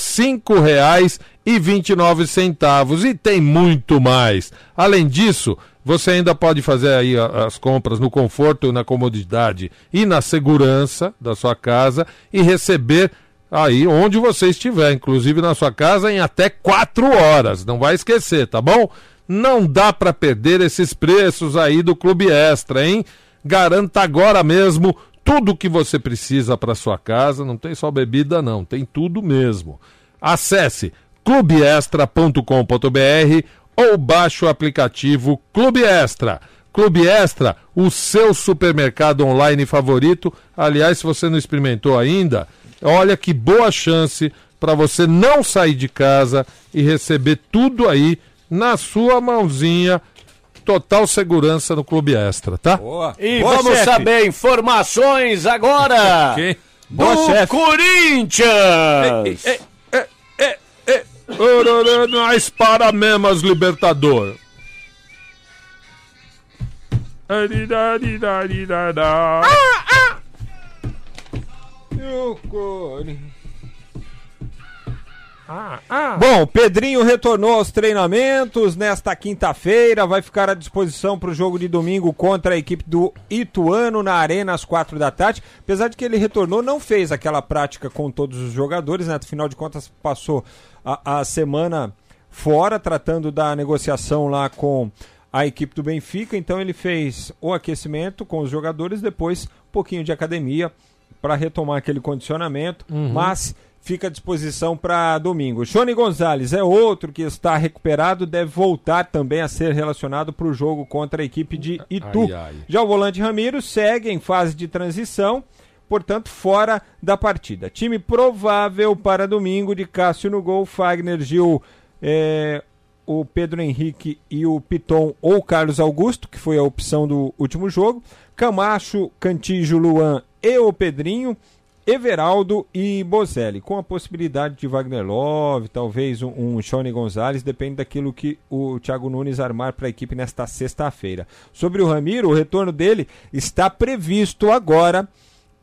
[SPEAKER 4] 5,29 e tem muito mais. Além disso, você ainda pode fazer aí a- as compras no conforto, na comodidade e na segurança da sua casa e receber aí onde você estiver, inclusive na sua casa, em até 4 horas. Não vai esquecer, tá bom? Não dá para perder esses preços aí do Clube Extra, hein? Garanta agora mesmo tudo que você precisa para sua casa. Não tem só bebida, não. Tem tudo mesmo. Acesse clubeextra.com.br ou baixe o aplicativo Clube Extra. Clube Extra, o seu supermercado online favorito. Aliás, se você não experimentou ainda, olha que boa chance para você não sair de casa e receber tudo aí na sua mãozinha. Total segurança no Clube Extra, tá?
[SPEAKER 3] E
[SPEAKER 4] Boa,
[SPEAKER 3] vamos
[SPEAKER 4] chefe.
[SPEAKER 3] saber informações agora
[SPEAKER 4] Quem?
[SPEAKER 3] do
[SPEAKER 4] Boa, chefe.
[SPEAKER 3] Corinthians.
[SPEAKER 4] Ororô, Nós para memas, Libertador. Aridarirarirará.
[SPEAKER 5] Bom, o Pedrinho retornou aos treinamentos nesta quinta-feira, vai ficar à disposição para o jogo de domingo contra a equipe do Ituano na Arena às quatro da tarde. Apesar de que ele retornou, não fez aquela prática com todos os jogadores, né? Afinal de contas, passou a, a semana fora, tratando da negociação lá com a equipe do Benfica. Então ele fez o aquecimento com os jogadores, depois um pouquinho de academia para retomar aquele condicionamento,
[SPEAKER 4] Uhum.
[SPEAKER 5] mas fica à disposição para domingo. Johnny Gonzalez é outro que está recuperado, deve voltar também a ser relacionado para o jogo contra a equipe de Itu.
[SPEAKER 4] Ai, ai.
[SPEAKER 5] Já o volante Ramiro segue em fase de transição, portanto, fora da partida. Time provável para domingo de Cássio no gol, Fagner, Gil, eh, o Pedro Henrique e o Piton ou Carlos Augusto, que foi a opção do último jogo. Camacho, Cantígio, Luan e o Pedrinho. Everaldo e Bozelli, com a possibilidade de Wagner Love, talvez um, um Shone Gonzalez, depende daquilo que o Thiago Nunes armar para a equipe nesta sexta-feira. Sobre o Ramiro, o retorno dele está previsto agora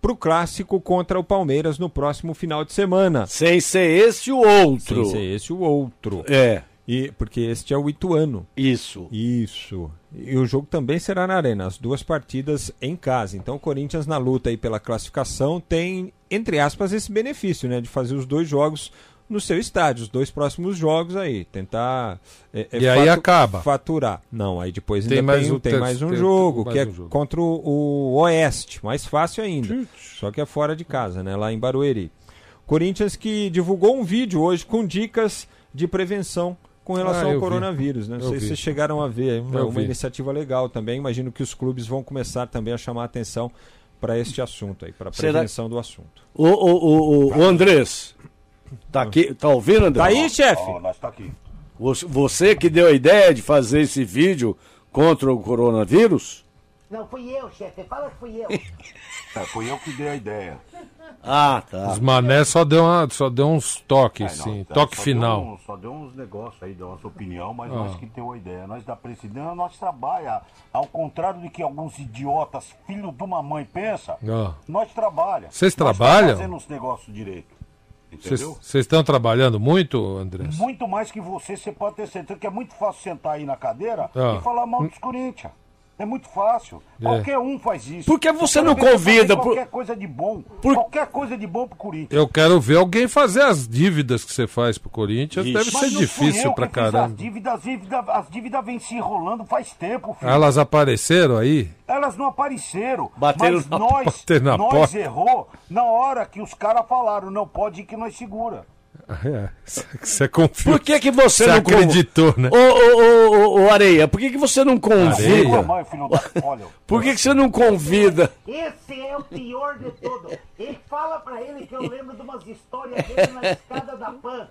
[SPEAKER 5] para o clássico contra o Palmeiras no próximo final de semana.
[SPEAKER 3] Sem ser esse o outro.
[SPEAKER 5] Sem ser esse o outro.
[SPEAKER 3] É.
[SPEAKER 5] E, porque este é o Ituano.
[SPEAKER 3] Isso.
[SPEAKER 5] Isso. E o jogo também será na Arena, as duas partidas em casa. Então o Corinthians na luta aí pela classificação tem, entre aspas, esse benefício, né, de fazer os dois jogos no seu estádio, os dois próximos jogos aí, tentar é, é,
[SPEAKER 4] E aí
[SPEAKER 5] fatu-
[SPEAKER 4] acaba.
[SPEAKER 5] faturar. Não, aí depois
[SPEAKER 4] Tem
[SPEAKER 5] ainda
[SPEAKER 4] mais
[SPEAKER 5] tem,
[SPEAKER 4] o
[SPEAKER 5] tem
[SPEAKER 4] terço-
[SPEAKER 5] mais um
[SPEAKER 4] tem-
[SPEAKER 5] jogo,
[SPEAKER 4] mais
[SPEAKER 5] que é
[SPEAKER 4] um jogo.
[SPEAKER 5] contra o o Oeste, mais fácil ainda. Só que é fora de casa, né, lá em Barueri. Corinthians que divulgou um vídeo hoje com dicas de prevenção com relação
[SPEAKER 4] Ah, eu
[SPEAKER 5] ao
[SPEAKER 4] vi.
[SPEAKER 5] coronavírus. Né? Não
[SPEAKER 4] Eu
[SPEAKER 5] sei
[SPEAKER 4] vi.
[SPEAKER 5] se vocês chegaram a ver. É Uma,
[SPEAKER 4] Eu
[SPEAKER 5] uma
[SPEAKER 4] vi.
[SPEAKER 5] iniciativa legal também. Imagino que os clubes vão começar também a chamar a atenção para este assunto aí, para a
[SPEAKER 3] Será-
[SPEAKER 5] prevenção do assunto.
[SPEAKER 3] O, o, o, o Andrés. Tá aqui, tá ouvindo, Andrés?
[SPEAKER 5] Tá aí, chefe?
[SPEAKER 18] nós tá aqui.
[SPEAKER 3] Você, você que deu a ideia de fazer esse vídeo contra o coronavírus?
[SPEAKER 19] Não, fui eu, chefe. Fala que fui eu.
[SPEAKER 18] É, foi eu que dei a ideia.
[SPEAKER 3] Ah, tá.
[SPEAKER 4] Os mané só deu, uma, só deu uns toques,
[SPEAKER 18] É, não,
[SPEAKER 4] sim.
[SPEAKER 18] tá,
[SPEAKER 4] toque
[SPEAKER 18] só
[SPEAKER 4] final.
[SPEAKER 18] Deu, um- só deu uns negócios aí, deu nossa opinião, mas
[SPEAKER 4] Ah.
[SPEAKER 18] nós que temos a ideia. Nós da presidência, nós trabalha. Ao contrário do que alguns idiotas, filho de uma mãe, pensa,
[SPEAKER 4] Ah.
[SPEAKER 18] nós trabalha.
[SPEAKER 4] Vocês
[SPEAKER 18] Nós
[SPEAKER 4] trabalham?
[SPEAKER 18] Tá fazendo os negócios direito.
[SPEAKER 4] Vocês
[SPEAKER 18] Entendeu?
[SPEAKER 4] vocês estão trabalhando muito, André?
[SPEAKER 18] Muito mais que você, você pode ter certeza que é muito fácil sentar aí na cadeira
[SPEAKER 4] Ah.
[SPEAKER 18] e falar mal dos Corinthians. É muito fácil.
[SPEAKER 4] É.
[SPEAKER 18] Qualquer um faz isso.
[SPEAKER 3] Por que você
[SPEAKER 18] Eu
[SPEAKER 3] não
[SPEAKER 18] quero ver fazer
[SPEAKER 3] convida pro-
[SPEAKER 18] Qualquer coisa de bom. Qualquer coisa de bom pro Corinthians.
[SPEAKER 4] Eu quero ver alguém fazer as dívidas que você faz pro Corinthians.
[SPEAKER 18] Isso.
[SPEAKER 4] Deve
[SPEAKER 18] Mas
[SPEAKER 4] ser
[SPEAKER 18] não fui
[SPEAKER 4] difícil
[SPEAKER 18] eu
[SPEAKER 4] pra
[SPEAKER 18] que fiz
[SPEAKER 4] caramba.
[SPEAKER 18] As dívidas, as dívidas, as dívidas vêm se enrolando faz tempo, filho.
[SPEAKER 4] Elas apareceram aí? *laughs*
[SPEAKER 18] Elas não apareceram.
[SPEAKER 4] Bateram
[SPEAKER 18] mas
[SPEAKER 4] na-
[SPEAKER 18] nós,
[SPEAKER 4] Ah. *laughs* bateram na
[SPEAKER 18] nós
[SPEAKER 4] porta.
[SPEAKER 18] errou na hora que os caras falaram, não pode ir que nós segura.
[SPEAKER 4] É, Você confia.
[SPEAKER 3] Por que, que você, não con-
[SPEAKER 4] acreditou, né?
[SPEAKER 3] Ô, ô, ô, ô, ô, Areia, por que, que você não
[SPEAKER 4] Areia?
[SPEAKER 3] convida?
[SPEAKER 18] Mãe, filho da... Olha,
[SPEAKER 3] Por que, que você não convida?
[SPEAKER 19] Esse é o pior de tudo. Ele fala pra ele que eu lembro de umas histórias dele
[SPEAKER 18] *laughs*
[SPEAKER 19] na escada da PAN.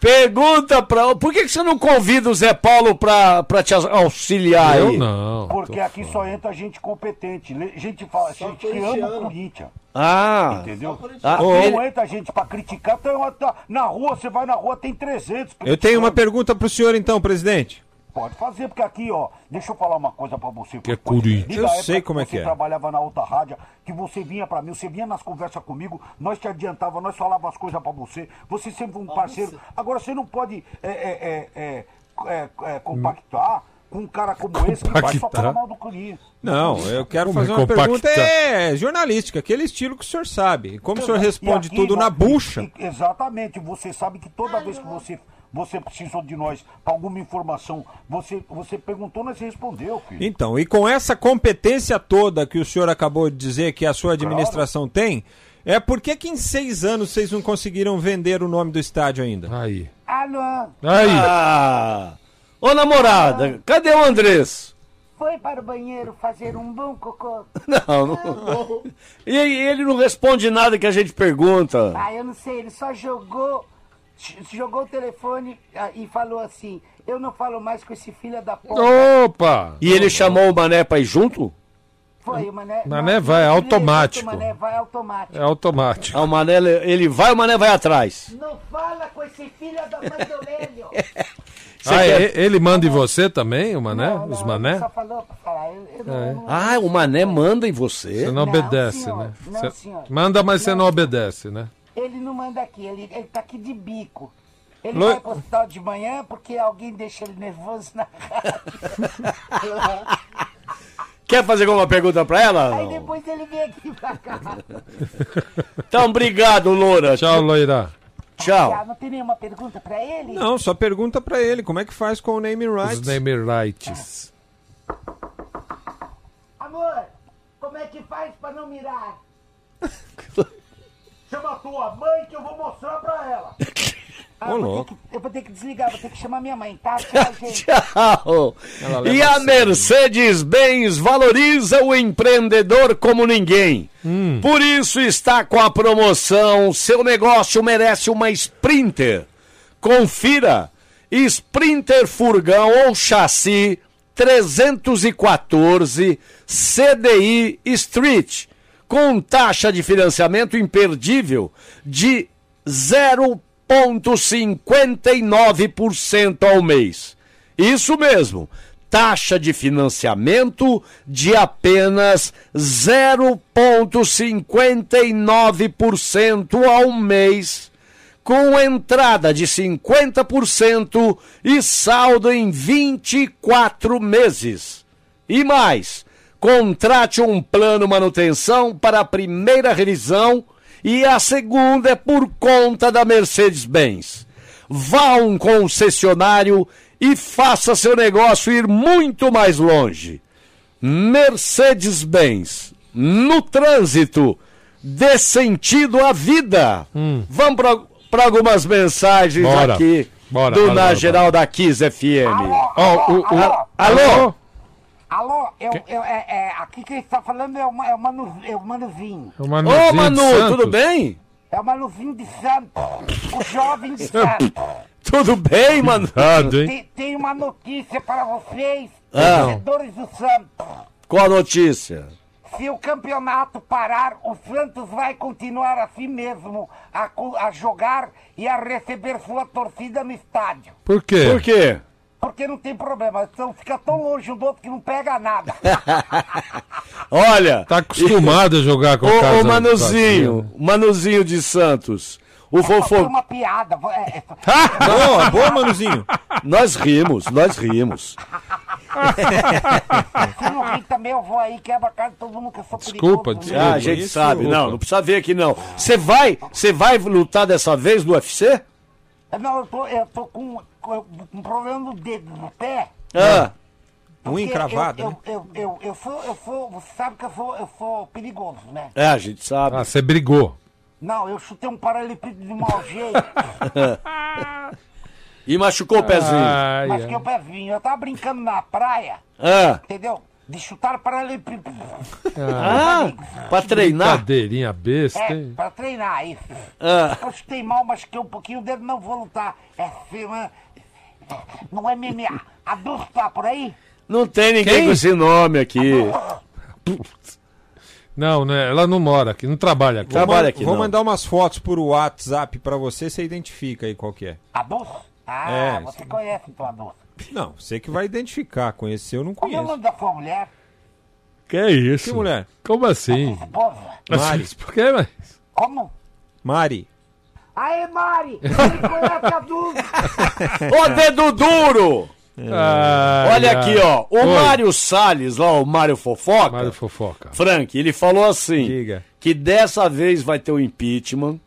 [SPEAKER 3] Pergunta pra. Por que, que você não convida o Zé Paulo pra, pra te auxiliar
[SPEAKER 4] Eu
[SPEAKER 3] aí?
[SPEAKER 4] não.
[SPEAKER 18] porque aqui só entra gente competente, le- gente, fala, gente que ama o Corinthians.
[SPEAKER 3] Ah,
[SPEAKER 18] Entendeu?
[SPEAKER 3] Ah,
[SPEAKER 18] não
[SPEAKER 3] ele-
[SPEAKER 18] entra gente pra criticar. Tem uma- tá- na rua, você vai na rua, tem 300.
[SPEAKER 5] Eu tenho uma pergunta para o senhor então, presidente.
[SPEAKER 18] Pode fazer, porque aqui, ó, deixa eu falar uma coisa pra você.
[SPEAKER 4] Que é Corinthians.
[SPEAKER 18] Desde a
[SPEAKER 5] Eu
[SPEAKER 18] época
[SPEAKER 5] sei como é que
[SPEAKER 18] você
[SPEAKER 5] é.
[SPEAKER 18] trabalhava na outra rádio, que você vinha pra mim, você vinha nas conversas comigo, nós te adiantava, nós falava as coisas pra você, você sempre foi um parceiro. Agora você não pode é, é, é, é, é, é, compactar com um cara como esse que vai só
[SPEAKER 4] Compactar?
[SPEAKER 18] falar mal do Corinthians.
[SPEAKER 5] Não, eu quero
[SPEAKER 4] Como
[SPEAKER 5] fazer uma
[SPEAKER 4] compacta?
[SPEAKER 5] pergunta é, jornalística, aquele estilo que o senhor sabe. Como o senhor
[SPEAKER 18] E
[SPEAKER 5] responde
[SPEAKER 18] aqui
[SPEAKER 5] tudo
[SPEAKER 18] nós-
[SPEAKER 5] na bucha.
[SPEAKER 18] e- exatamente. Você sabe que toda vez que você, você precisou de nós para alguma informação, você, você perguntou, nós respondeu, filho.
[SPEAKER 5] Então, e com essa competência toda que o senhor acabou de dizer que a sua administração tem, é por que que em seis anos vocês não conseguiram vender o nome do estádio ainda?
[SPEAKER 4] Aí.
[SPEAKER 2] Alô,
[SPEAKER 4] Aí.
[SPEAKER 3] Ah. Ô namorada, cadê o Andrés?
[SPEAKER 2] foi para o banheiro fazer um bom cocô?
[SPEAKER 3] Não, não. E aí, ele não responde nada que a gente pergunta.
[SPEAKER 2] Ah, eu não sei, ele só jogou, j- jogou o telefone ah, e falou assim, eu não falo mais com esse filho da porra.
[SPEAKER 4] Opa!
[SPEAKER 3] E ele chamou o Mané pra ir junto?
[SPEAKER 2] Foi, né? o Mané.
[SPEAKER 4] Mané vai, é automático.
[SPEAKER 2] O Mané né, vai automático.
[SPEAKER 4] É automático.
[SPEAKER 3] Ah, o Mané, ele vai, o Mané vai atrás.
[SPEAKER 2] Não fala com esse filho da mãe do
[SPEAKER 4] *laughs*
[SPEAKER 2] Lélio.
[SPEAKER 4] É,
[SPEAKER 3] Você
[SPEAKER 4] Ah,
[SPEAKER 3] quer-
[SPEAKER 4] e- ele manda em você também, o mané? Os mané?
[SPEAKER 2] Só falou pra falar. Eu, eu não,
[SPEAKER 4] É.
[SPEAKER 2] não-
[SPEAKER 3] Ah, o Mané manda em você.
[SPEAKER 4] Você não obedece,
[SPEAKER 2] senhor.
[SPEAKER 4] né?
[SPEAKER 2] Não,
[SPEAKER 4] Você-
[SPEAKER 2] senhor.
[SPEAKER 4] Manda, mas você não obedece, né?
[SPEAKER 2] Ele não manda aqui, ele, ele tá aqui de bico. Ele
[SPEAKER 4] Lu-
[SPEAKER 2] vai pro hospital de manhã porque alguém deixa ele nervoso na *laughs* rádio.
[SPEAKER 3] Quer fazer alguma pergunta pra ela?
[SPEAKER 2] Aí
[SPEAKER 3] Não.
[SPEAKER 2] depois ele vem aqui pra cá.
[SPEAKER 3] Então, obrigado, Loura.
[SPEAKER 4] Tchau, Loira.
[SPEAKER 2] Já
[SPEAKER 3] Tchau.
[SPEAKER 2] não tem nenhuma pergunta pra ele?
[SPEAKER 5] Não, só pergunta pra ele, como é que faz com o name
[SPEAKER 4] Os
[SPEAKER 5] rights?
[SPEAKER 4] name rights.
[SPEAKER 2] Amor, como é que faz pra não mirar? Chama tua mãe que eu vou mostrar pra ela.
[SPEAKER 5] Ô, louco.
[SPEAKER 2] Eu vou ter que desligar, vou ter que chamar minha mãe, tá? Tchau,
[SPEAKER 3] *laughs*
[SPEAKER 2] gente.
[SPEAKER 3] Tchau.
[SPEAKER 5] Ela leva
[SPEAKER 3] E a
[SPEAKER 5] a sério. né?
[SPEAKER 3] Mercedes-Benz valoriza o empreendedor como ninguém.
[SPEAKER 5] Hum.
[SPEAKER 3] Por isso está com a promoção Seu negócio merece uma Sprinter. Confira Sprinter Furgão ou Chassi 314 CDI Street com taxa de financiamento imperdível de 0,59% ao mês. Isso mesmo, taxa de financiamento de apenas 0,59% ao mês, com entrada de 50% e saldo em 24 meses. E mais, contrate um plano manutenção para a primeira revisão e a segunda é por conta da Mercedes-Benz. Vá a um concessionário e faça seu negócio ir muito mais longe. Mercedes-Benz, no trânsito, dê sentido à vida. Vamos para algumas mensagens
[SPEAKER 4] Hum. Bora.
[SPEAKER 3] aqui
[SPEAKER 4] Bora,
[SPEAKER 3] do
[SPEAKER 4] bora,
[SPEAKER 3] Na
[SPEAKER 4] bora,
[SPEAKER 3] Geral da Kiss FM.
[SPEAKER 4] Ó, o- o-
[SPEAKER 3] A- alô?
[SPEAKER 2] Alô, eu, eu- é, é, aqui quem está falando é o, Ma- é o, Manu, é o Manuzinho.
[SPEAKER 4] Ô,
[SPEAKER 3] Manuzinho Ô, Manu, de Santos. tudo bem?
[SPEAKER 2] É o Manuzinho de Santos, o jovem de Santos.
[SPEAKER 3] *laughs* Tudo bem, mano?
[SPEAKER 2] Tem, tem uma notícia para vocês,
[SPEAKER 3] Ah.
[SPEAKER 2] torcedores do Santos.
[SPEAKER 3] Qual a notícia?
[SPEAKER 2] Se o campeonato parar, o Santos vai continuar assim mesmo a, co- a jogar e a receber sua torcida no estádio.
[SPEAKER 4] Por quê?
[SPEAKER 3] Por quê?
[SPEAKER 2] Porque não tem problema, então fica tão longe um do outro que não pega nada.
[SPEAKER 3] Olha.
[SPEAKER 4] Tá
[SPEAKER 3] *laughs*
[SPEAKER 4] acostumado a jogar com o
[SPEAKER 3] o
[SPEAKER 4] Casa
[SPEAKER 3] Ô,
[SPEAKER 4] do né?
[SPEAKER 3] Manuzinho, Manuzinho de Santos. O
[SPEAKER 2] Foi
[SPEAKER 3] fofo.
[SPEAKER 2] uma piada. vo- é, é-
[SPEAKER 3] boa,
[SPEAKER 2] *laughs*
[SPEAKER 3] boa, Manuzinho. Nós rimos, nós rimos.
[SPEAKER 2] Se não rir também, eu vou aí, quebra a cara de todo mundo que eu sou
[SPEAKER 3] Desculpa,
[SPEAKER 2] perigoso. né?
[SPEAKER 3] Ah, a gente sabe. Não, não precisa ver aqui não. Você vai, você vai lutar dessa vez no UFC?
[SPEAKER 2] Não, eu tô, eu tô com, com um problema no dedo, no pé.
[SPEAKER 3] Ah.
[SPEAKER 5] Um
[SPEAKER 2] Porque eu,
[SPEAKER 5] né?
[SPEAKER 3] né?
[SPEAKER 2] Eu, eu, eu, eu sou, eu sou, você sabe que eu sou, eu sou perigoso, né?
[SPEAKER 3] É, a gente sabe.
[SPEAKER 4] Ah, você brigou.
[SPEAKER 2] Não, eu chutei um paralelepípedo de mau jeito,
[SPEAKER 3] e machucou o pezinho.
[SPEAKER 4] Ah.
[SPEAKER 2] mas que o pezinho, eu tava brincando na praia,
[SPEAKER 3] Ah.
[SPEAKER 2] entendeu? De chutar paralelepípedo.
[SPEAKER 3] Ah, pra treinar.
[SPEAKER 4] Brincadeirinha besta,
[SPEAKER 2] É,
[SPEAKER 4] hein?
[SPEAKER 2] pra treinar, isso.
[SPEAKER 4] Ah.
[SPEAKER 2] Eu chutei mal, machuquei um pouquinho o dedo, não vou lutar. É firma, não é MMA. Adulto tá por aí?
[SPEAKER 3] Não tem ninguém
[SPEAKER 4] Quem?
[SPEAKER 3] com esse nome aqui.
[SPEAKER 4] Não, né? Ela não mora aqui, não trabalha aqui.
[SPEAKER 5] Vou man- Vou mandar umas fotos por WhatsApp pra você, você identifica aí qual que é.
[SPEAKER 2] Adulto? Ah,
[SPEAKER 5] É,
[SPEAKER 2] você
[SPEAKER 5] sim.
[SPEAKER 2] conhece então adulto.
[SPEAKER 5] Não, você que vai identificar. Conhecer eu não
[SPEAKER 2] Como é o
[SPEAKER 5] conheço.
[SPEAKER 2] nome da sua mulher?
[SPEAKER 4] Que isso?
[SPEAKER 5] Que mulher?
[SPEAKER 4] Como assim?
[SPEAKER 2] Esposa?
[SPEAKER 5] Mari.
[SPEAKER 4] Mas por que, mas?
[SPEAKER 2] Como?
[SPEAKER 5] Mari.
[SPEAKER 2] Aê, Mari! Você conhece adulto?
[SPEAKER 5] *laughs*
[SPEAKER 3] Ô,
[SPEAKER 4] *laughs*
[SPEAKER 3] dedo duro!
[SPEAKER 4] Ai,
[SPEAKER 3] Olha
[SPEAKER 4] ai.
[SPEAKER 3] aqui, ó. O
[SPEAKER 4] Oi.
[SPEAKER 3] Mário Salles, lá, o Mário Fofoca.
[SPEAKER 4] Mário Fofoca.
[SPEAKER 3] Frank, ele falou assim: que dessa vez vai ter o impeachment,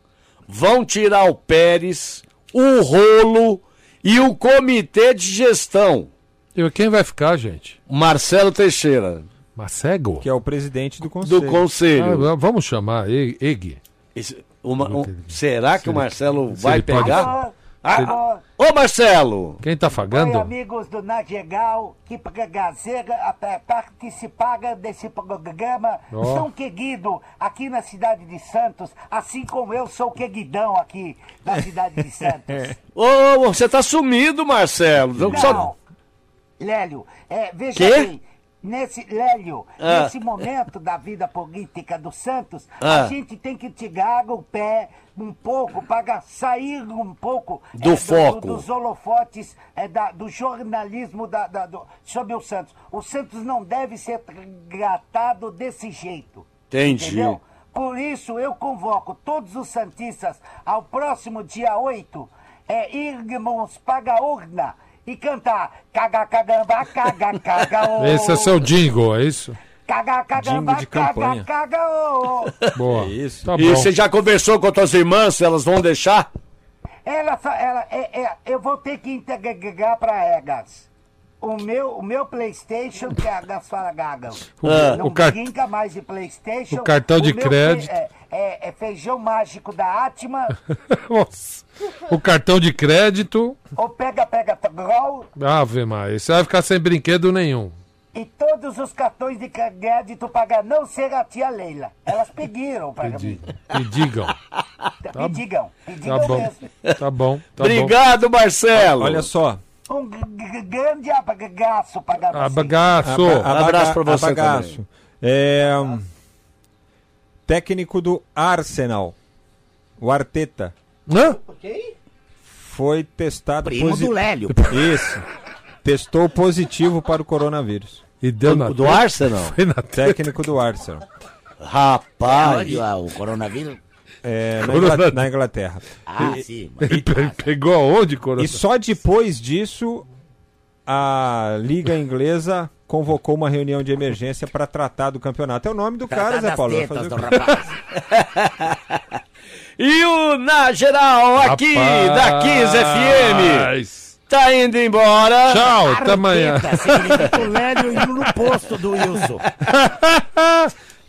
[SPEAKER 3] vão tirar o Pérez, o rolo e o comitê de gestão.
[SPEAKER 4] E quem vai ficar, gente?
[SPEAKER 3] Marcelo Teixeira,
[SPEAKER 4] Mas cego?
[SPEAKER 5] Que é o presidente do
[SPEAKER 3] do
[SPEAKER 5] conselho.
[SPEAKER 3] Conselho.
[SPEAKER 4] Ah, vamos chamar E- Eg.
[SPEAKER 3] Esse- o Ma- o- será que o Marcelo vai
[SPEAKER 4] ele pode-
[SPEAKER 3] pegar?
[SPEAKER 2] Ah,
[SPEAKER 3] Ah, Ô, Marcelo!
[SPEAKER 4] Quem tá
[SPEAKER 2] Oi,
[SPEAKER 4] fagando?
[SPEAKER 2] amigos do Nagegal, que pra- gazega até participaram desse programa
[SPEAKER 4] Ó.
[SPEAKER 2] tão querido aqui na cidade de Santos, assim como eu sou queridão aqui da cidade de Santos.
[SPEAKER 3] Ô, você tá sumido, Marcelo. Não. Só...
[SPEAKER 2] Lélio, é, veja
[SPEAKER 3] Quê?
[SPEAKER 2] bem, nesse, Lélio,
[SPEAKER 3] Ah.
[SPEAKER 2] nesse momento da vida política do Santos,
[SPEAKER 3] Ah.
[SPEAKER 2] a gente tem que tirar o pé um pouco para sair um pouco
[SPEAKER 3] Do foco.
[SPEAKER 2] dos holofotes, é, da- do jornalismo da- da- do- sobre o Santos. O Santos não deve ser tratado desse jeito.
[SPEAKER 3] Entendi.
[SPEAKER 2] Entendeu? Por isso, eu convoco todos os Santistas ao próximo dia 8, é Irmãos Paga Urna, e cantar Caga Cagamba, Caga Caga ô.
[SPEAKER 4] *laughs* Esse é seu jingle, é isso?
[SPEAKER 2] Caga Cagamba,
[SPEAKER 4] Jingle de
[SPEAKER 2] Caga
[SPEAKER 4] campanha.
[SPEAKER 2] Caga ô.
[SPEAKER 4] Boa.
[SPEAKER 5] isso.
[SPEAKER 4] Tá
[SPEAKER 3] É e
[SPEAKER 4] bom. Tá
[SPEAKER 3] você já conversou com as tuas irmãs? se Elas vão deixar?
[SPEAKER 2] Ela, só- ela, é, é, eu vou ter que entregar para elas. O meu, o meu Playstation que é das Faragagas.
[SPEAKER 4] O- Ah.
[SPEAKER 2] não
[SPEAKER 4] o car-
[SPEAKER 2] brinca mais de Playstation.
[SPEAKER 4] o cartão de
[SPEAKER 2] meu fe-
[SPEAKER 4] crédito.
[SPEAKER 2] é, é- é feijão mágico da
[SPEAKER 4] *laughs*
[SPEAKER 2] Atma.
[SPEAKER 4] *laughs* Nossa. O cartão de crédito.
[SPEAKER 2] ou pega, pega, troll.
[SPEAKER 4] Ave Maria. Você vai ficar sem brinquedo nenhum.
[SPEAKER 2] E todos os cartões de crédito para não ser a tia Leila. Elas pediram para mim.
[SPEAKER 4] Me digam.
[SPEAKER 2] Me digam. Me
[SPEAKER 4] Tá
[SPEAKER 2] digam
[SPEAKER 4] bom.
[SPEAKER 2] mesmo.
[SPEAKER 4] Tá bom. Tá
[SPEAKER 3] Obrigado, Marcelo.
[SPEAKER 5] Olha só.
[SPEAKER 2] Um g- g- grande abraço para
[SPEAKER 4] bom.
[SPEAKER 2] vocês.
[SPEAKER 4] Abagaço.
[SPEAKER 5] Aba-
[SPEAKER 3] Abraço pra
[SPEAKER 5] abaga-
[SPEAKER 3] você
[SPEAKER 5] abagaço.
[SPEAKER 3] também.
[SPEAKER 5] É, hum, técnico do Arsenal, o Arteta,
[SPEAKER 4] Hã?
[SPEAKER 5] foi testado
[SPEAKER 1] Primo do
[SPEAKER 4] *laughs*
[SPEAKER 1] Lélio.
[SPEAKER 5] Isso. Testou positivo para o coronavírus.
[SPEAKER 4] E deu na
[SPEAKER 3] Do
[SPEAKER 4] teta?
[SPEAKER 3] Arsenal?
[SPEAKER 4] *laughs* Foi na teta.
[SPEAKER 5] Técnico do Arsenal.
[SPEAKER 3] Rapaz.
[SPEAKER 1] Olha lá, o coronavírus.
[SPEAKER 5] É, na,
[SPEAKER 4] Coronavírus.
[SPEAKER 5] Ingla- na Inglaterra.
[SPEAKER 1] Ah,
[SPEAKER 5] E-
[SPEAKER 1] sim. mas-
[SPEAKER 4] Ele pe- pegou aonde,
[SPEAKER 5] E
[SPEAKER 4] coronavírus?
[SPEAKER 5] só depois disso, a Liga Inglesa convocou uma reunião de emergência para tratar do campeonato. É o nome do
[SPEAKER 1] Tratar
[SPEAKER 5] cara, Zé
[SPEAKER 1] das
[SPEAKER 5] Paulo. vai
[SPEAKER 1] tetas
[SPEAKER 5] fazer
[SPEAKER 1] do
[SPEAKER 5] o quê?
[SPEAKER 1] rapaz.
[SPEAKER 3] E o Na Geral, aqui da Kiss FM.
[SPEAKER 4] Rapaz.
[SPEAKER 3] Tá indo embora.
[SPEAKER 4] Tchau, até amanhã.
[SPEAKER 1] Arteta, significa o Lélio e o no posto do Wilson.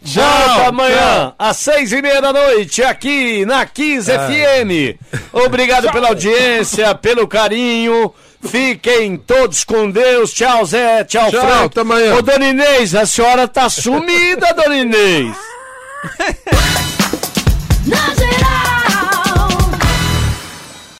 [SPEAKER 3] Volta amanhã, às seis e meia da noite, aqui na 15 FM. Obrigado pela audiência, pelo carinho. Fiquem todos com Deus. Tchau, Zé. Tchau,
[SPEAKER 4] Tchau,
[SPEAKER 3] Frank.
[SPEAKER 4] até amanhã.
[SPEAKER 3] Ô, Dona Inês, a senhora tá sumida, Dona Inês.